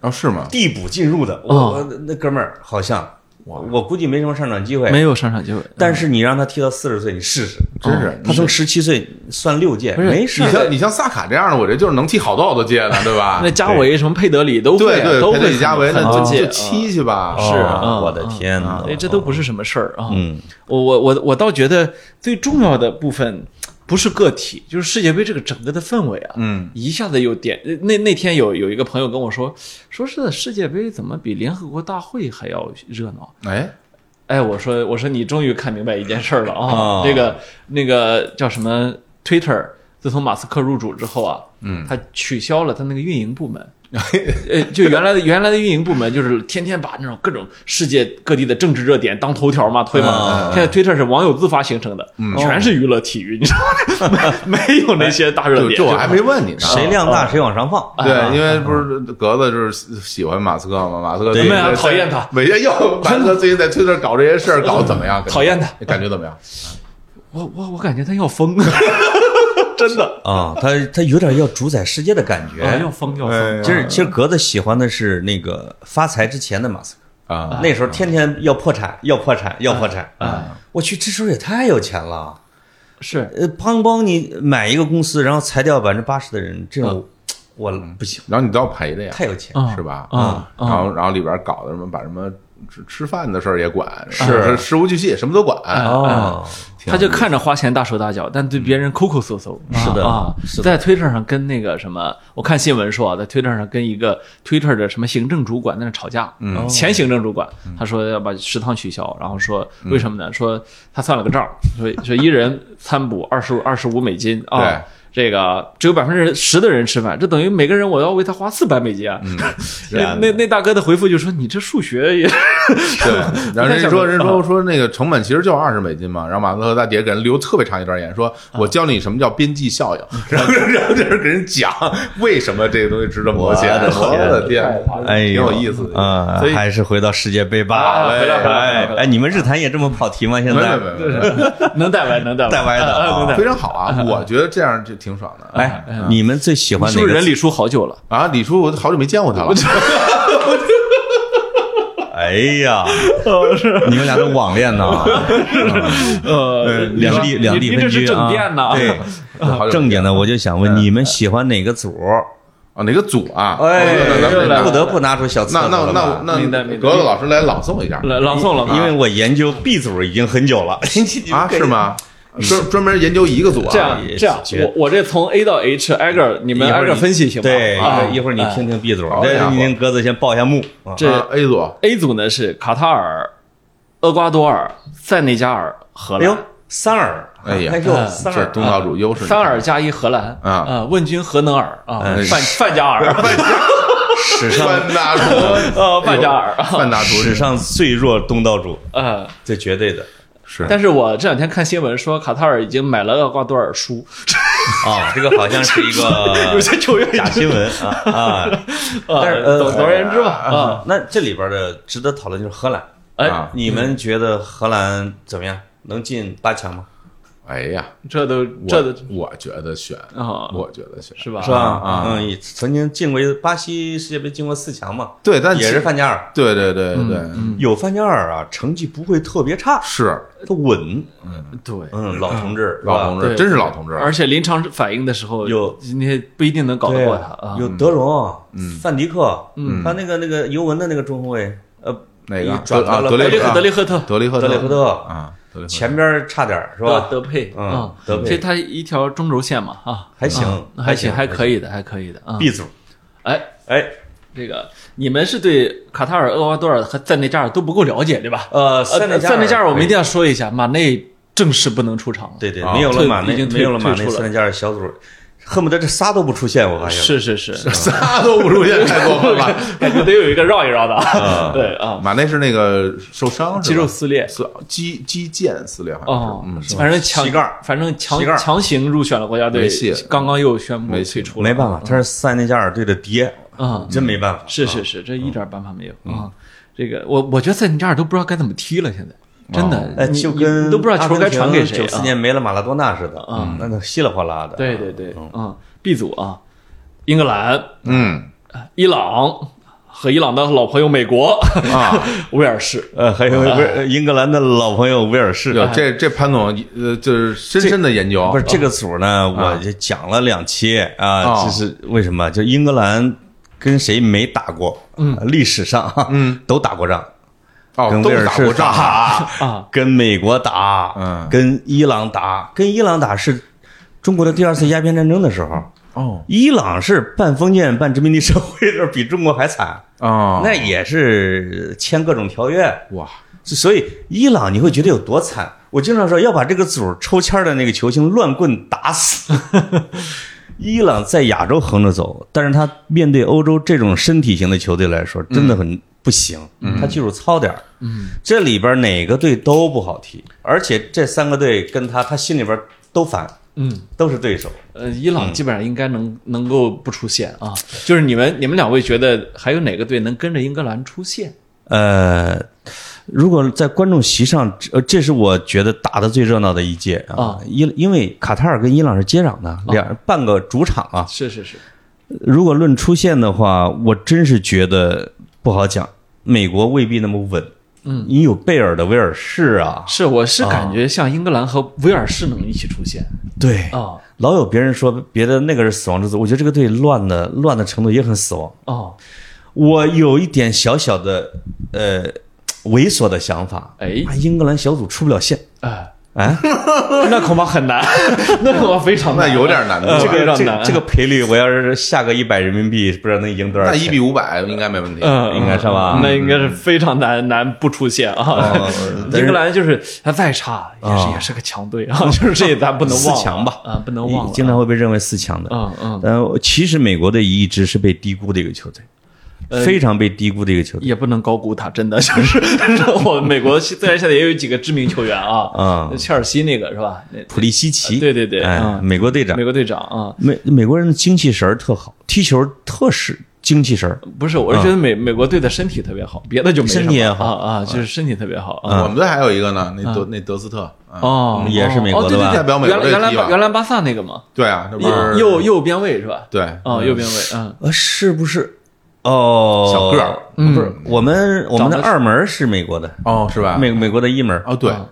B: 哦，是吗？
D: 递补进入的，我、
C: 哦
D: 我那哥们儿好像我我估计没什么上场机会，
C: 没有上场机会，
D: 但是你让他踢到四十岁，你试试，
B: 嗯真是
D: 他从十七岁算六届，
C: 不是？
D: 没事
B: 你
D: 儿。
B: 像你像萨卡这样的，我这就是能踢好多好多届呢，啊对吧
C: 那加维什么佩德里都会
B: 对
C: 啊，
B: 对，
C: 都
B: 佩德
C: 会
B: 里加维
C: 很
B: 那
C: 多
B: 就
C: 届
B: 就踢去吧，
D: 哦
C: 嗯
D: 我的
C: 嗯
B: 哦
D: 天哪！
C: 哎，这都不是什么事儿啊。
D: 嗯，
C: 我我我我倒觉得最重要的部分不是个体，就是世界杯这个整个的氛围啊，
B: 嗯，
C: 一下子有点。呃那那天有有一个朋友跟我说，说是世界杯怎么比联合国大会还要热闹？
B: 哎，
C: 哎，我说我说你终于看明白一件事儿了啊、
D: 哦
C: 这个那个叫什么 Twitter，自从马斯克入主之后啊，嗯，他取消了他那个运营部门。
B: 哎
C: 呃，就原来的原来的运营部门就是天天把那种各种世界各地的政治热点当头条嘛推
B: 哦
C: 嘛，现在 Twitter 是网友自发形成的，全是娱乐体育，你知道 吗？没没有那些大热
B: 就
C: 点，
B: 哎
C: 哎
B: 这我还没问你呢。
D: 谁量大谁往上放。
B: 哦对，因为不是格子就是喜欢马斯克嘛，马斯克
D: 对
B: 最近
C: 嗯没有
B: 在
C: 讨厌他
B: 每天又马斯克最近在推特搞这些事儿，搞得怎么样？
C: 讨厌他，
B: 感觉怎么样？
C: 我我我感觉他要疯， 真的
D: 啊，他他有点要主宰世界的感
C: 啊
D: 觉
C: 要。疯要
B: 哎
C: 疯
B: 呀，
D: 其实其实格子喜欢的是那个发财之前的马斯克，
B: 啊，
D: 那时候天天要破产，要破产，要破产啊！我去，这时候也太有钱了。
C: 是
D: 呃，邦邦，你买一个公司，然后裁掉百分之八十的人，这种
B: 嗯
D: 我不行，
B: 然后你都要赔的呀，
D: 太有钱。
C: 啊
B: 是吧？嗯
C: 啊
B: 然后然后里边搞的什么，把什么吃吃饭的事儿也管，是事无巨细，什么都管。
D: 哦，
B: 挺
C: 哎他就看着花钱大手大脚，但对别人抠抠搜搜。
D: 嗯是的
C: 啊，在推特上跟那个什么，我看新闻说啊，在推特上跟一个推特的什么行政主管在那吵架，
D: 哦
C: 嗯，前行政主管，他说要把食堂取消，然后说
D: 嗯
C: 为什么呢？说他算了个账， 说说一人餐补二十五二十五美金
B: 对
C: 啊。这个只有百分之十的人吃饭，这等于每个人我要为他花四百美金啊！
D: 嗯
C: 那那那大哥的回复就说：“你这数学也
B: 对，然后人家说
C: 不太想啊
B: 人家说说那个成本其实就二十美金嘛，然后马斯克大底下给人留特别长一段言，说
C: 啊
B: 我教你什么叫边际效应，然后然后就是给人讲为什么这个东西值这么多钱，我
D: 我
B: 的
D: 的
B: 天，
D: 哎
B: 挺
D: 呦，
B: 有意思的
D: 啊
B: 所以，
D: 还是回到世界杯吧。
B: 啊回来回
C: 来
D: 哎
C: 回来
D: 哎，你们日坛也这么跑题吗？现
B: 没有
D: 在
B: 没有没有没有
C: 能带歪，能带歪，
D: 带歪的
C: 啊啊能带
B: 非常好啊，我觉得这样就挺爽的。
D: 哎，你们最喜
C: 歪。
D: 欢
C: 啊是
D: 哪
C: 不是
D: 个
C: 人？李叔好久了？
B: 啊，李叔，我好久没见过他了。
D: 哎 呀，你们俩的网恋呢？
C: 呃，
D: 嗯两
C: 你
D: 地两地
C: 你
D: 分
C: 这
D: 居
C: 是
D: 啊
C: 正殿呐，
D: 对，
B: 好久
D: 正经的，我就想问你们喜欢哪个组？
B: 啊，哪个组啊？
D: 哎，
B: 那那
D: 不得不拿出小册子
B: 那
D: 了
B: 那
D: 吧
B: 那那
C: 明白
B: 那
C: 明白
B: 格子老师来朗诵一下
C: 朗朗诵了吧？
D: 因为我研究 B 组已经很久了
B: 啊？是？吗？专专门研究一个组啊？
C: 这样
D: 也
C: 这样
D: 是觉得，
C: 我我这从 A 到 H挨个儿你们
D: 一会儿
C: 挨个儿
D: 你
C: 分析行 吗？
D: 对，一会
C: 啊
D: 儿一会儿你听听 B 组，
B: 好家
D: 这
B: 伙
D: 您鸽子先报一下幕啊。
B: 啊
C: 这
B: A 组
C: A 组呢是卡塔尔、厄瓜多尔、塞内加尔、荷
D: 哎呦
C: 兰。，
D: 三尔，
B: 哎呀
D: 哎呦，
C: 嗯
D: 三
B: 这
D: 尔，
B: 东道主优势，
C: 三尔加一荷兰呃
B: 啊
C: 问君何能尔啊
B: 哎？
C: 范范加尔
D: 史上
B: 范大厨，哎
D: 哦
C: 呃，范加尔啊
B: 范大厨
D: 史上最弱东道主，
C: 呃。
D: 这绝对的
B: 是
C: 但是我这两天看新闻说卡塔尔已经买了厄瓜多尔输，
D: 啊！这个好像是一
C: 有
D: 个
C: 些球员已经
D: 假新闻啊 啊！
C: 呃
D: 但是呃
C: 总总而言之吧
B: 哎
C: 啊，
D: 那这里边的值得讨论就是荷兰，
B: 啊
C: 哎，
D: 你们觉得荷兰怎么样？能进八强吗？
B: 哎呀，
C: 这都这
B: 我
C: 都
B: 我觉得选，
C: 啊，
B: 我觉得选
C: 是吧？
D: 是吧？
B: 啊
D: 嗯，也曾经进过一巴西世界杯进过四强嘛，
B: 对，但
D: 也
B: 其
D: 是范加尔，
B: 对对对对对，
D: 有范加尔啊，成绩不会特别差，
B: 是
D: 他稳，
C: 对，
D: 嗯，老同志，
B: 老同
D: 志。
B: 志，
C: 对
B: 真是老同志，
C: 而且临场反应的时候，
D: 有
C: 那些不一定能搞得
D: 对
C: 过他啊。嗯
D: 有德容，范迪克，还有那个那个尤文的那个中后卫，呃，
B: 哪个
D: 转
B: 啊
D: 到了
B: 德
C: 德
B: 雷
C: 利
B: 啊
C: 德利赫特
B: 德雷赫
D: 德雷赫特，
B: 啊，德雷赫特
D: 前边差点儿是
C: 是
D: 吧？
C: 德佩
D: 嗯
C: 啊，
D: 德佩
C: 其实他一条中轴线嘛啊，
D: 还行
C: 啊
D: 还
C: 还
D: 行
C: 行，
D: 还
C: 还
D: 行
C: 可以的，还可以的啊。
D: B 组，
C: 哎，
D: 哎，
C: 这个你们是对卡塔尔、厄瓜多尔和塞内加尔都不够了解，对吧？
D: 呃，
C: 呃
D: 塞内
C: 塞内加尔，我们一
D: 定
C: 定要说一下，马内正式不能出场了。
D: 对对，
B: 啊
D: 没有了
C: 退
D: 马内
C: 已，经
D: 没有了
C: 退
D: 马内，
C: 退出了
D: 塞内加尔小组，恨不得这仨都不出现，我发现
C: 是是是，
B: 仨都不出现，太过分了。
C: 感觉得有一个绕一绕
D: 嗯
C: 的。对啊，
B: 马内是那个受伤是吧，
C: 肌肉撕裂
B: 撕肌肌腱撕裂，好
C: 哦
B: 像是，嗯，
C: 反正强
D: 膝盖儿
C: 反正强
D: 膝盖儿
C: 强行入选了国家
B: 没
C: 队
B: 戏，
C: 刚刚又宣布
B: 没戏
C: 退出了。
D: 没嗯办法，他是塞内加尔队的爹，
C: 啊，
D: 真没办法。
C: 是是是，这一点办法没有啊。这个我我觉得塞内加尔都不知道该怎么踢了，现在真
D: 哎，
C: 的，你
D: 就
C: 你
D: 跟
C: 都不知道球该传给谁
D: 九四
C: 啊。
D: 年没了马拉多纳似的，嗯，那都稀里哗啦的。
C: 对对对，嗯，B 组啊，英格兰、
B: 嗯
C: 伊朗和伊朗的老朋友美国，
B: 啊，
C: 威尔士。
D: 呃，还有威尔英格兰的老朋友威尔士，
B: 有这这潘总呃，就是深深的研究，
D: 不是这个组
C: 嗯
D: 呢，我就讲了两期啊，
B: 哦
D: 这是为什么？就英格兰跟谁没打过？嗯，历史上嗯 都打过仗，
B: 哦，
D: 跟
B: 都
D: 威尔
B: 打
D: 士
B: 过仗，啊
D: 打，跟美国打，
B: 嗯
D: 跟伊朗打，跟伊朗打是中国的第二次鸦片战争的时候，
B: 哦
D: 伊朗是半封建半殖民地社会， 这比中国还惨，
B: 哦，
D: 那也是签各种条约，
B: 哇，
D: 所以伊朗你会觉得有多惨？我经常说要把这个组抽签的那个球星乱棍打死。 伊朗在亚洲横着走，但是他面对欧洲这种身体型的球队来说，真的很不行。他技术糙点儿，这里边哪个队都不好踢，而且这三个队跟他，他心里边都烦，
C: 嗯，
D: 都是对手。
C: 呃，伊朗基本上应该能能够不出线啊。就是你们你们两位觉得还有哪个队能跟着英格兰出线？
D: 呃，如果在观众席上，呃，这是我觉得打的最热闹的一届啊
C: 啊，
D: 因因为卡塔尔跟伊朗是接壤的，两半个主场啊。
C: 是是是，
D: 如果论出线的话，我真是觉得不好讲，美国未必那么稳。嗯，你有贝尔的威尔士啊，
C: 是我是感觉像英格兰和威尔士能一起出线
D: 对，
C: 啊
D: 老有别人说别的那个是死亡之组，我觉得这个队乱的乱的程度也很死亡。
C: 哦
D: 我有一点小小的呃猥琐的想法，
C: 哎
D: 啊英格兰小组出不了线，
C: 哎，
D: 哎，
C: 那恐怕 很难，那恐怕非常
B: 那
C: 难，
B: 有点难度
C: 呃
B: 吧。
C: 这个
D: 这
C: 让
D: 这
C: 难
D: 这个赔率，我要是下个一百人民币，不知道能赢多少
B: 那
D: 钱？
B: 一比五百应该没问题。
C: 嗯，
D: 应该是吧哦呃
C: 那应该是非常难难不出现 啊。英格兰就是他再差也是也是个强队啊， 就是这咱不能忘了
D: 四强吧
C: 啊，不能忘了。
D: 经常会被认为四强的。
C: 嗯嗯，
D: 但其实美国队一直是被低估的一个球队，
C: 呃
D: 非常被低估的一个球队。
C: 也不能高估他，真的就是 我美国虽然现在也有几个知名球员啊，
D: 嗯
C: 切尔西那个是吧？那
D: 普利西奇，
C: 对对对
D: 哎，
C: 嗯
D: 美国队长
C: 美，国队长啊，
D: 美美国人的精气神儿特好，踢球特是精气神儿。
C: 不是，我是觉得美美国队的身体特别好，别的就没什
D: 嗯
C: 么
D: 身体也好嗯
C: 啊啊，就是身体特别好啊。
B: 我们队还有一个呢，那德那德斯特，嗯
C: 哦，
D: 也是美国的
C: 哦对对
D: 吧嗯
C: 对
B: 代表美国队
C: 原来
B: 踢
C: 原来
B: 吧
C: 原来巴萨那个嘛，
B: 对啊，这不
C: 右
B: 是
C: 右右边位是吧？
B: 对
C: 哦，右边位，嗯，
D: 呃，是不是？哦，
B: 小个儿
D: 不是我们我们的
C: 嗯长得
D: 二门是美国的，
B: 哦是吧？
D: 美美国的一门
B: 哦对
D: 啊，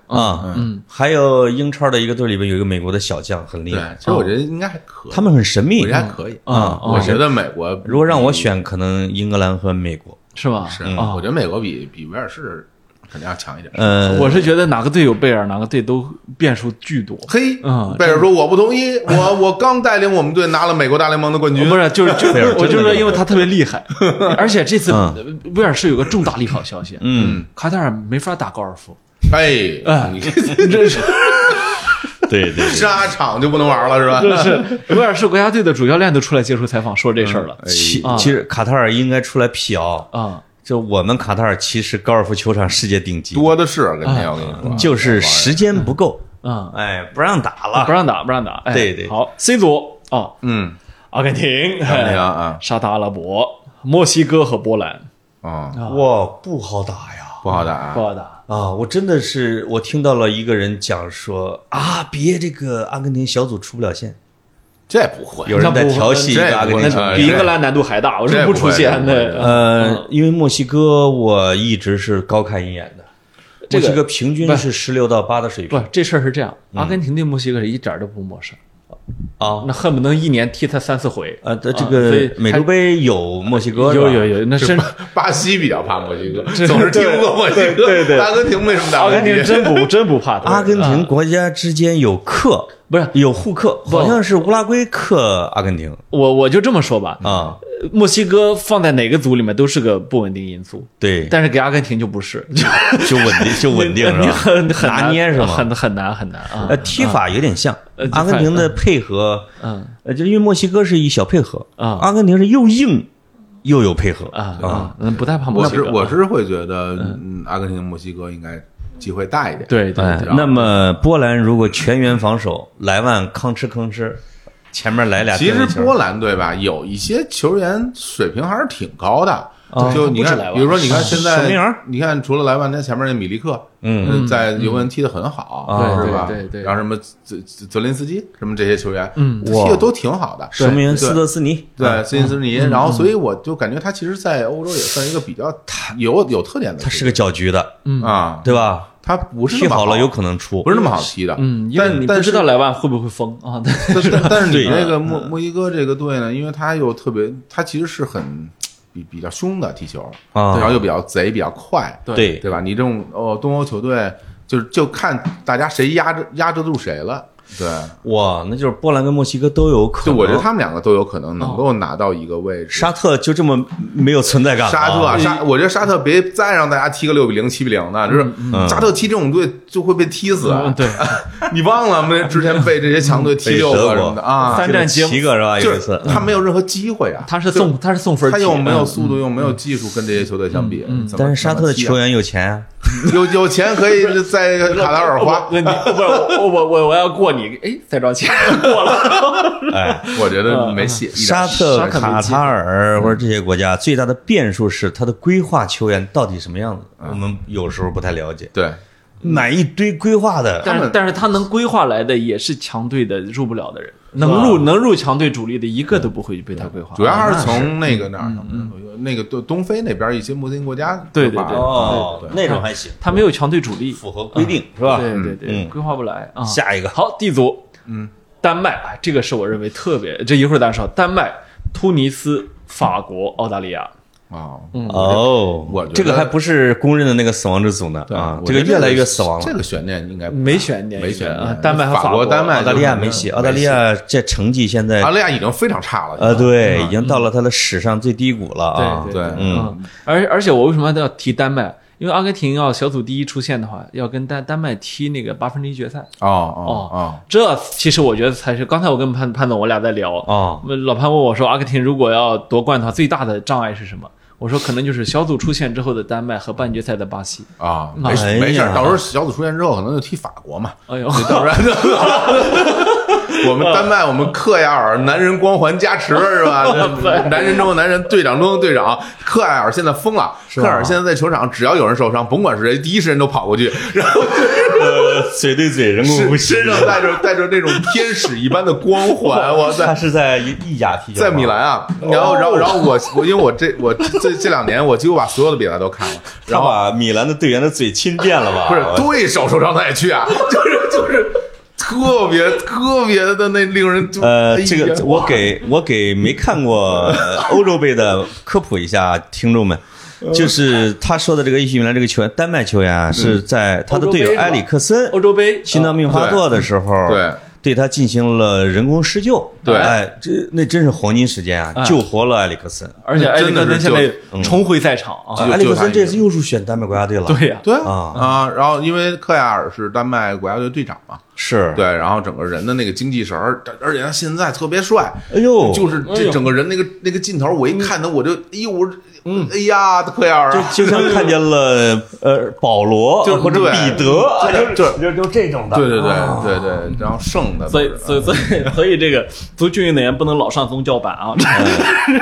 D: 嗯，还有英超的一个队里边有一个美国的小将，很厉
B: 对
D: 害，，
B: 其实
C: 哦
B: 我觉得应该还可以，
D: 他们很神秘
B: 我觉。
C: 嗯
B: 得还可以嗯
D: 啊
B: 我觉得美国
D: 如果让我选，可能英格兰和美国。
C: 是吧？
B: 是，
C: 啊
B: 我觉得美国比比威尔士肯定要强一点。
D: 呃，
C: 我是觉得哪个队有贝尔，哪个队都变数巨多。
B: 嘿
C: 嗯，
B: 贝尔说我不同意，我我刚带领我们队拿了美国大联盟的冠军
C: 不，是，就是就
D: 嗯贝尔
C: 是，我
D: 真的
C: 就
D: 有
C: 说，因为他特别厉 害，而且这次
D: 嗯
C: 威尔士有个重大利好消息，
D: 嗯，
C: 卡塔尔没法打高尔夫，
B: 哎，
C: 哎
B: 你
C: 真是
D: 对对
B: 沙场就不能玩了是吧？
C: 真是，威尔士国家队的主教练都出来接受采访说这事儿了
D: 其
C: 啊
D: 其实卡塔尔应该出来辟谣，
C: 啊，
D: 就我们卡塔尔其实高尔夫球场世界顶级，
B: 多的是，啊跟
C: 哎
B: 你我跟你说，
D: 就是时间不够，
C: 嗯
D: 哎，不让打
C: 不
D: 了。
C: 让打，不让打，哎
D: 对对
C: 好，C 组哦，
B: 嗯，
C: 阿根廷、哎
B: 阿根廷啊
C: 沙特阿拉伯、墨西哥和波兰，
B: 啊，
D: 哇，不好打呀！
B: 不好打
C: 哎不，好打，
D: 啊，我真的是，我听到了一个人讲说啊，别这个阿根廷小组出不了线，
B: 这不会，
D: 有人在
C: 那不
D: 调戏一
B: 这
D: 个阿根廷
B: 不
D: 球
B: 会
D: 员。
C: 比英格兰难度还大，我
B: 这
C: 是
B: 不
C: 出现
B: 会这不
C: 的。
D: 呃，因为墨西哥我一直是高看一眼的，
C: 这个
D: 墨西哥平均是十六到八的水
C: 不
D: 平，
C: 这事儿是这样，阿根廷对墨西哥是一点儿都不陌生，
D: 啊。
C: 那恨不能一年踢他三四回。
D: 呃，这
C: 啊所
D: 个
C: 以
D: 美洲杯有墨西哥是
C: 有
D: 吧，
C: 有有，那真
B: 巴西比较怕墨西哥，总是踢不过墨西哥，
C: 对对对
B: 阿根廷没什么大
C: 阿
B: 问
C: 根
B: 题
C: 廷真不真不怕他。
D: 阿根廷
C: 啊
D: 国家之间有克，
C: 不是
D: 有互克，
C: 不
D: 好像是乌拉圭克阿根廷
C: 我我就这么说吧，
D: 啊，
C: 呃墨西哥放在哪个组里面都是个不稳定因素，
D: 对，
C: 但是给阿根廷就不是，就
D: 就稳 定就稳定
C: 你
D: 是吧？
C: 很很难
D: 拿捏是吗
C: 很很难很难啊
D: 呃，。踢法有点像
C: 呃，
D: 阿根廷的配合，
C: 嗯
D: 呃，就因为墨西哥是一小配合
C: 啊
D: 阿根廷是又硬又有配合
C: 啊啊，嗯，不太怕墨
B: 我
C: 西
B: 是
C: 哥。
B: 我是会觉得，嗯，阿根廷、墨西哥应该机会大一点。
C: 对对
D: 哎
B: 啊
C: 对，，
D: 那么波兰如果全员防守，莱万吭哧吭哧，前面来俩
B: 其
D: 边
B: 实
D: 卫球
B: 波兰队吧，有一些球员水平还是挺高的。
D: 啊
B: 就你看
C: 不止莱，万
B: 比如说你看现
D: 守门员
B: 在，你看除了莱万，他前面那米利克，
D: 嗯，
B: 在尤文踢得很好，
D: 嗯
B: 是吧？
C: 对对对对
B: 然后什么泽泽泽林斯基什么这些球员，
C: 嗯
B: 踢得都挺好的。
D: 守门员斯
B: 对
D: 特斯尼，哎
B: 对，斯金斯尼，
D: 嗯
B: 然后所以我就感觉他其实，在欧洲也算一个比较有有特点的球员，
D: 他是个搅局的，
B: 啊，
D: 对吧？
B: 他不是
D: 踢
B: 那么
D: 好
B: 好
D: 了有可能出，
B: 不是那么好踢的，
C: 嗯，因为
B: 但
C: 你不
B: 但
C: 知
B: 是
C: 道莱万会不会疯啊？对
B: 但但但是你
D: 对
B: 这个墨
C: 嗯
B: 墨西哥这个队呢，因为他又特别，他其实是很比比较凶的踢球，
D: 啊
B: 然后又比较贼，比较快，
D: 对
B: 对吧？你这种哦，东欧球队就是就看大家谁压制压制住谁了，对。
D: 哇，那就是波兰跟墨西哥都有可
B: 就
D: 能。
B: 我觉得他们两个都有可能
C: 哦
B: 能够拿到一个位置。
D: 沙特就这么没有存在感了啊，
B: 沙特啊，沙，我觉得沙特别再让大家踢个六比零、七比零的，就是
D: 嗯
B: 沙特踢这种队就会被踢死。啊
C: 嗯 对，
B: 你忘了没？之前被这些强队踢
D: 被
B: 六
D: 德
B: 个
D: 国
B: 什么的啊，
C: 三战经
D: 七个是吧？
B: 就
D: 有一
B: 是
D: 次，
B: 他没有任何机会啊，
C: 他是送他是送分儿
B: 他
C: 题，
B: 又没有
C: 嗯
B: 速度，又没有技术，跟这些球队相比，怎么
D: 嗯但是沙特的球
B: 怎么
D: 员有钱啊，
B: 踢啊 有有钱可以在卡塔尔花
C: 不，是你不是我我我我要过你，哎，再找钱过了。
D: 哎，
B: 我觉得没戏。一
D: 嗯
B: 点
D: 沙特、卡塔
B: 嗯
D: 尔或者这些国家最大的变数是他的规划球员到底什么样子，
B: 嗯
D: 我们有时候不太了解，
B: 对，
D: 买一堆规划的，
C: 但
B: 他
C: 是
B: 们
C: 但是他能规划来的也是强队的入不了的人，
D: 吧
C: 能入能入强队主力的一个都不会被他规划。
B: 啊主要
D: 哦
B: 还是从那个那
D: 嗯
B: 儿，那个东东非那边一些穆斯林国家
C: 对对
B: 把
C: 对
D: 哦，那种还行，
C: 他没有强队主力，
D: 符合规定是吧？
C: 对对对，
D: 嗯
C: 规划不来啊。
D: 下一个
C: 好，D 组，嗯，丹麦啊，这个是我认为特别，这一会儿咱说丹麦、突尼斯、法国、澳大利亚，
B: 啊，
D: 哦，
B: 我觉得
D: 这个还不是公认的那个死亡之组呢
B: 对
D: 啊，
B: 我
D: 这
B: 觉
D: 个
B: 得
D: 越来越死亡
B: 这
D: 了。
B: 个悬念应该不大
C: 没悬念，
B: 没悬
C: 啊
B: 念，
C: 丹麦和
B: 法
C: 国、
B: 丹麦
D: 澳大利亚没
B: 戏，
D: 戏，澳大利亚这成绩现在
B: 澳大利亚已经非常差了。
D: 呃，对，
B: 嗯
D: 已经到了它的史上最低谷了啊。
C: 对
B: 对
D: 嗯
C: 嗯，而而且我为什么要提丹麦？因为阿根廷要小组第一出线的话，要跟丹丹麦踢那个八分之一决赛，
B: 哦哦哦，
C: 这其实我觉得才是。刚才我跟潘潘总我俩在聊，
D: 哦，
C: 老潘问我说，阿根廷如果要夺冠的话，最大的障碍是什么？我说可能就是小组出线之后的丹麦和半决赛的巴西。
B: 啊，没事
D: 哎呀
B: 没事，到时候小组出现之后，可能就踢法国嘛，
C: 哎呦，
B: 要不然呢 我们丹麦，我们克亚尔男人光环加持 是吧？男人中的男人，队长中的队长。克亚尔现在疯了，
D: 啊
B: 克亚尔现在在球场，只要有人受伤，甭管是谁，第一时间都跑过去，然后
D: 嘴对嘴，人工
B: 身身上带着带着那种天使一般的光 环，哇塞
D: 他！是在意甲踢球吗，
B: 在米兰啊，然后，然后，然后我我因为我这我这这两年我几乎把所有的比赛都看了，
D: 他
B: 然后
D: 把米兰的队员的嘴亲遍了吧？
B: 不是
D: 我
B: 对手受伤他也去啊，就是就是特别特别的那令人就
D: 呃
B: 哎，呀
D: 这个我给我给没看 过呃欧洲杯的科普一下听众们，
B: 呃
D: 就是他说的这个伊西米兰这个球员，丹麦球员
B: 嗯
D: 啊，是在他的队
C: 欧洲杯
D: 友
C: 是吧
D: 埃里克森
C: 欧洲杯
D: 心脏病发作的时候，
B: 哦对
D: 对他进行了人工施救，
B: 对
D: 哎，这那真是黄金时间啊，
C: 哎
D: 救活了埃里克森。
C: 而且埃里克
B: 真的是
C: 森现
D: 就
C: 在重回赛场
B: 就
C: 啊！
D: 埃里克
B: 他
D: 森
B: 一个
D: 这次又入选丹麦国家队了，
C: 对呀，
B: 对
D: 啊
B: 啊，然后因为克亚尔是丹麦国家队队长嘛，
D: 是，
B: 对，然后整个人的那个精气神儿，而且他现在特别帅，
D: 哎呦，
B: 就是
C: 哎
B: 这
C: 呦
B: 整个人那个那个劲头，我一看他我就哎呦我嗯哎呀克亚尔啊，
D: 就像看见了呃保罗
B: 就是
D: 或者
B: 对
D: 彼得，
B: 就是
D: 就就这种的，
B: 对对对
D: 啊
B: 对对，然后剩的
C: 所以
B: 都，是
C: 所以，所以，所以这个足球运动员不能老上宗教版啊！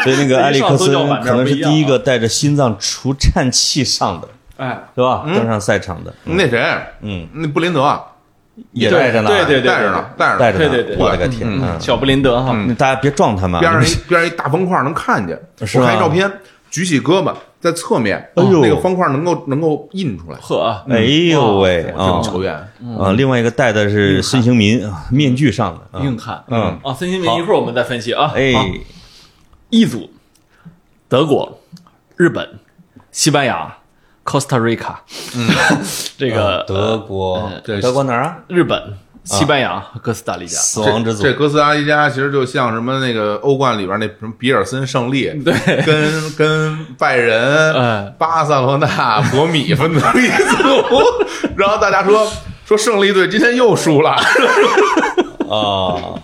D: 所以那个埃里克森可能是第一个带着心脏除颤器上的，
C: 哎，
D: 对吧？登上赛场的，
B: 那谁，
D: 嗯，
B: 那布林德啊
D: 也带着呢，
C: 对对
B: 带着呢，带着呢
D: 带着呢，
C: 对嗯对对
D: 我的个天啊！
C: 小布林德哈，
D: 那大家别撞他们
B: 边
D: 啊，
B: 上一边上一大方块能看见，
D: 是吧
B: 我看一照片，举起胳膊在侧面，
D: 哎呦
B: 那个方块能够能够印出来，
C: 呵啊，
D: 哎呦喂
B: 这
D: 啊
B: 种球员，
D: 啊！另外一个戴的是孙兴民啊面具上的，啊
C: 硬汉，
D: 嗯
C: 啊，孙兴民，一会儿我们再分析啊。
D: 哎
C: 好，一组，德国、日本、西班牙、Costa Rica，这
B: 嗯
C: 个呃
D: 德国
B: 这
D: 德国哪儿啊？
C: 日
B: 嗯
C: 本、西班牙和哥斯达黎加，
D: 死亡之组
B: 这这哥斯达黎加其实就像什么那个欧冠里边那什么比尔森胜利，对，跟跟拜仁
C: 哎、
B: 巴塞罗那、国米分的一组， 然后大家说说胜利队今天又输了。
D: 啊，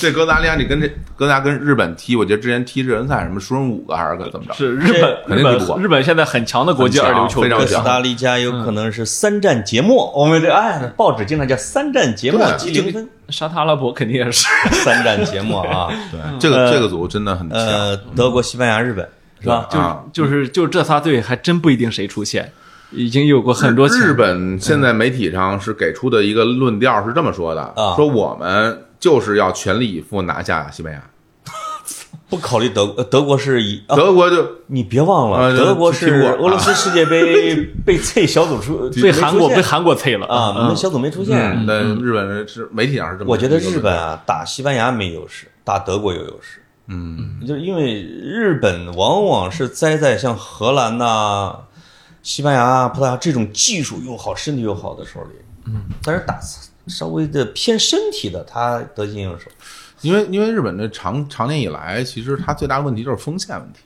B: 这哥斯达黎加，你跟这哥斯达跟日本踢，我觉得之前踢热身赛什么输人五个还是怎么着？
C: 是日
B: 肯
C: 本，日
B: 定比不过
C: 本，日本现在很强的国际
B: 很
C: 二
B: 强
C: 流球
B: 非常
C: 队
D: 哥
B: 强。
D: 斯达黎加有可能是三战节末，我们这哎，报纸经常叫三战节末
B: 对
D: 积零分，
C: 沙特阿拉伯肯定也是，
D: 三战节末啊，
B: 对，这个
D: 呃
B: 这个组真的很 强。
D: 呃，德国、西班牙、日本是吧？
B: 啊
C: 就是就是就这仨队还真不一定谁出现，已经有过很多
B: 日
C: 强嗯
B: 本现在媒体上是给出的一个论调是这么说的：
D: 啊
B: 说我们就是要全力以赴拿下西班牙。
D: 不考虑德国，呃德国是以啊，
B: 德国就
D: 你别忘
B: 啊
D: 了，德国
B: 踢
D: 是
B: 我啊
D: 俄罗斯世界 杯被脆小组出，
C: 被韩国
D: 没
C: 被
D: 出现
C: 韩国啐了
D: 啊，我们
C: 嗯
D: 小组没出
B: 嗯，
D: 现。
B: 但日本人是媒体上是这么。
D: 我觉得日本，啊，打西班牙没优势，打德国有优势。嗯，就是因为日本往往是栽在像荷兰呐、西班牙啊、葡萄牙这种技术又好、身体又好的手里。嗯，但是打稍微的偏身体的，他得心应手。
B: 因为因为日本这长长年以来，其实它最大的问题就是锋线问题，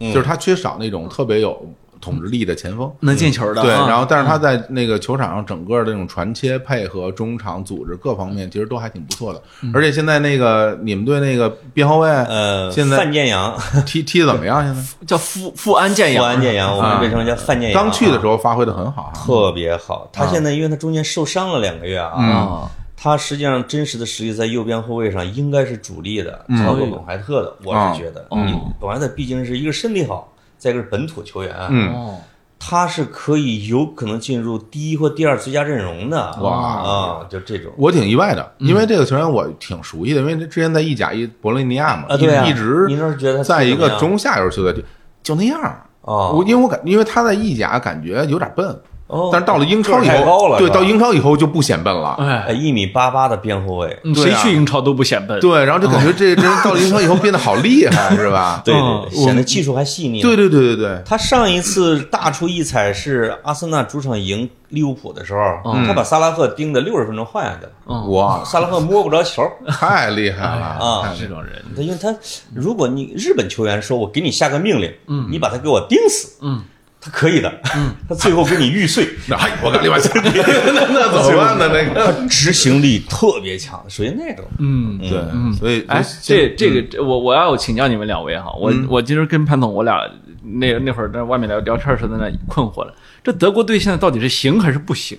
D: 嗯
B: 就是它缺少那种特别有统治力的前锋。
C: 能进球的啊，
B: 嗯对，然后但是他在那个球场上整个的那种传切配合、中场组织各方面，其实都还挺不错的。而且现在那个你们队那个边后卫，
D: 呃，
B: 现
D: 范
B: 在
D: 建阳、
B: 踢踢的怎么 样？现在
C: 叫富富安建
D: 富
C: 阳，
D: 安建阳，我们被称叫范建阳啊。
B: 刚去的时候发挥的很好啊，嗯
D: 特别好。他现在因为他中间受伤了两个月啊，
C: 啊，
D: 他实际上真实的实力在右边后卫上应该是主力的，
B: 嗯
D: 超过本怀特的。我是觉得，
C: 嗯
D: 你本怀特毕竟是一个身体好，再一个是本土球员，
B: 嗯，
C: 哦，
D: 他是可以有可能进入第一或第二最佳阵容的。
B: 哇
D: 啊，就这种。
B: 我挺意外的，
D: 嗯
B: 因为这个球员我挺熟悉的，因为之前在意甲一伯伦尼亚嘛，
D: 啊，对啊，
B: 一直
D: 你那是觉得他
B: 在一
D: 怎么
B: 个
D: 样
B: 中下游球队，就就那样儿。
D: 啊，
B: 我因为我感，因为他在意甲感觉有点笨，
D: 哦
B: 但是到了英超以
D: 个儿太高
B: 后，
D: 了
B: 对，
D: 是吧嗯
B: 到英超以后就不显笨了。
C: 哎，
D: 一米八八的边后卫，
C: 嗯
B: 对
C: 谁
B: 啊
C: 去英超都不显笨。
B: 对，然后就感觉
D: 哦
B: 这这人到了英超以后变得好厉 害，是吧？
D: 对
C: 嗯
D: 对，对显得技术还细腻。
B: 对，对对对对，
D: 他上一次大出一彩是阿森纳主场赢利物浦的时候，
B: 嗯
D: 他把萨拉赫盯的六十分钟换下去了，
B: 哇，
D: 萨拉赫摸不着球。
B: 太厉害了
D: 嗯啊
B: 太厉害
C: 这
B: 了
C: 种人，
D: 他因为他，如果你日本球员说我给你下个命令，嗯，你把他给我钉死，嗯，他可以的，嗯， 他最后给你玉碎，
B: 那嗨，哎我干另外想，那 那怎么办呢？那个，
D: 他执行力特别强，属于那种，
C: 嗯，
B: 对，所以
C: 哎，
B: 所
C: 这
B: 以
C: 这个我我要请教你们两位哈，我我今儿跟潘总我俩那那会儿在外面聊聊天的时候在那困惑了，这德国队现在到底是行还是不行？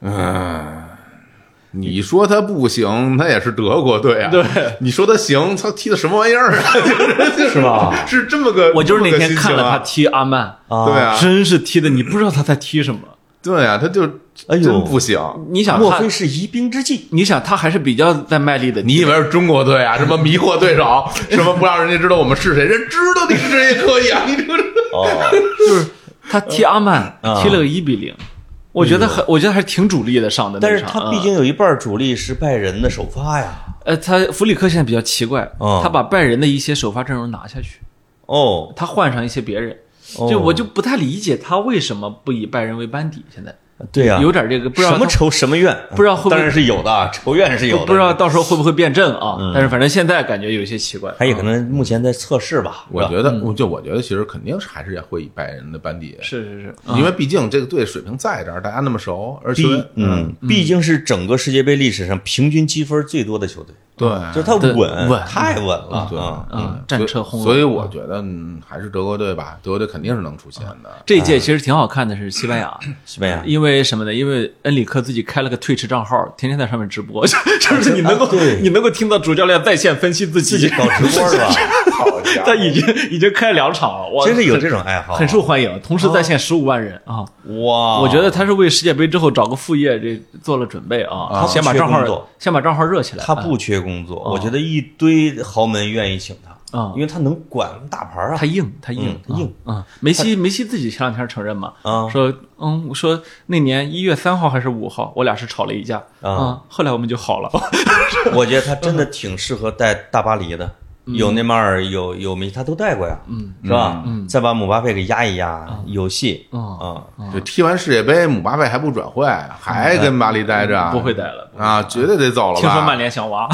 B: 嗯，你说他不行，他也是德国队啊。对，你说他行，他踢的什么玩意儿啊？就是 就是
D: 吧
B: 是这么个，
C: 我就是那
B: 这么个
C: 天
B: 心
C: 看
B: 情
C: 了他
B: 啊。
C: 踢阿曼，
D: 啊
B: 对啊，
C: 真是踢的你不知道他在踢什么。
B: 对啊，他就
D: 哎呦
B: 真不行。
C: 你想
D: 莫
C: 他
D: 非，是疑兵之计？
C: 你想他还是比较在卖力的。
B: 你以为是中国队啊？什么迷惑对手，什么不让人家知道我们是谁？人知道你是谁也可以啊！你这个
D: 哦，
C: 他踢阿曼
D: 啊
C: 踢了个一比零，我觉得很，我觉得还是挺主力的上的那
D: 哎但
C: 场。
D: 是他
C: 嗯
D: 毕竟有一半主力是拜仁的首发呀，
C: 呃，他弗里克现在比较奇怪，
D: 嗯
C: 他把拜仁的一些首发阵容拿下去，
D: 哦，
C: 他换上一些别人，
D: 哦
C: 就我就不太理解他为什么不以拜仁为班底，现在
D: 对呀，
C: 有点这个不知道
D: 什么
C: 他
D: 仇什么怨，
C: 不知道会不会
D: 当然是有的啊，仇怨是有的，嗯
C: 不不知道到时候会不会辩证啊？但是反正现在感觉有些奇怪，
D: 还有可能目前在测试吧，
B: 我
D: 是吧
B: 觉得，我就我觉得，其实肯定是还是会以拜仁的班底，
C: 是是嗯是，
B: 因为毕竟这个队水平在这儿，大家那么熟，而且
D: 第一，嗯，毕竟是整个世界杯历史上平均积分最多的球队，
B: 对，
D: 就是他
C: 对
D: 稳，
C: 稳
D: 太稳了，
B: 对
D: 啊，
C: 嗯，战车轰啊
B: 所以
C: 隆。
B: 我觉得嗯还是德国队吧，德国队肯定是能出现的。
C: 这一届其实挺好看的，是西班牙，
D: 嗯西班牙。
C: 因为什么呢？因为恩里克自己开了个 Twitch 账号，天天在上面直 播，就是你能够、
D: 啊对
C: 你能够听到主教练在线分析自己，
D: 自己搞直播是吧？
B: 好家
C: 他已经已经开两场了，哇，
D: 真是有这种哦爱好，啊
C: 很受欢迎，同时在线十五万人啊！
D: 哇！
C: 我觉得他是为世界杯之后找个副业这做了准备啊，
D: 他
C: 先把
D: 不缺
C: 账号
D: 工作
C: 先把账号热起来。
D: 他不
C: 啊，
D: 缺工作，我觉得一堆豪门愿意请他
C: 啊
D: 因为他能管大牌啊
C: 他。硬，他硬
D: 嗯，他硬
C: 啊！梅西梅西自己前两天承认嘛，
D: 啊
C: 说嗯，我说那年一月三号还是五号，我俩是吵了一架
D: 啊
C: 啊，后来我们就好了。
D: 我觉得他真的挺适合带大巴黎的，
C: 嗯
D: 有内马尔，有有梅西，他都带过呀，嗯，是吧？嗯，再把姆巴佩给压一
C: 嗯
D: 压，有戏啊！
C: 哦
B: 就踢完世界杯，姆巴佩还不转会，还跟巴黎待着，
C: 嗯不会待了
B: 啊，绝对得走了吧？
C: 听说曼联想 挖，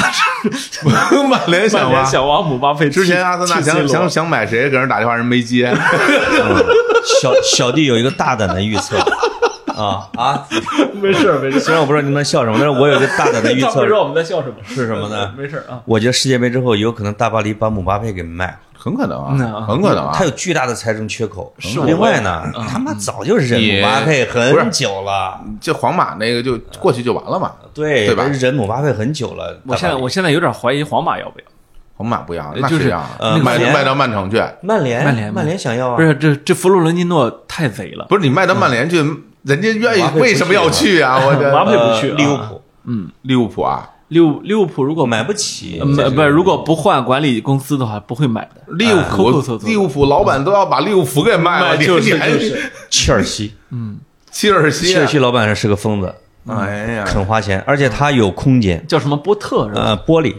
B: 联， 曼联
C: 曼
B: 想
C: 联
B: 挖。
C: 想挖姆巴佩，
B: 之前阿森纳
C: 去
B: 想
C: C 罗
B: 想想买谁，给人打电话人没接，
D: 小小弟有一个大胆的预 测啊啊！
C: 没事儿没事儿，
D: 虽然我不知道你们在笑什么，但是我有一个大胆的预
C: 他不
D: 测
C: 知，道我们在笑什么，
D: 是什么呢
C: 没事儿啊，
D: 我觉得世界杯之后有可能大巴黎把姆巴佩给卖了。
B: 很可能
C: 嗯啊
B: 啊，很可能啊
D: 他。有巨大的财政缺口。
C: 是我
D: 另外呢，
C: 嗯
D: 他妈早就忍姆巴佩很久了，
B: 这皇马那个就过去就完了嘛，
D: 对
B: 对吧
D: 忍姆巴佩很久了。
C: 我现在
D: 大巴黎
C: 我现在有点怀疑皇马要不要。
B: 皇马不要，
C: 呃
B: 那
C: 就是
B: 谁要
D: 呃
B: 卖
D: 曼联
B: 卖到曼城去，
D: 曼联
C: 曼联
D: 曼联想要啊，
C: 不是这这弗洛伦蒂诺太贼了，
B: 不是你卖到曼联去，
C: 嗯
B: 人家愿
D: 姆巴佩
B: 意
D: 不
B: 为什么要去啊？我
C: 姆巴
B: 的
C: 佩不去
D: 呃
C: 啊
D: 利物浦
B: 利物浦啊，
C: 利物利物浦如果
D: 买不起
C: 呃。买不如果不换管理公司的话不会买的。哎
B: 利物
C: 抠抠搜
B: 浦
C: 搜
B: 哎利物浦老板都要把利物浦给卖了，
C: 卖
B: 你
C: 就是
B: 你还
C: 就是
D: 切尔 西，
B: 切尔西
D: 切
B: 啊
D: 尔西老板是个疯子，
B: 哎呀，
D: 肯花钱，而且他有空间。
C: 叫什么波特是吧？
D: 呃，玻璃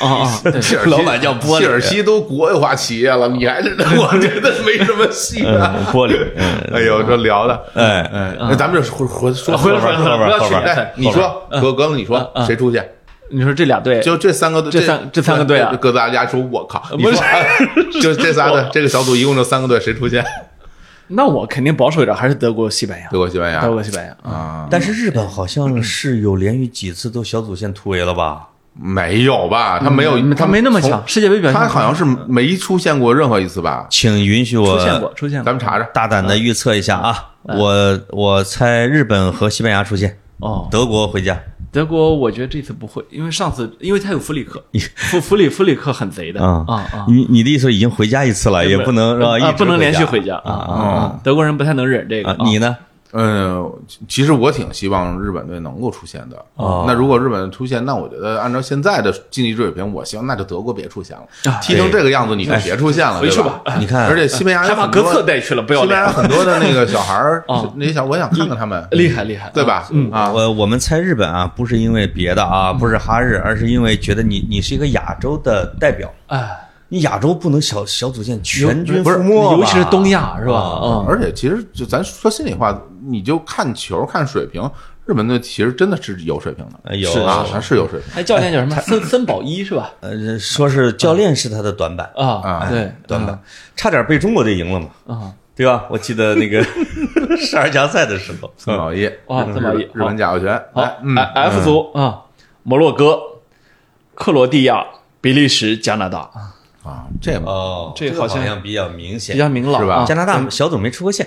C: 啊啊，对，
B: 切尔 西
D: 老板叫玻璃
B: 切尔西都国有化企业了，你还是我觉得没什么戏
D: 嗯
B: 啊。，
D: 玻璃，嗯，
B: 哎呦，这聊的，
D: 哎
B: 哎，那咱们就回回说
C: 嗯回来
B: 说
C: 回来
B: 吧
C: 回
D: 后边后
C: 来，不要去
D: 边
C: 联
B: 哎
C: 赛，。
B: 你说格格子，你说谁出去？
C: 你说这俩队
B: 就这三个队，
C: 嗯这三这三个队啊
B: 格子大家说，我靠，你
C: 不是
B: 说，啊 就这仨队，这个小组一共就三个队，谁出现？
C: 那我肯定保守一点，还是德国、西班牙
B: 德，国、西班牙
C: 德国、西班牙。
B: 啊？
D: 但是日本好像是有连续几次都小组线突围了吧？
B: 没有吧？他没有，
C: 嗯他没那么强，世界杯表
B: 从，
C: 现
B: 他好像是没出现过任何一次吧？
D: 请允许我
C: 出现过，嗯出现过。
B: 咱们查查。
D: 大胆的预测一下啊，我我猜日本和西班牙出现，
C: 哦，
D: 德国回家。
C: 德国我觉得这次不会，因为上次因为他有弗里克，弗弗里弗里克很贼的
D: 啊
C: 啊啊，
D: 你你的意思已经回家一次了，也不能是吧？一
C: 啊
D: 直
C: 不能
D: 回
C: 连续回家啊啊啊！德国人不太能忍这个
D: 啊！你呢？
B: 嗯，其其实我挺希望日本队能够出现的。
A: 哦
B: 那如果日本队出现，那我觉得按照现在的竞技水平，我希望那就德国别出现了
C: 啊，哎
B: 踢成这个样子你就别出现了，
C: 回去
B: 对
C: 吧
B: 吧。
D: 你看
B: 而且西班牙
C: 还
B: 有
C: 啊把
B: 很
C: 格
B: 多
C: 策带去了，不要
B: 西班牙
C: 脸，
B: 很多的那个小孩 儿
C: 啊，
B: 那些小我也想看看他们，
C: 厉害厉害，
B: 对吧？嗯啊，
D: 我我们猜日本啊，不是因为别的啊，不是哈日，而是因为觉得你你是一个亚洲的代表，
C: 哎，
D: 你亚洲不能小小组线全军
C: 不是
D: 覆没吧，
C: 尤其是东亚是吧？
D: 啊
C: 嗯，
B: 而且其实就咱说心里话，你就看球看水平，日本队其实真的是有水平的，
D: 哎有
B: 是啊，还是有水平。
C: 哎，教练叫什么？森森宝一是吧？
D: 呃，说是教练是他的短板，
C: 啊，
B: 啊
C: 对，
D: 短板，差点被中国队赢了嘛，
C: 啊，
D: 对吧？我记得那个 十二强赛的时候，
B: 森宝一
C: 哇
B: 日
C: 森哦宝一
B: 日本甲右拳，
C: 好
B: 来，嗯，
C: 哎，F 组啊，摩洛哥、克罗地亚、比利时、加拿大，
B: 啊，这个
D: 哦，
C: 这
D: 这
C: 好
D: 个
C: 像
D: 像比较明
C: 比
D: 显，
C: 较明朗
B: 是吧
D: 加拿大小组没出过线，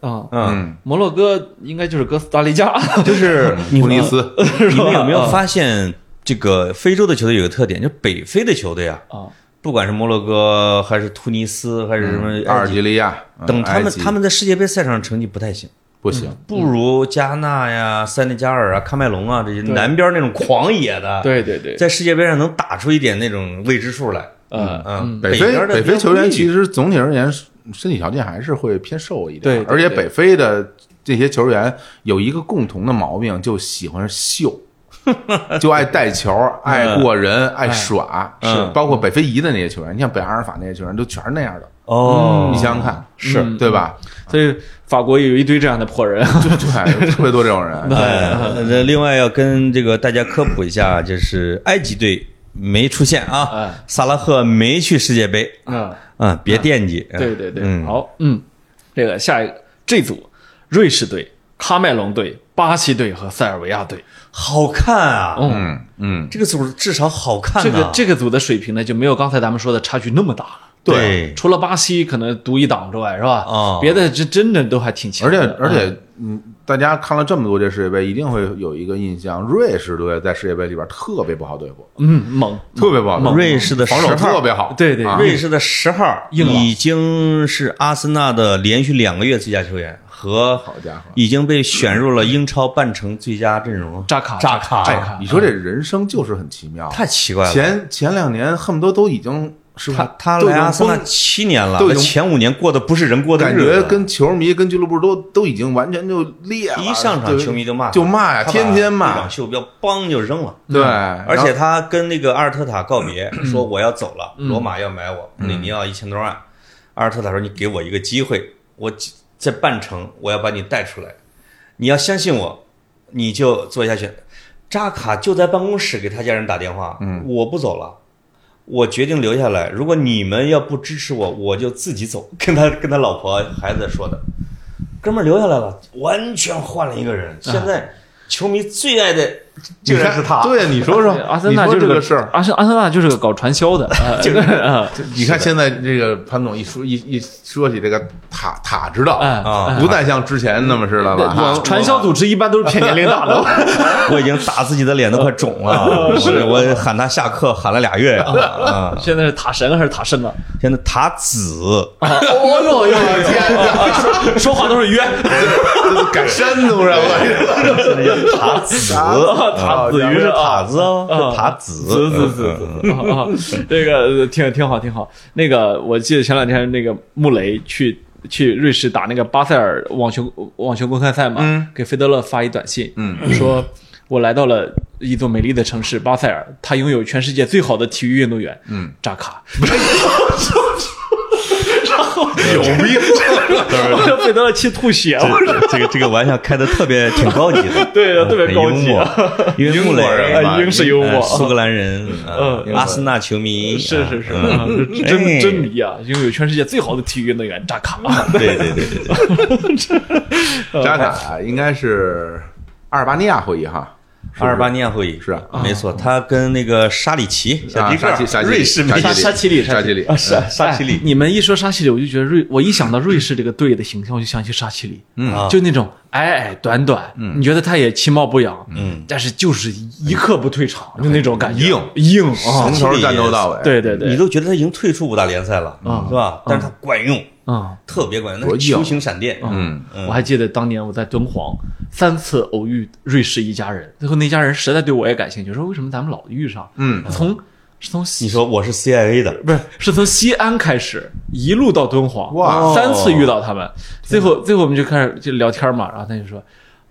C: 大啊，
D: 嗯，
B: 嗯，
C: 摩洛哥应该就是哥斯达黎加，
D: 就是
B: 突尼斯，
D: 你们有没有
C: 啊
D: 发现这个非洲的球队有个特点，就北非的球队啊，
C: 啊
D: 不管是摩洛哥还是突尼斯还是什么
B: 阿
D: 埃
B: 尔
D: 及，
B: 及利亚，嗯
D: 等他
B: 埃
D: 们
B: 及
D: 他们在世界杯赛场上成绩不太行，
B: 不行，
D: 不如加纳呀、塞内加尔啊、喀麦隆啊这些
C: 对
D: 南边那种狂野的，
C: 对对对，
D: 在世界杯上能打出一点那种未知数来。
C: 呃，
D: 嗯，
B: 北
D: 边
B: 非
D: 的
B: 北
D: 比较
B: 非球员
D: 规律
B: 其实总体而言是身体条件还是会偏瘦一点，
C: 对对
B: 而且
C: 对
B: 北非的这些球员有一个共同的毛病，就喜欢秀。就爱带球，爱过人，爱耍，
D: 是
B: 包括北非裔的那些球员，你像北阿尔法那些球员，都全是那样的。
D: 哦，
B: 嗯你想想看，
C: 是
B: 对吧？
C: 所以法国也有一堆这样的破人，
B: 对，特别多这种人。
D: 哎，那另外要跟这个大家科普一下，就是埃及队没出现啊
C: 哎，
D: 萨拉赫没去世界杯
C: 嗯，
D: 啊，别惦记。
C: 对对对，
D: 嗯
C: 好，嗯，这个下一个这组，瑞士队、喀麦隆队、巴西队和塞尔维亚队，
D: 好看啊，
C: 嗯，
B: 嗯嗯，
D: 这个组至少好看
C: 这个
D: 啊。
C: 这个组的水平呢，就没有刚才咱们说的差距那么大了。
D: 对
C: 除了巴西可能独一档之外，是吧？
D: 哦
C: 别的这真的都还挺强
B: 而且
C: 的。
B: 而且，嗯，大家看了这么多届世界杯，一定会有一个印象，瑞士队在世界杯里边特别不好对付，
C: 嗯，猛，
B: 特别不好对付。
D: 瑞士的
B: 防守
D: 10号
B: 特别好，
C: 对对
B: 啊
D: 瑞士的十号
C: 硬朗
D: 已经是阿森纳的连续两个月最佳球员和
B: 好家伙，
D: 已经被选入了英超半程最佳阵容。
C: 扎卡，
D: 扎卡
C: 扎卡，
B: 啊你说这人生就是很奇妙，啊
D: 太奇怪了，
B: 前嗯前两年恨不得都已经是不是
D: 他他
B: 都已
D: 来阿
B: 经
D: 森纳
B: 崩，
D: 七年了
B: 都，已经
D: 前五年过的不是人过的
B: 感
D: 日子，
B: 觉跟球迷跟俱乐部都都已经完全就裂了。
D: 一上场
B: 对
D: 球迷就骂他
B: 就骂呀，
D: 他把
B: 天天
D: 队长
B: 骂。
D: 袖标梆就扔了。
B: 对，
D: 而
B: 而
D: 且他跟那个阿尔特塔告别，说我要走了，罗马要买我，里尼奥一千多万。阿尔特塔说：“你给我一个机会，我几在半程我要把你带出来，你要相信我，你就做下去。”扎卡就在办公室给他家人打电话：“嗯，我不走了，我决定留下来。如果你们要不支持我，我就自己走。” 跟他跟他老婆孩子说的，哥们儿留下来了，完全换了一个人。现在球迷最爱的竟然是他，
B: 对，你说 说
C: 对阿森纳
B: 你说
C: 就是
B: 这个事儿，
C: 阿森阿森纳就是个搞传销的，啊
D: 就是
C: 啊
B: 你看现在这个潘总一说一一说起这个塔塔指导
C: 哎
D: 啊
B: 不再像之前那么似的了啊。
C: 传销组织一般都是骗年龄大的。
D: 我已经打自己的脸都快肿 了，是我喊他下课喊了俩月呀、啊！
C: 现在是塔神还是塔圣啊？
D: 现在塔子
C: 哦呦呦呦！说话都是冤。
B: 改山东人了，
D: 塔子
C: 塔子
D: 不
C: 鱼
D: 是塔
C: 啊
D: 子哦，是塔子嗯
C: 子子子子啊，啊 这个挺挺好，挺好。那个我记得前两天那个穆雷去去瑞士打那个巴塞尔网球网球公开赛嘛，给费德勒发一短信，嗯，说我来到了一座美丽的城市巴塞尔，它拥有全世界最好的体育运动员，嗯，扎卡。
B: 有病！
C: 我说费德勒气吐血了。
D: 这这个这个玩笑开的特别挺高级的，
C: 对的，特别
D: 很
C: 高
D: 幽
C: 级、
D: 默
C: 啊，
D: 因为穆雷
B: 英国人嘛
D: 嘛
C: 英式幽默
D: 呃苏格兰人，呃
C: 嗯
D: 阿森纳球迷，
C: 是
D: 啊
C: 是是，
D: 嗯
C: 啊这真
D: 哎
C: 真迷啊！拥有全世界最好的体育运动员扎卡，
D: 对对对对对，
B: 扎卡
C: 嗯
B: 应该是阿尔巴尼亚会议哈，
D: 阿尔巴尼亚会议
B: 是啊
D: 没错，他跟那个沙里奇、小迪克
B: 啊沙奇沙
D: 尔、
B: 奇
D: 瑞士梅
B: 沙
D: 西
B: 奇
C: 沙奇里，
B: 沙奇里
C: 啊，是啊
D: 沙奇里
C: 哎你们一说沙奇里，我就觉得瑞，我一想到瑞士这个队的形象，我就想起沙奇里，
D: 啊
C: 就那种矮矮短短，你觉得他也其貌不扬，嗯，但是就是一刻不退场，就那种感觉，硬硬啊
B: 从，头战斗到尾。
C: 对对
D: 你
C: 对，
D: 都觉得他已经退出五大联赛了，是吧？但是他管用，
C: 嗯，
D: 特别关键，
B: 多
D: 那是球
B: 硬
D: 形闪电。
B: 嗯，
D: 嗯
C: 我还记得当年我在敦煌三次偶遇瑞士一家人，最后那家人实在对我也感兴趣，说为什么咱们老遇上？
B: 嗯，
C: 从是从
D: 你说我是 CIA 的，
C: 不是是从西安开始一路到敦煌，
B: 哇
C: 三次遇到他们，最后最后我们就开始就聊天嘛，然后他就说。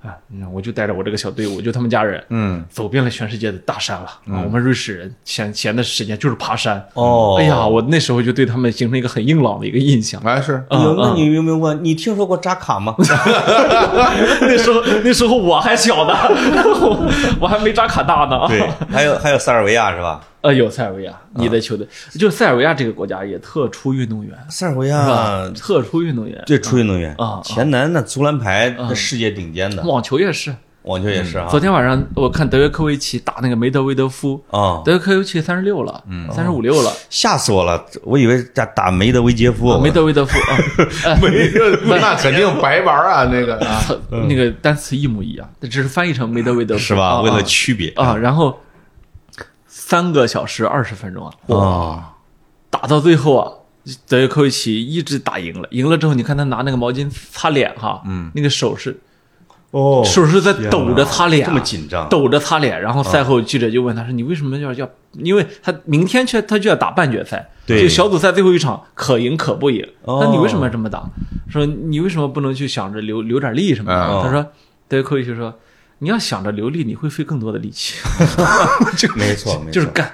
C: 啊，嗯我就带着我这个小队伍，就他们家人，
B: 嗯，
C: 走遍了全世界的大山了。啊，我们瑞士人闲闲的时间就是爬山。
D: 哦
C: 哎呀，我那时候就对他们形成一个很硬朗的一个印象。
B: 哎是，
C: 嗯
D: 有那
C: 嗯
D: 你有没有问？你听说过扎卡 吗？
C: 那时候那时候我还小呢， 我我还没扎卡大呢。
D: 对，还有还有塞尔维亚是吧？
C: 呃，有塞尔维亚，你的球队、就是塞尔维亚这个国家也特出运动员，
D: 塞尔维
C: 是吧？
D: 亚
C: 特出运动员，
D: 这出运动员
C: 啊啊
D: 前南那足篮排
C: 嗯
D: 那世界顶尖的，
C: 网球也是。
D: 网球也是啊。
C: 昨天晚上我看德约科维奇打那个梅德韦德夫，
D: 啊，
C: 德约科维奇三十六了，
D: 嗯
C: 三十五六了，
D: 吓死我了！我以为打打梅德韦杰夫，
C: 梅德韦德夫啊， 哎
B: 没，那肯定白玩啊，那个啊，
C: 操那个单词一模一样，这只是翻译成梅德韦德夫
D: 嗯是吧？
C: 啊
D: 为了区别
C: 啊，然后三个小时二十分钟啊，
D: 哇，
C: 打到最后啊，德约科维奇一直打赢了，赢了之后，你看他拿那个毛巾擦脸哈，嗯，那个手是
D: 哦
C: 手是在抖着擦脸啊、
D: 这么紧张
C: 抖着擦脸。然后赛后记者就问他说：“你为什么要要？因为他明天却他就要打半决赛，
D: 对
C: 就小组赛最后一场可赢可不赢。
D: 哦
C: 那你为什么要这么打？说你为什么不能去想着留留点力什么的？
B: 嗯
D: 啊
C: 他说，德约科维奇说。”你要想着留力，你会费更多的 力气，
D: 没错，没错，
C: 就是干。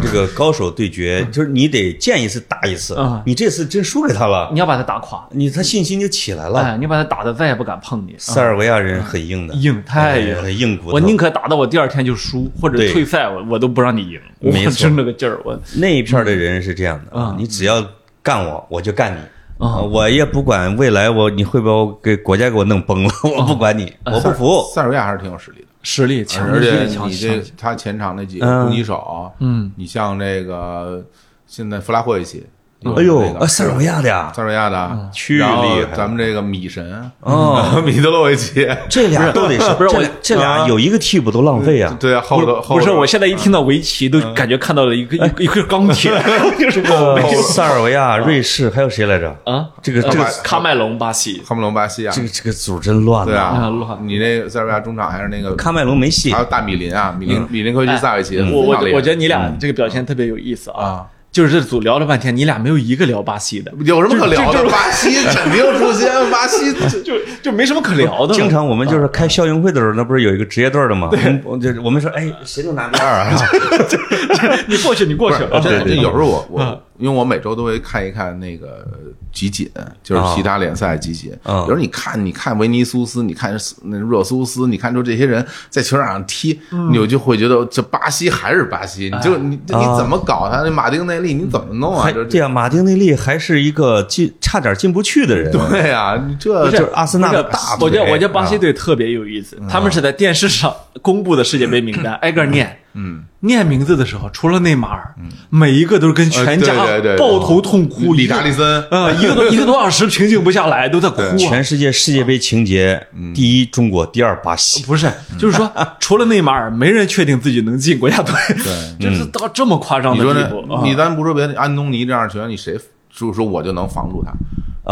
D: 这个高手对决，就是你得见一次打一次
C: 嗯啊。
D: 你这次真输给他了，
C: 你要把他打垮，
D: 你他信心就起来了。
C: 哎，你把他打的再也不敢碰你。
D: 塞尔维亚人很硬的，
C: 硬太硬
D: 哎很硬骨头。
C: 我宁可打到我第二天就输或者
D: 对
C: 退赛，我我都不让你赢。我
D: 没错
C: 就那个劲儿，我
D: 那一片儿的人是这样的啊
C: 嗯，
D: 你只要干我，我就干你。
C: 啊
D: 啊，我也不管未来我你会不会给国家给我弄崩了， 我不管你，
C: 嗯
D: 我不服。
B: 塞尔维亚还是挺有实力的。
C: 实力强，
B: 而
C: 实
B: 且
C: 力强，
B: 你这
C: 啊强
B: 他前场那几个
D: 嗯
B: 攻击手，
C: 嗯，
B: 你像这个现在弗拉霍维奇，
C: 嗯
D: 哎
B: 那
D: 呦，
B: 个
D: 啊塞尔维亚的呀，
B: 塞尔维亚的，
D: 去
B: 然后
D: 厉害了
B: 咱们这个米神，
D: 哦，
B: 米德洛维奇，
D: 这俩都得是，
C: 不是
D: 这
C: 我啊
D: 这俩有一个替补都浪费啊。
B: 对啊，后头后
C: 不是，
B: 头
C: 我现在一听到围棋都感觉看到了一个一个一个钢铁， 就是我
D: 呃塞尔维亚、瑞士还有谁来着？
C: 啊，
D: 这个
C: 呃
D: 这个
C: 喀麦隆巴西
B: 喀麦隆巴西啊
D: 这，个这个组真乱
B: 对
D: 呐。
B: 啊
C: 啊乱，
B: 你那个塞尔维亚中场还是那个
D: 喀麦隆没戏
B: 还有大米林啊，米林米林科维奇、萨维奇，
C: 嗯我我
B: 非常厉害
C: 我觉得你俩这个表现特别有意思啊
B: 啊，
C: 就是这组聊了半天，你俩没有一个聊巴西的，
B: 有什么可聊的？巴西肯定出现，巴 西
C: 就就没什么可聊的了。
D: 经常我们
B: 啊
D: 就是开校运会的时候，那不是有一个职业队儿的吗？我们我就我们说，哎，谁能拿第 二啊？
C: 你过去，你过去啊，
B: 真的，
D: 对对
B: 这有时候我我，因为我每周都会看一看那个集锦，就是
C: 啊
B: 其他联赛集锦。
D: 啊
C: 嗯
B: 有时候你看，你看维尼苏斯，你看那热苏斯，你看就这些人在球场上踢，你就会觉得这巴西还是巴西，你
C: 哎
B: 就你你
D: 啊
B: 怎么搞
C: 嗯
B: 他？那马丁内利你怎么弄啊？
D: 还
B: 就
D: 对啊，马丁内利还是一个进差点进不去的人。
B: 对啊，你这
D: 就是阿森纳的
C: 那个
D: 大
C: 我觉得
D: 腿
C: 我觉得巴西队特别有意思，他们是在电视上公布的世界杯名单，挨个儿念，嗯，念名字的时候，除了内马尔，每一个都是跟全家
B: 呃对对对嗯
C: 抱头痛
B: 里
C: 哭，
B: 里
C: 一个
B: 达利森
C: 啊， 一个多一个多小时平静不下来，都在哭啊。
D: 全世界世界杯情节，
B: 嗯
D: 第一中国，第二巴西。
C: 不是，就 是说，除了内马尔，没人确定自己能进国家队，
D: 嗯
C: 就是到这么夸张
B: 你
C: 的
B: 说
C: 地
B: 呢
C: 步。啊？
B: 你咱不说别的，安东尼这样的球员，你谁就是说我就能防住他？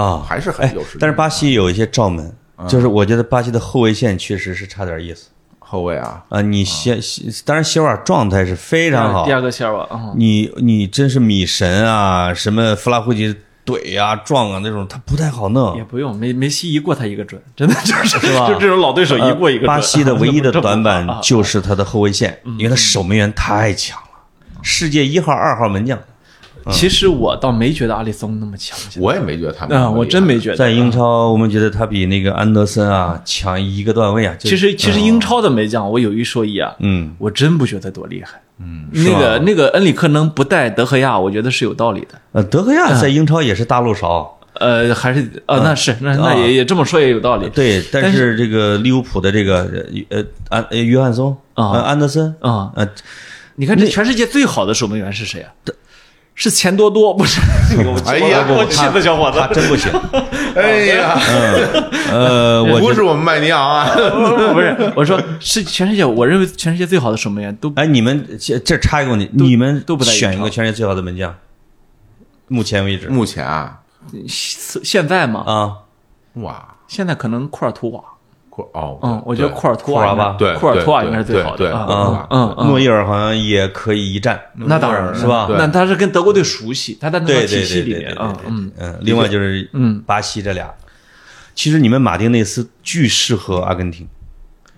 D: 啊，
B: 嗯还是很
C: 哎
B: 有嗯实力
D: 但是巴西有一些罩门，就是我觉得巴西的后卫线确实是差点意思
B: 后卫啊，
D: 啊。你先，当然席尔瓦状态是非
C: 第
D: 常
C: 二
D: 好
C: 第，二个线儿吧，啊
D: 你你真是米神啊，什么弗拉霍奇怼啊、撞啊那种，他不太好
C: 也
D: 弄。
C: 不用梅梅西一过他一个准，真的就是
D: 是嗯吧呃
C: 就这种老对手一过一个准。
D: 巴西的唯一的 短板
C: 啊
D: 就是他的后卫线，
C: 嗯
D: 因为他守门员太强了，世界一号、二号门将，嗯
C: 其实我倒没觉得阿里松那么强。
B: 我也没觉得他们那
C: 嗯，
B: 么
C: 我
B: 厉
C: 真
B: 害
C: 没觉得。
D: 在英超我们觉得他比那个安德森啊强一个段位啊。就
C: 其实，其实英超的梅将，我有一说一啊，
D: 嗯，
C: 我真不觉得多厉害。嗯，
D: 是
C: 那
D: 吧
C: 个那个恩里克能不带德赫亚，我觉得是有道理的。
D: 呃，德赫
C: 嗯
D: 亚在英超也是大陆勺，
C: 呃，还是呃，那是那那
D: 啊
C: 也也这么说也有道理。
D: 对，但
C: 但
D: 是这个利物浦的这个呃安呃约翰松
C: 啊
D: 呃安德森
C: 啊，
D: 呃
C: 你看这全世界最好的守门员是谁啊？是钱多多，不是？
B: 哎呀
C: 我气死小伙子
D: 他！真 不行，
B: 哎呀，
D: 呃，我
B: 不
D: 觉
B: 是
D: 得
B: 我们麦尼昂啊，
C: 不是，我说是全世界，我认为全世界最好的守门员都
D: 哎，你们这这插一个问题，你们
C: 都不在英超
D: 选一个全世界最好的门将，目前为止
B: 目前啊，
C: 现现在嘛，
D: 啊，
B: 哇，
C: 现在可能库尔图瓦，
B: 库哦，对
C: 嗯，我觉得
B: 对
C: 库尔图
D: 库
C: 瓦
D: 尔
C: 应该
D: 吧
B: 对
C: 库尔图瓦
B: 对
C: 应该是
B: 对
C: 最好
B: 对
C: 的
B: 对
C: 啊，
B: 库尔
D: 啊
B: 图瓦
C: 嗯嗯，
D: 诺伊尔好像也可以一战，
C: 那当然了嗯
D: 是吧
B: 对
C: 那他是跟德国队熟悉，他在那
D: 对
C: 个
D: 对
C: 体
D: 对
C: 系
D: 对
C: 里
D: 对
C: 面
D: 对
C: 啊，嗯，
D: 嗯，另外就是
C: 嗯
D: 巴西这俩，其实你们马丁内斯巨适合阿根廷，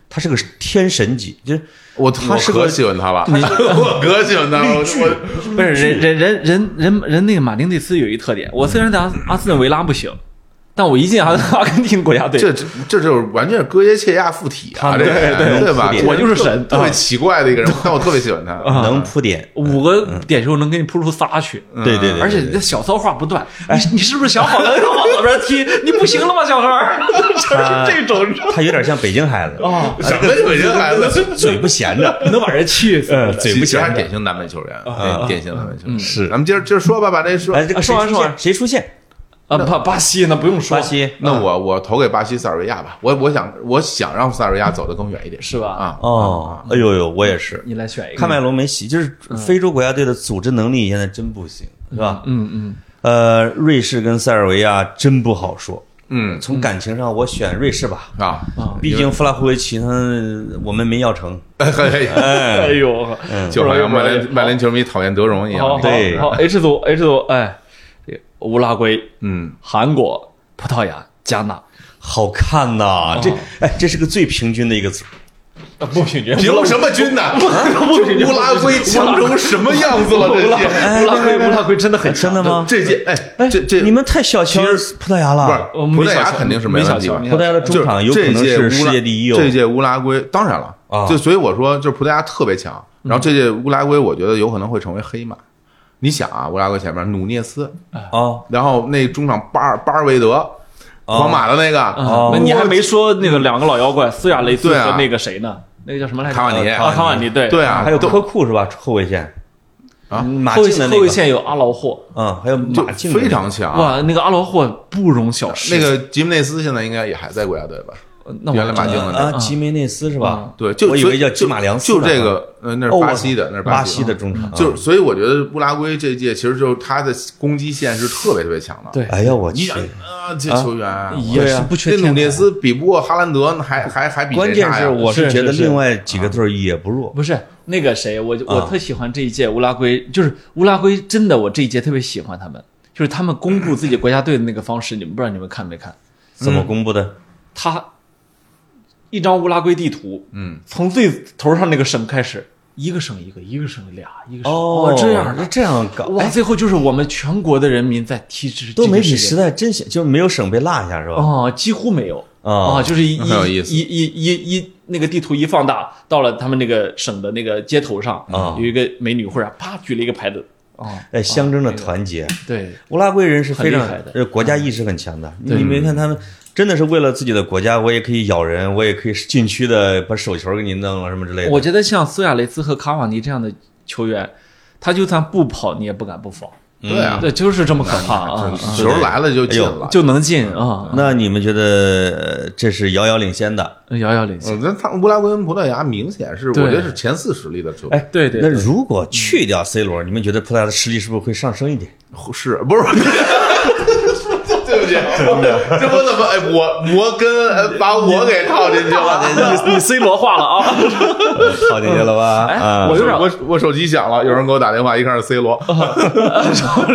D: 他是个天神级，就是
B: 我
D: 他
B: 他
D: 是个
B: 可喜欢他了， 我可喜欢他了，我
C: 不是人人人人人人那个马丁内斯有一特点，我虽然在阿斯阿斯顿维拉不行，但我一进阿阿根廷国家队，
B: 这这这就是完全是戈耶切亚附体啊，
D: 他
B: 这
D: 对
B: 个人
D: 对
B: 对吧
D: 对？
B: 这
C: 我就是神
B: 特特别奇怪的一个人，但我特别喜欢他。
D: 能铺点，
C: 五个点球能给你扑出仨去，
D: 对对对，
C: 啊而且你
D: 对
C: 的小骚话不断，你你是不是想好了要往左边踢？你不行了吧，小孩儿？
D: 他
C: 这种
D: 他有点像北京孩子，
C: 啊，嗯
B: 什么北京孩子？
D: 嘴不闲 着，
C: 能把人气死。
D: 呃，嘴不
B: 其实
D: 闲
B: 还是典
D: 着。
B: 型南美球员，对典型南美球员
D: 是
B: 咱们接着接着说吧，把这说。
D: 哎，这个
C: 啊说完
D: 谁
C: 说完
D: 出现谁出现？
C: 啊，巴巴西那不用说，
D: 巴西
B: 那我我投给巴西、塞尔维亚吧。我我想我想让塞尔维亚走得更远一点，
C: 是吧
B: 啊，
D: 哦，哎呦呦，我也是，
C: 你来选一个，
D: 喀麦隆没戏，就是
B: 嗯
D: 非洲国家队的组织能力现在真不行，是吧？
C: 嗯嗯，
D: 呃，瑞士跟塞尔维亚真不好说。
B: 嗯
D: 从感情上，我选瑞士吧，
B: 啊，
D: 毕竟弗拉霍维奇他我们没要成。
B: 嘿嘿
C: 哎
D: 哎，
C: 呦，
B: 嗯就好像曼联曼联球迷讨厌德容一
C: 好
B: 样
C: 好。
D: 对
C: 好，H 组 H 组，哎，这个乌拉圭、
B: 嗯，
C: 韩国、葡萄牙、加纳，
D: 好看
B: 啊
D: 呐！这哎，这是个最平均的一个组，
C: 不平均，
B: 平什么均呢？ 乌拉圭强成什么样子了？这届
C: 乌拉圭乌拉圭真的很强
D: 真的吗？
B: 这届哎，这这
D: 啊你们太小瞧
B: 其
D: 葡萄牙了。
B: 不
C: 啊我
B: 是葡
C: 没
B: 萄
C: 想
B: 牙
C: 过
B: 肯定是没
C: 没
B: 问
C: 想
B: 题
C: 过
B: 吧
C: 没？
D: 葡萄牙的
B: 就是
D: 中场有可
B: 这
D: 能
B: 届
D: 是
B: 乌
D: 世
B: 拉
D: 界第一哦。
B: 这届乌拉圭当然了
D: 啊嗯
B: 就所以我说，就是葡萄牙特别强。然后这届乌拉圭，我觉得有可能会成为黑马。你想啊，乌拉圭前面努涅斯，
D: 啊，
B: 然后那中场巴尔巴尔韦德，
D: 哦
B: 皇马的那个
C: 啊，那你还没说那个两个老妖怪苏亚雷斯
B: 哦对啊
C: 和那个谁呢？那个叫什么来着？
B: 卡瓦尼
C: 啊，卡瓦尼对
B: 对啊，
D: 还有
B: 都
D: 科库是吧？后卫线
B: 啊
D: 马
C: 后卫
D: 竞的那
C: 后卫
D: 个，啊
C: 线有阿劳霍，
D: 嗯，还有
B: 就
D: 马竞的那个
B: 非常强。
C: 哇，那个阿劳霍不容小视。
B: 那个吉姆内斯现在应该也还在国家队吧？
C: 那我
B: 原来马竞的那个
D: 啊，吉梅内斯是吧？
B: 对，就
D: 我以
B: 所
D: 为叫吉马良斯
B: 就
D: 呢
B: 就这个，呃，那是
D: 哦
B: 巴西的，那是
D: 巴
B: 西
D: 西的中场。嗯
B: 就所以我觉得乌拉圭这届其实就是他的攻击线是特别特别强的。
C: 对
D: 哎呀，我
B: 你
D: 去
B: 想，啊，这球员啊
D: 也是不缺
B: 这
D: 天才
B: 努涅斯比不过哈兰德，那还还还比谁
D: 关键
B: 差
D: 是
B: 呀
D: 我
C: 是
D: 觉得
C: 是是嗯
D: 另外几个队儿也不弱。
C: 不是那个谁，我就我
D: 啊
C: 特喜欢这一届乌拉圭，就是乌拉圭真的我这一届特别喜欢他们，就是他们公布自己国家队的那个方式，你们不知道你们看没看？
D: 怎么公布的？
C: 他一张乌拉圭地图，
B: 嗯，
C: 从最头上那个省开始，一个省一个，一个省俩，一个省哦这样的
D: 哦这样搞，
C: 哇，
D: 哎
C: 最后就是我们全国的人民在踢这
D: 多媒体时
C: 代
D: 代真行，就是没有省被落下是吧？
C: 啊、几乎没有
D: 啊
C: 啊、就是一
B: 很有意
C: 一
B: 思
C: 一一一一那个地图一放大，到了他们那个省的那个街头上
D: 啊
C: 有一个美女忽然啪举了一个牌子啊，
D: 哎，象征着团结。
C: 对，
D: 乌拉圭人是非常
C: 很厉害的
D: 呃国家意识很强的，你没看他们真的是为了自己的国家，我也可以咬人，我也可以禁区的把手球给你弄了什么之类的。
C: 我觉得像苏亚雷斯和卡瓦尼这样的球员，他就算不跑，你也不敢不防，
B: 对啊，
C: 对，就是这么可怕
D: 嗯
C: 啊，啊
B: 球来了就进
D: 哎
B: 了。
C: 就能进啊，
D: 那你们觉得呃这是遥遥领先的？
C: 遥遥领先，
B: 我觉得嗯他乌拉圭跟葡萄牙明显是，我
C: 对
B: 觉得是前四实力的球队。
D: 哎
C: 对对
D: 那
C: 对
D: 如果去掉 C 罗，你们觉得葡萄牙的实力是不是会上升 一点？
B: 是不是？对不起，这我怎么哎，我摩根哎把我给套进去 了。
C: 你 C 罗化了啊，
D: 好进去了吧？
C: 哎
D: 啊
C: 我有点
B: 我我手机响了，有人给我打电话，一看是 C 罗，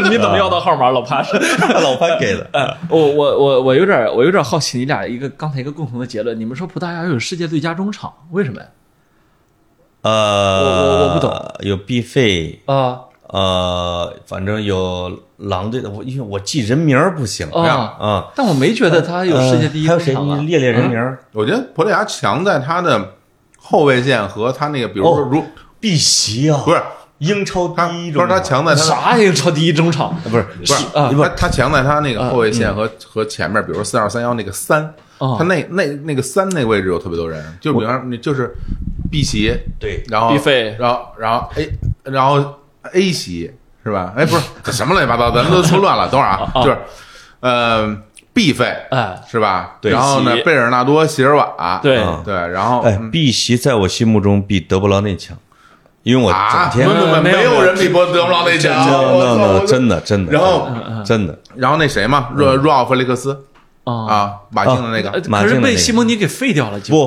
C: 你怎么要到号码，老潘？
D: 老潘给的。
C: 我哦我我我有点我有点好奇，你俩一个刚才一个共同的结论，你们说葡萄牙有世界最佳中场，为什么呀？
D: 呃，
C: 我我不懂，
D: 有 B 费，
C: 啊
D: 呃，反正有狼队的，我因为我记人名儿不行
C: 啊！
D: 啊。
C: 但我没觉得他有世界第一
D: 呃还有谁？
C: 中场
D: 你
C: 啊。
D: 列列人名儿。
B: 我觉得葡萄牙强在他的后卫线和他那个，比如说
D: 哦
B: 如
D: 碧玺啊，
B: 不是
D: 英超
B: 他，
D: 第一啊
B: 不
D: 中
B: 是他强在他的
C: 啥呀？超第一中场
D: 不是
B: 不是
C: 啊
B: 他他强在他那个后卫线和和前面，比如说四二三幺那个三，
C: 哦
B: 他那那那个三那个位置有特别多人，就比方你就是 B 席，
D: 对
B: 然后
C: B 费
B: 然后然后 A，然后 A 席是吧？哎，不是这什么乱七八糟，咱们都说乱了。等会儿 啊，就是呃 B 费
C: 哎
B: 是吧？
D: 对嗯
B: 然后呢
C: 席，
B: 贝尔纳多、席尔瓦
C: 对
B: 对，然后
D: 哎哎，碧玺在我心目中比德布劳内强。因为我
B: 啊
D: 整，
B: 没
D: 天
B: 有
C: 不
B: 没有
C: 没有
B: 没有人比波德布劳内
D: 真
B: 强，我操我
D: 的
B: 就
D: 真嗯的真的，
B: 然后
C: 嗯
D: 真的
B: 然后那谁嘛，若若奥弗雷克斯
C: 啊，
B: 啊，马竞的那
C: 呃
B: 个，
D: 马
C: 可是
D: 竞的那
C: 被
D: 个
C: 西蒙尼给废掉了，几乎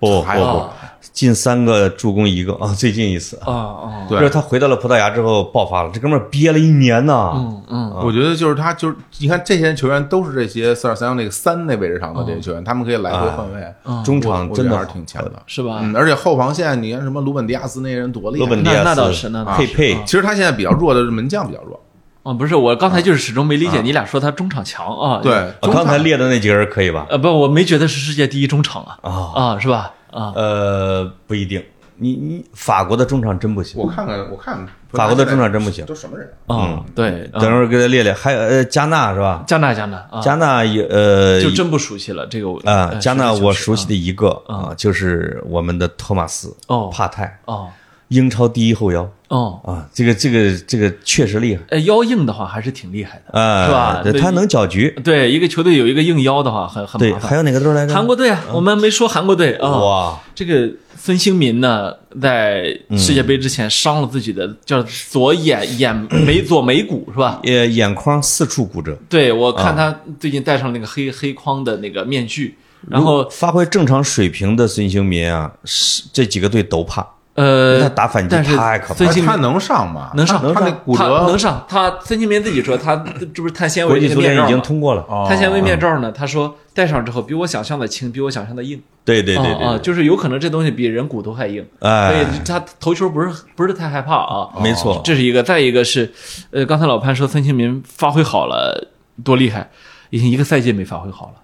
D: 不不不
B: 还好
D: 不，进三个助攻一个啊，最近一次。
C: 啊啊，
B: 对
D: 就是他回到了葡萄牙之后爆发了，这哥们儿憋了一年呐。
C: 嗯嗯，
B: 我觉得就是他就是你看这些球员都是这些四二三幺那个三那位置上的这些球员，他们可以来回换位，
C: 嗯
D: 中
B: 嗯我
D: 场嗯
B: 我觉
D: 真
B: 得
D: 的
B: 还是挺强的。
C: 是吧？
B: 嗯，而且后防线，你看什么鲁本迪亚斯那人多厉
D: 罗
B: 害
D: 本！迪亚斯、
C: 那那倒是那倒是
D: 佩佩
C: 啊
B: 其实他现在比较弱的是门将比较弱，
C: 啊，不是，我刚才就是始终没理
D: 啊
C: 解你俩说他中场强啊。
B: 对
D: 我刚才列的那几个人可以吧？
C: 呃，不，我没觉得是世界第一中场啊
D: 啊
C: 啊，是吧？啊，
D: 呃，不一定。你你法国的中场真不行，
B: 我看看，我看
D: 法国的中场真不行
B: 都什么人啊？
D: 嗯
C: 啊，对，啊
D: 等会儿给他列列。还有呃，加纳是吧？
C: 加纳加纳啊，
D: 加纳也呃
C: 就真不熟悉了这个我
D: 啊，
C: 呃
D: 加纳我熟悉的
C: 的
D: 一个啊，就是我们的托马斯
C: 哦
D: 帕泰，
C: 哦
D: 英超第一后腰
C: 哦，
D: 啊，这个这个这个确实厉害
C: 呃，腰硬的话还是挺厉害的。
D: 啊，
C: 是吧
D: 对他能搅局，
C: 对，一个球队有一个硬腰的话，很很
D: 对，
C: 麻
D: 还
C: 烦。
D: 有哪个队嗯来着？
C: 韩国队啊，我们没说韩国队啊。
D: 哇，
C: 这个孙兴民呢，在世界杯之前伤了自己的叫左眼眼眉左眉骨是吧？
D: 呃，眼眶四处骨折，
C: 对，我
D: 啊
C: 看他最近戴上那个黑黑框的那个面具，然后
D: 发挥正常水平的孙兴民啊，是这几个队都怕，
C: 呃，
D: 嗯他打反击
C: 但是
D: 太可怕
C: 孙
D: 了
B: 哎
C: 兴
B: 他
C: 民
B: 能上吗？
C: 能上
B: 他他那骨
C: 他
B: 折
C: 能上，他孙兴民自己说他这不是碳纤
D: 国
C: 维
D: 际
C: 那个
D: 足
C: 面
D: 联
C: 罩
D: 已经
C: 吗
D: 通过了。
B: 哦
C: 碳纤维面罩呢，他说戴上之后比我想象的轻，比我想象的硬。
D: 对对对对
C: 啊
D: 对，
C: 啊，就是有可能这东西比人骨头还硬，所
D: 哎，
C: 以他投球不是不是太害怕啊。
D: 没错，
C: 这是一个，再一个是，呃，刚才老潘说孙兴民发挥好了多厉害，已经一个赛季没发挥好了，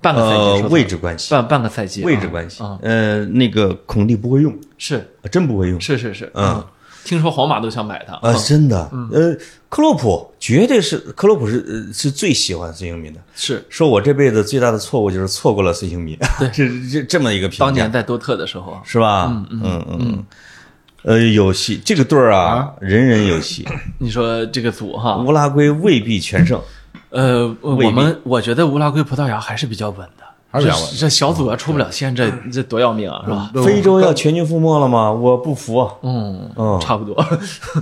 C: 半个赛季
D: 呃
C: 说错了
D: 位置关系，
C: 半半个赛季啊
D: 位置关系
C: 啊，，
D: 呃，那个孔蒂不会用，
C: 是
D: 真不会用，
C: 是是是，
D: 嗯，
C: 听说皇马都想买他，
D: 啊，
C: 嗯
D: 真的，呃，克洛普绝对是克洛普是呃是最喜欢孙兴民的，
C: 是
D: 说我这辈子最大的错误就是错过了孙兴民， 这这这么一个评价，
C: 当年在多特的时候啊，
D: 是吧？嗯嗯嗯，呃，有戏，这个队儿啊，人人有戏，
C: 你说这个组哈，
D: 乌拉圭未必全胜，
C: 呃，
D: 嗯未必
C: 我们我觉得乌拉圭、葡萄牙还是比较稳的，
B: 还是比较稳
C: 这这小组要啊出不了线，这
D: 嗯
C: 这多要命啊，是吧？
D: 非洲要全军覆没了吗？我不服啊，
C: 嗯，
D: 嗯，
C: 差不多。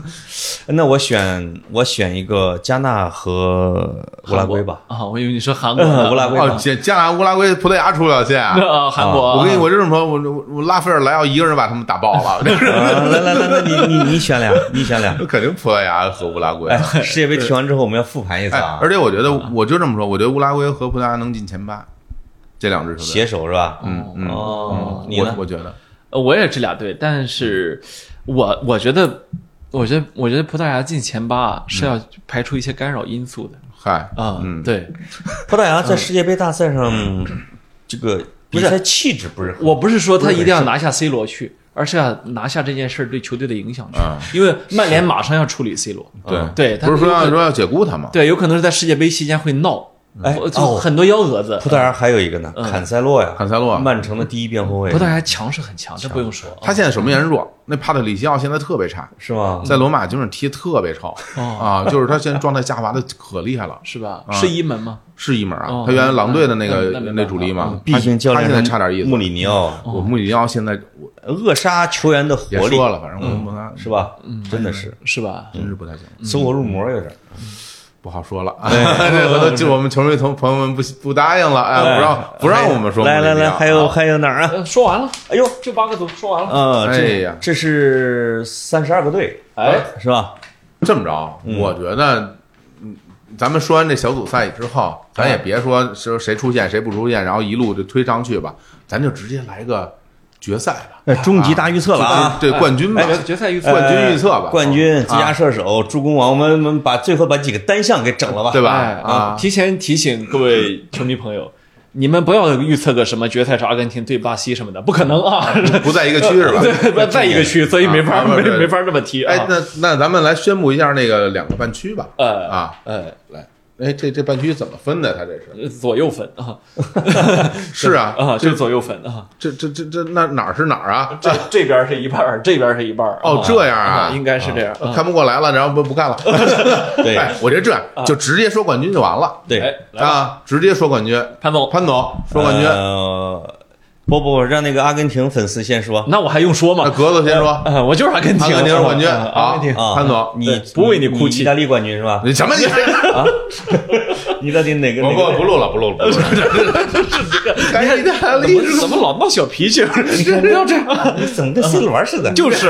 D: 那我选我选一个加纳和乌拉圭吧，
C: 啊，我以为你说韩国
D: 呃
C: 呢，
D: 乌拉圭
B: 哦，加加拿大乌拉圭、葡萄牙出不了线。
C: 啊，韩国啊。
B: 我跟你，我就这么说，我我我拉斐尔莱奥一个人把他们打爆了，
D: 啊，来来来，那你你你选俩，你选 俩。
B: 肯定葡萄牙和乌拉圭。啊
D: 哎，世界杯踢完之后我们要复盘一次
B: 哎
D: 啊，，
B: 而且我觉得，我就这么说，我觉得乌拉圭和葡萄牙能进前八，这两支球队。
D: 携手是吧？
B: 嗯嗯，
D: 哦
B: 嗯
D: 你呢
B: 我我觉得
C: 呃我也这俩队，但是我我觉得，我觉得我觉得葡萄牙进前八是要排除一些干扰因素的
B: 嗨，
C: 啊
B: 嗯，，
C: 对，
D: 葡萄牙在世界杯大赛上这个比赛气嗯质不是很
C: 我不是说他一定要拿下 C 罗去，而是要拿下这件事儿对球队的影响去，因为曼联马上要处理 C 罗，
B: 对
C: 对他
B: 嗯不是说
C: 有可
B: 要
C: 能
B: 说要解雇他吗？
C: 对，有可能是在世界杯期间会闹，
D: 哎
C: 我就
D: 哦
C: 很多幺蛾子。
D: 葡萄牙还有一个呢，
B: 嗯
D: 坎塞洛呀，
B: 坎塞洛
D: 曼城的第一边后卫，
C: 葡萄牙强是很强，这不用说。
B: 他现在守门员弱，那帕特里西奥现在特别差，
D: 是吗？
B: 在罗马就是踢得特别臭啊，就是他现在状态下滑的可厉害了，
C: 是吧？是一门吗？
B: 是一门啊，
C: 哦
B: 他原来狼队的那个
C: 那那没办法
B: 那主力嘛，
D: 毕竟教
B: 他
D: 练
B: 现在差点意思。
D: 穆里尼奥
B: 我穆里尼奥现在我
D: 扼杀球员的
B: 也
D: 活力，
B: 说了，反嗯正我不他
D: 是嗯吧？真的是
C: 是吧？
B: 真是不太行，
D: 走火入魔有点儿。
B: 不好说了。 这回头就我们球迷同朋友们不不答应了，哎，不让不让我们说穆里尼
D: 来来
B: 奥。
D: 来，还有
B: 啊
D: 还有哪儿啊？
C: 呃，说完了，
D: 哎呦，
C: 这八个组说完了。
D: 啊，
B: 哎
D: 这
B: 呀
D: 这是三十二个队，
C: 哎，
D: 是吧？
B: 这么着，我觉得。嗯，咱们说完这小组赛之后，
C: 哎
B: 咱也别说说谁出线谁不出线，然后一路就推上去吧，咱就直接来个决赛吧。
D: 那哎终极大预测了啊！
B: 对冠军吧，哎
C: 决哎决赛预测哎
B: 冠军预测吧，
D: 呃冠军、最佳射手、助攻王，我们我们把最后把几个单项给整了吧，
B: 对吧？
C: 哎
B: 啊，
C: 提前提醒各位球迷朋友，你们不要预测个什么决赛是阿根廷对巴西什么的，不可能啊！
B: 不在一个区是吧？
C: 对，在在一个区，所以没法
B: 啊不
C: 没
B: 是
C: 没法这么踢
B: 哎
C: 啊，。
B: 那那咱们来宣布一下那个两个半区吧。
C: 呃
B: 啊，
C: 呃，
B: 来，哎，这这半区怎么分的？他这是
C: 左右分啊
B: 是啊，
C: 啊，就是左右分啊。
B: 这这这这那哪儿是哪儿啊？
C: 这这边是一半儿，这边是一半儿。
B: 哦
C: 啊
B: 这样啊
C: 应该是这样。啊
B: 看不过来了，然后不不干了。
D: 对
B: 哎，我觉得这样就直接说冠军就完了
D: 对
C: 啊哎，来吧，
B: 啊，直接说冠军。
C: 潘总，
B: 潘总说冠军，
D: 呃，不不，让那个阿根廷粉丝先说
C: 那我还用说
B: 那
C: 吗？
B: 格子先说，
C: 啊，我就是阿根
B: 阿
C: 廷，
B: 根廷冠军
C: 啊阿根廷。
D: 啊，
B: 潘总
D: 你
C: 不为你哭泣
D: 意大利冠军是 吧？
B: 你什么你？
D: 意大利哪个？
B: 不
D: 哪
B: 不
D: 个
B: 不录了，不录了，不 录了。 还意大
C: 怎
B: 利
C: 么怎么老闹小脾气？ 不要这样，
D: 你怎么跟 C 罗似的？
C: 就是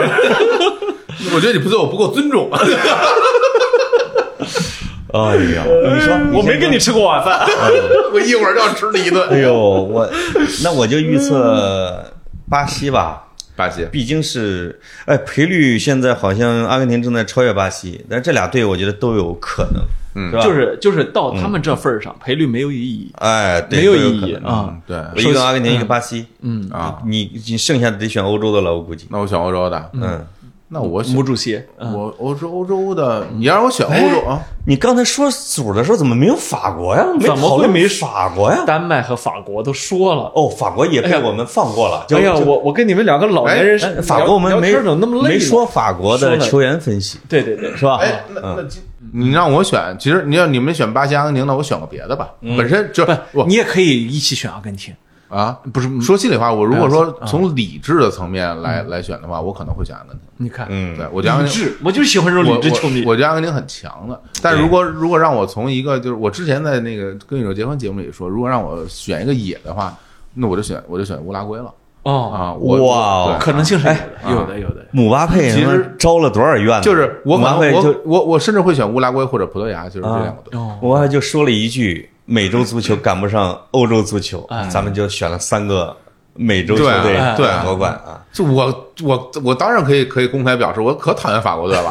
B: 我觉得你不对我不够尊 重。
D: 哎呀，你 说
C: 我没跟你吃过晚饭。
B: 我一会儿就要吃你一
D: 哎
B: 顿。
D: 呦，我那我就预测巴西吧，
B: 巴西，
D: 毕竟是哎赔率现在好像阿根廷正在超越巴西，但这俩队我觉得都有可能，嗯，是吧？
C: 就是就是到他们这份儿上，赔率没有意义，
D: 哎，对
C: 没有
D: 都有
C: 意
D: 可
C: 义
D: 能
C: 啊。
B: 嗯对
D: 我一个阿根廷，一个巴西，嗯
B: 啊，
D: 你你剩下的得选欧洲的了，我估计，
B: 那我选欧洲的，
D: 嗯，
B: 那我选
C: 母主席，嗯
B: 我欧洲欧洲的，你让我选欧洲啊？
D: 你刚才说组的时候怎么没有法国呀？没
C: 怎么会
D: 讨论没法国呀？
C: 丹麦和法国都说了。
D: 哦，法国也被我们放过了。就
C: 哎呀，
D: 就
C: 我我跟你们两个老年人是
D: 哎法国我们
C: 聊
D: 没
C: 天怎么那么累呢？
D: 没说法国的
C: 说了
D: 球员分析
C: 对对对，
D: 是吧？
B: 哎，
C: 嗯
B: 那那今你让我选，其实你要你们选巴西、阿根廷，那我选个别的吧。本身就我
C: 嗯不，你也可以一起选阿根廷。
B: 啊，不是说心里话，我如果说从理智的层面来来选的话，我可能会选阿根廷。
C: 你看，
D: 嗯，
B: 对我觉得阿根
C: 理
B: 廷
C: 智，我就喜欢这种
B: 我
C: 理智球迷。
B: 我我觉得阿根廷很强的，但如果如果让我从一个就是我之前在那个跟宇宙结婚节目里说，如果让我选一个野的话，那我就选我就选乌拉圭了
C: 哦，
B: 啊！我
D: 哇
B: 我对
D: 哦
C: 可能性是有的，
B: 哎
C: 有的，有的。
D: 姆巴佩
B: 其实
D: 他妈招了多少怨呢？
B: 就是我
D: 姆
B: 可
D: 巴
B: 能
D: 佩
B: 我
D: 就啊
B: 我我甚至会选乌拉圭或者葡萄牙，就是这两个队。
C: 哦，
D: 姆巴佩就说了一句：“美洲足球 赶不上欧洲足球。”咱们就选了三个美洲球队
B: 对啊对啊
D: 夺冠啊！
B: 就我我我当然可以可以公开表示，我可讨厌法国队了。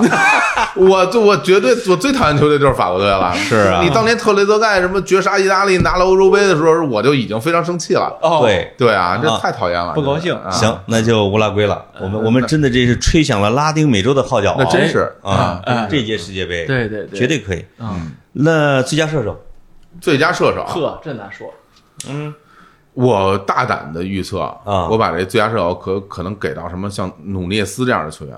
B: 我就我绝对我最讨厌球队就是法国队了。
D: 是啊
B: 你当年特雷泽盖什么绝杀意大利拿了欧洲杯的时候，我就已经非常生气了。
C: 哦，
D: 对，
B: 对啊，这
D: 啊
B: 太讨厌了，
C: 不高兴
B: 真的啊
D: 行，那就乌拉圭了。我们我们真的这是吹响了拉丁美洲的号角啊，
B: 那真是
D: 啊
C: 啊！
D: 这届世界杯，
C: 对对对
D: 绝对可以。
C: 嗯，
D: 那最佳射手，
B: 最佳射手，
C: 呵，这难说。
B: 我大胆的预测
D: 啊
B: 我把这最佳射手可可能给到什么像努涅斯这样的球员。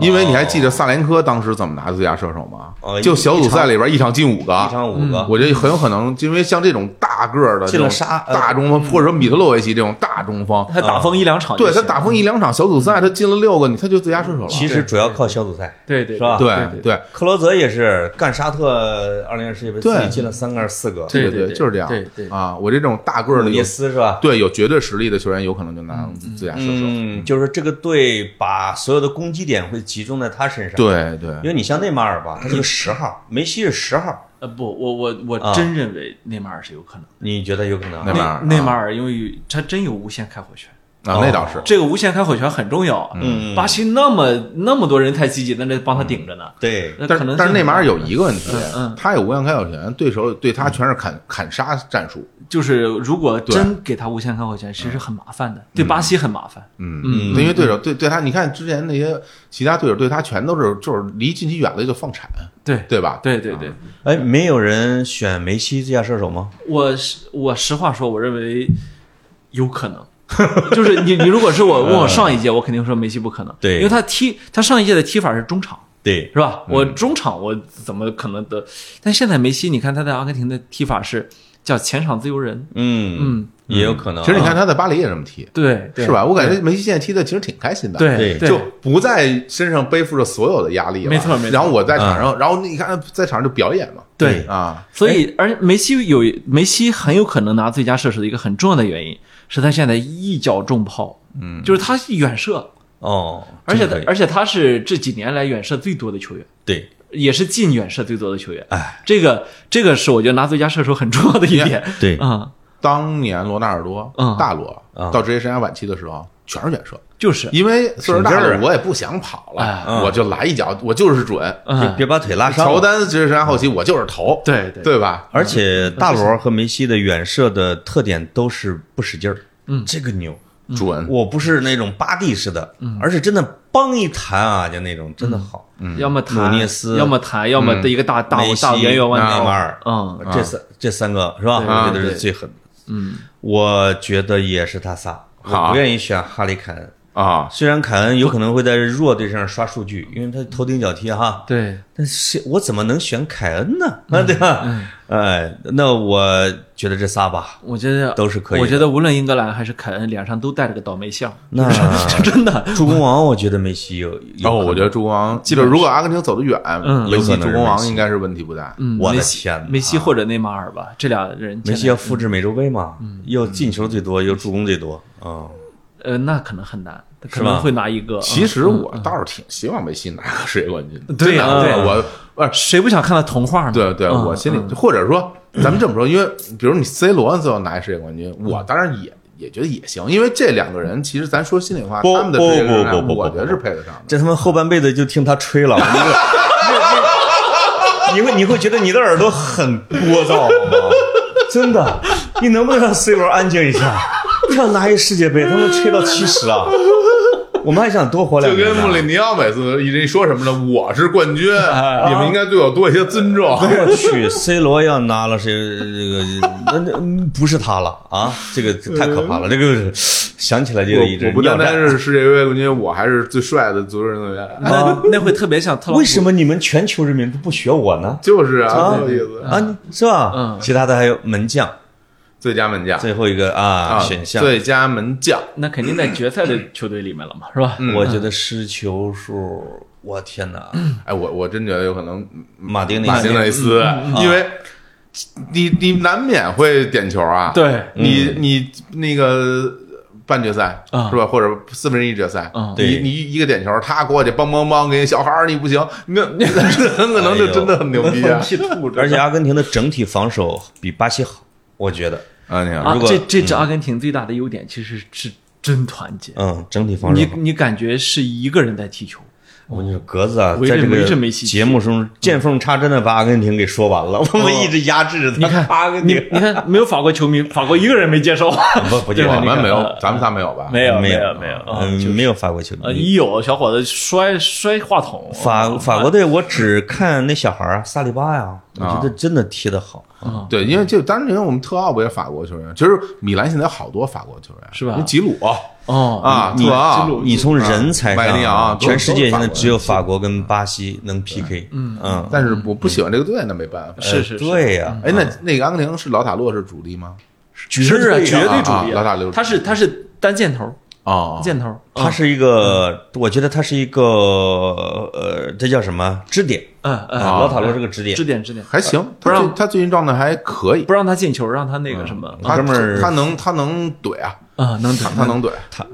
B: 因为你还记得萨连科当时怎么拿最佳射手吗
D: 哦？
B: 就小组赛里边一场进五
D: 一
B: 个，
D: 场五个，
B: 我觉得很有可能，因为像这种大个儿的
D: 进了
B: 这种
D: 仨呃
B: 大中锋，或者说米特洛维奇这种大中锋，
C: 他打疯一两场就
B: 对
C: 行，
B: 他打疯一两场小组赛，他进了六个，你他就最佳射手了。
D: 其实主要靠小组赛。
C: 对对
D: 是吧
B: 对对
D: 克罗泽也是干沙特二零二世界杯自己进了三个还是四个，
C: 对
B: 对
C: 对
B: 就是这样
C: 对对
B: 啊！我这种大个儿
D: 努
B: 的
D: 涅
B: 有
D: 斯是吧？
B: 对有绝对实力的球员，有可能就拿最佳射手。
D: 嗯，就是这个队把所有的攻击点会集中在他身上。，
B: 对对，
D: 因为你像内马尔吧，他是个十号，梅西是十号，
C: 呃，不，我我
D: 啊
C: 我真认为内马尔是有可能。
D: 你觉得有可
B: 内
D: 能？
B: 马尔
C: 内内
B: 啊
C: 马尔因为他真有无限开火权，
B: 啊，那倒是。
C: 这个无限开火权很重要。啊
D: 嗯
C: 巴西那么那么多人太积极，那这帮他顶着呢。
D: 对，
C: 那
B: 嗯但
C: 可
B: 是
C: 能
B: 但是内马尔
C: 有
B: 有一个问题
C: 嗯嗯，
B: 他有无限开火权，对手对他全是砍砍杀战术。
C: 就是如果真给他无限开火权，其实很麻烦的，对巴西很麻烦。
B: 嗯
C: 嗯
B: 因为对手对对他，你看之前那些其他对手对他全都是就是离近期远了就放铲，
C: 对
B: 对吧？
C: 对对对，
B: 嗯
D: 哎，没有人选梅西最佳射手吗？
C: 我是我实话说，我认为有可能。 就是你，你如果是我问
B: 嗯
C: 我上一届，我肯定说梅西不可能，
D: 对
C: 因为他踢他上一届的踢法是中场，
D: 对，
C: 是吧？我中场我怎么可能得？但现在梅西，你看他在阿根廷的踢法是叫前场自由人，
D: 嗯，
C: 嗯，
D: 也有可能啊。
B: 其实你看他在巴黎也这么踢，
C: 对，对
B: 是？吧？我感觉梅西现在踢的其实挺开心的，
C: 对
D: 对
C: 对
B: 就不在身上背负着所有的压力了，
C: 没错没错
B: 然后我在场上，然后你看在场上就表演嘛，
C: 对，
B: 啊，
C: 所以而梅西有梅西很有可能拿最佳射手的一个很重要的原因是他现在一脚中炮，嗯，就是他远射，
D: 哦，
C: 而且
D: 真
C: 他
D: 可以
C: 而且他是这几年来远射最多的球员。
D: 对，
C: 也是进远射最多的球员。
D: 哎，
C: 这个这个是我觉得拿最佳射手很重要的一点。
D: 对
C: 啊、
B: 当年罗纳尔多
C: 嗯
B: 大罗
D: 啊
B: 到职业生涯晚期的时候，全是远射，
C: 就是
B: 因为岁数大
D: 省劲儿
B: 了
D: 啊，嗯
B: 我也不想跑
C: 哎
B: 了，我就来一脚，我就是准。
D: 别
C: 嗯，
D: 别把腿拉伤
B: 乔
D: 了。
B: 丹职业生涯后期，我就是投，
C: 对对
B: 对吧？
D: 而且
C: 嗯
D: 大罗和梅西的远射的特点都是不使劲儿，嗯，这个牛。
C: 嗯
B: 准，
D: 我不是那种巴蒂式的，而是真的梆一弹啊，就那种真
C: 嗯
D: 的好。
C: 要么
D: 嗯
C: 弹，
D: 努涅斯嗯
C: 要么弹，要么的一个大大
D: 梅西
C: 大圆圆弯
D: 内马
C: 刀。
D: 尔，
C: 嗯，
D: 这三这三个是吧？
C: 对
D: 我觉
B: 对
D: 得是最狠。嗯，我觉得也是他仨，
B: 好
D: 我不愿意选哈里凯恩。
B: 啊，
D: 虽然凯恩有可能会在弱队上刷数据，因为他头顶脚踢哈，
C: 对，
D: 但是我怎么能选凯恩呢？ 啊，对吧？
C: 嗯
D: 哎，那我觉得这仨吧，
C: 我觉得
D: 都是可以的
C: 我觉得无论英格兰还是凯恩脸上都带着个倒霉相，
D: 那
C: 真的。
D: 助攻王，我觉得梅西有有
B: 然后
D: 可能
B: 哦我觉得助攻王，记得如果阿根廷走得远，
C: 嗯
B: 梅西
D: 有可能
B: 助
D: 是
B: 攻
D: 梅
B: 王
D: 西
B: 应该是问题不大。
C: 嗯，
D: 我的
C: 梅西
D: 天哪
C: 梅西或者内马尔吧，这俩人。
D: 梅西要复制美洲杯嘛，又进球最多，又助攻最多，嗯，
C: 呃，那可能很难，他可
D: 是吧
C: 能会拿一个。
B: 其
C: 嗯
B: 实我倒是挺希望梅西拿个世界冠军的，
C: 对呀
B: 真的
C: 对呀
B: 我我不是
C: 嗯谁不想看到童话呢？
B: 对对，
C: 嗯
B: 我心里
C: 嗯
B: 或者说，咱们这么说，因为比如你 C 罗最后拿一世界冠军，我当然也也觉得也行，因为这两个人其实咱说心里话，
D: 不
B: 他们的职业生涯
D: 不不不不不
B: 我觉得是配得上的。
D: 这他妈后半辈子就听他吹了， 你会你会你会觉得你的耳朵很聒噪好吗？ 真的，你能不能让 C 罗安静一下？要拿一世界杯，他们吹到七十啊，我们还想多活两
B: 就
D: 年
B: 跟
D: 呢
B: 穆里尼奥每次一一说什么呢？我是冠 军，你们应该对我多一些尊 重。
D: 我哎去，C 罗要拿了谁？这个那那嗯不是他了啊！这个太可怕了，这个想起来就
B: 我
D: 一直
B: 呃我不单
D: 尿
B: 单
D: 战
B: 是世界杯冠军，我还是最帅的足球运动员。
C: 那那会特别像特朗
D: 啊
C: 普。
D: 为什么你们全球人民都不学我呢？
B: 就是啊，
D: 啊
B: 这个意思。
D: 啊，你是吧？
C: 嗯
D: 其他的还有门将，
B: 最佳门将
D: 最后一个啊
B: 啊，
D: 选项，
B: 最佳门将，
C: 那肯定在决赛的球队里面了嘛，是吧？
B: 嗯
D: 我觉得失球数，我天哪，
B: 哎，我我真觉得有可能
D: 马丁内
B: 马丁内斯，
D: 嗯
C: 嗯
B: 因为你你难免会点球啊。
C: 对
B: 你
D: 嗯
B: 你那个半决赛
C: 啊
B: 是吧，或者四分之一决赛
C: 嗯，
B: 你
D: 对
B: 你一个点球，他过去梆梆梆给你小孩儿，你不行， 那那很可能就真的很牛逼啊！
D: 而且阿根廷的整体防守比巴西好，我觉得，
B: 啊，你
C: 啊
B: 看，
D: 如果
C: 这这支阿根廷最大的优点其实是真团结。
D: 嗯，整体防守
C: 你
D: 好。
C: 你感觉是一个人在踢球，
D: 我跟你说，格子啊，
C: 围着
D: 在这
C: 围着梅
D: 个
C: 西踢
D: 节
C: 哦
D: 目中见缝插针的把阿根廷给说完了，我们一直压制着他。
C: 你看
D: 阿根
C: 你
D: 廷
C: 你看没有法国球迷，法国一个人没接受，
D: 不不
B: 我
D: 见
C: 你
B: 们
C: 看
B: 没
C: 啊
B: 有，咱们 仨没有吧？
C: 没有
D: 没
C: 有
D: 有
C: 没有啊
D: 嗯，没有法国球
C: 呃，
D: 迷。
C: 一啊有小伙子摔摔话筒，
D: 法法国队，我只看那小孩儿啊，萨利巴呀，我觉得
C: 啊
D: 真的踢得好。
B: 对，因为就当年我们特奥不也法国球员？其实米兰现在有好多法国球员，
C: 是吧
B: 吉鲁
C: 哦
B: 啊，
D: 你
B: 特奥，
D: 你从
C: 啊
D: 人才
B: 麦利昂
D: 上，全世界现在只有
B: 都是法
D: 法国跟巴西能 PK。嗯嗯，
B: 但是我不喜欢这个队，那没办法。
C: 呃是嗯是是
D: 对呀，
B: 哎，那那个阿根廷是老塔洛是主力吗？
C: 是啊，绝对主
B: 啊
C: 力
B: 老大留
C: 他是他是单箭头，
B: 哦
C: 箭头，
D: 他是一个，我觉得他是一个呃，这叫什么支点？
C: 嗯嗯，
D: 老塔罗是个支点
C: 指，点指点，
B: 还行，
C: 不
B: 他
C: 让
B: 最他最近状态还可以
C: 不。让他进球，让他那个什么
B: 他
D: 哥们儿
B: 他能他能怼啊，
C: 啊，能
B: 他
C: 怼
B: 他能怼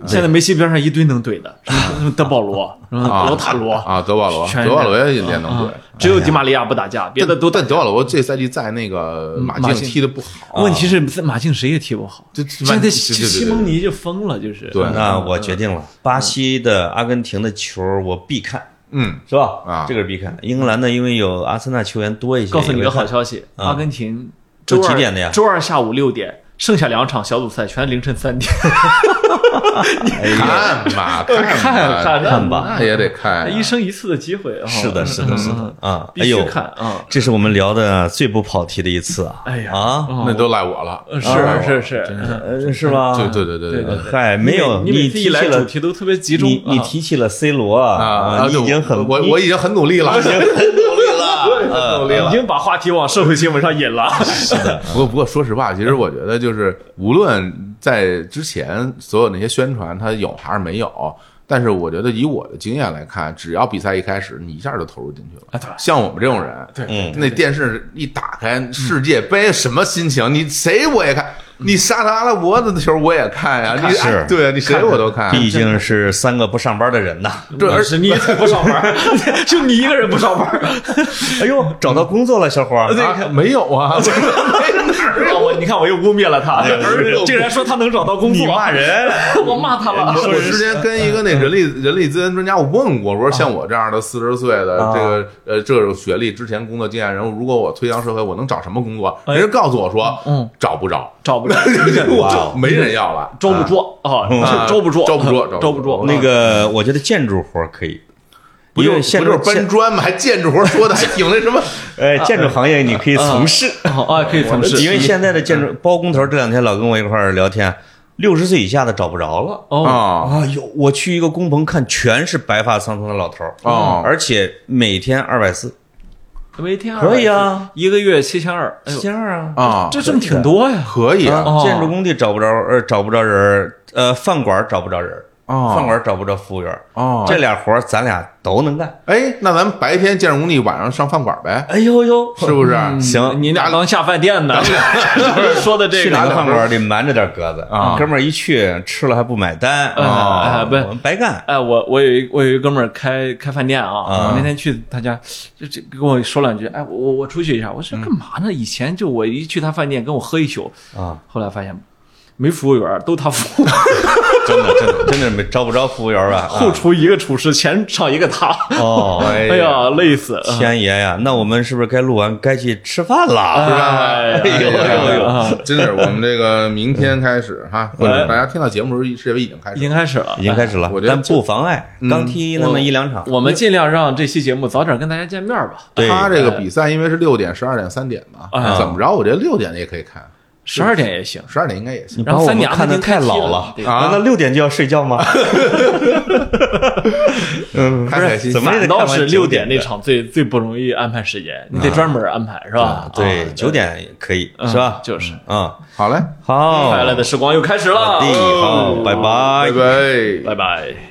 C: 现在梅西边上一堆能怼的，什么什么德保罗，什么
B: 啊
C: 罗塔 罗，
B: 啊，德保罗，
C: 全
B: 德保罗也也能怼
C: 啊。只有迪玛利亚不打架，别的都打
B: 但。德保罗哎这赛季在那个马竞
C: 马竞
B: 踢的不好，
C: 问题是马竞谁也踢不好，
B: 这
C: 现在
B: 对对对
C: 西
B: 对对
C: 西蒙尼就疯了，就是
B: 对
D: 那我决定了，巴西的阿根廷的球我必看，
B: 嗯，
D: 是吧？
B: 啊
D: 这个是必看。英格兰呢，因为有阿森纳球员多一些。
C: 告诉你
D: 也
C: 个
D: 会看
C: 好消息，
D: 啊
C: 阿根廷
D: 这
C: 周二
D: 几点的呀
C: 周二下午六点，剩下两场小组赛全凌晨三 点，
B: 看吧，
D: 啊
C: 看啊
B: 看
C: 看
B: 吧，
C: 看
D: 吧
B: 那也得看呀
C: 一生一次的机会。哦
D: 是的，是的，是的啊！
C: 必
D: 哎
C: 须
D: 呦，
C: 看啊！
D: 这是我们聊的最不跑题的一次啊！
C: 哎呀
D: 啊，
C: 哦
B: 那都赖我了，
C: 是是是，嗯
D: 呃是吧？
B: 对对对对对。
D: 嗨，没有
C: 你每次
D: 提
C: 一
D: 起
C: 来主
D: 了
C: 题都特别集中，
D: 你你
C: 啊
D: 提起了 C 罗
B: 啊，
D: 你
B: 对
D: 已经很
B: 我我已经很努力了，
D: 呃
B: 累了
C: 已经把话题往社会新闻上引 了。
B: 不过不过，说实话，其实我觉得就是无论在之前所有那些宣传，它有还是没有，但是我觉得以我的经验来看，只要比赛一开始，你一下就投入进去了。
C: 对
B: 像我们这种人，对，那电视一打开，世界杯什么心情？你谁我也看，你沙特阿拉伯的球我也看呀，你
D: 是
B: 哎对啊，你谁我都看。
D: 毕竟是三个不上班的人呐。
B: 这而
C: 是 你才不上班， 就你一个人不上班。
D: 哎呦，找到工作了，小伙儿。
B: 啊没有啊，
C: 我哦你看我又污蔑了他，
B: 对
C: 竟然说他能找到工
D: 你
C: 作，
D: 骂人，
C: 我骂他了。
B: 啊我之前跟一个
D: 嗯
B: 那人力人力资源专家，我问过，我说像我这样的四十岁的
D: 啊
B: 这个呃这种学历、之前工作经验人物，如果我推向社会，我能找什么工作？
D: 哎
B: 人家告诉我说，
C: 嗯，
B: 找不着，
C: 找 不着，
B: 我就没人要
D: 嗯
B: 了，
C: 招不
B: 啊。
C: 住啊，
B: 啊
C: 是招不住，
B: 招不住
D: 啊
C: 招不住。
D: 那个我觉得建筑活儿可以，
B: 不
D: 因
B: 就
D: 为
B: 不
D: 现
B: 就是
D: 在
B: 搬砖吗？还建筑活说的还挺那什么？
D: 呃建筑行业你可以从事，嗯
C: 啊，可以从事，
D: 因为现在的建筑包工头这两天老跟我一块儿聊天。六十岁以下的找不着了。
C: 哦，
B: 啊
D: 啊哟，我去一个工棚看，全是白发苍苍的老头儿
B: 哦
D: 而且每天二百四，
C: 每天
D: 可以啊，
C: 一个月七千二，哎呦，
D: 这样啊，哎
B: 啊，
C: 这挣挺多呀。
B: 可以啊
C: 哦
D: 建筑工地找不着，呃，找不着人儿，呃，饭馆找不着人儿，
B: 哦
D: 啊饭馆找不着服务员儿，
B: 啊，
D: 这俩活儿咱俩都能干。
B: 哎，那咱们白天建筑工地，晚上上饭馆呗，
D: 哎呦呦，
B: 是不是？
D: 啊行，
C: 嗯你俩刚下饭店呢， 说的这
D: 去哪
C: 个
D: 个饭馆里瞒着点格子
B: 啊
D: 哥们儿一去吃了还不买单
C: 哎
D: 啊，
C: 哎不
D: 我们白干。
C: 哎，我我有一我有一哥们儿开开饭店啊，
D: 啊
C: 我那天去他家，这这跟我说两句，哎，我我我出去一下，我
D: 嗯
C: 说干嘛呢？以前就我一去他饭店跟我喝一宿
D: 啊，
C: 后来发现没服务员，都他服务，
D: 真的，真的，真的没招不着服务员 吧？啊
C: 后厨一个厨师，前场一个他，
D: 哦，
B: 哎
C: 哎
B: 呀，
C: 呀，累死，
D: 天爷呀，那我们是不是该录完该去吃饭
C: 哎
D: 了？
C: 呀
D: 哎呦哎呦哎
C: 啊
B: 真是我们这个明天开始哈，或者大家听到节目的时候，世界杯已经开
C: 已
B: 始
C: 经
B: 了。
C: 开始了，哎
D: 已经开始了
B: 我，觉得
D: 但不妨碍刚踢那么一两场。
C: 嗯我们尽量让这期节目早点跟大家见面吧。
D: 对，呃
B: 他这个比赛因为是六点、十二点、三点嘛
C: 啊，
B: 怎么着？我觉得六点也可以看，
C: 十二点也行，
B: 十二点应该也行。
D: 你
C: 然
D: 把
C: 后
D: 我
C: 三
D: 们
C: 点
D: 看的太老了
C: 安排就开踢了对
D: 啊！难道六点就要睡觉 吗？嗯，
B: 太开心
D: 怎么也得看
C: 反倒
D: 完
C: 是
D: 九
C: 六点那
D: 的。
C: 场最最不容易安排时间，你得专门安排是吧？啊
D: 啊对，九点也可以是吧
C: 嗯？就是
D: 嗯，
B: 好嘞，
D: 好，
C: 快乐的时光又开始了，
D: 好，拜拜
B: 拜。拜。
C: 拜拜。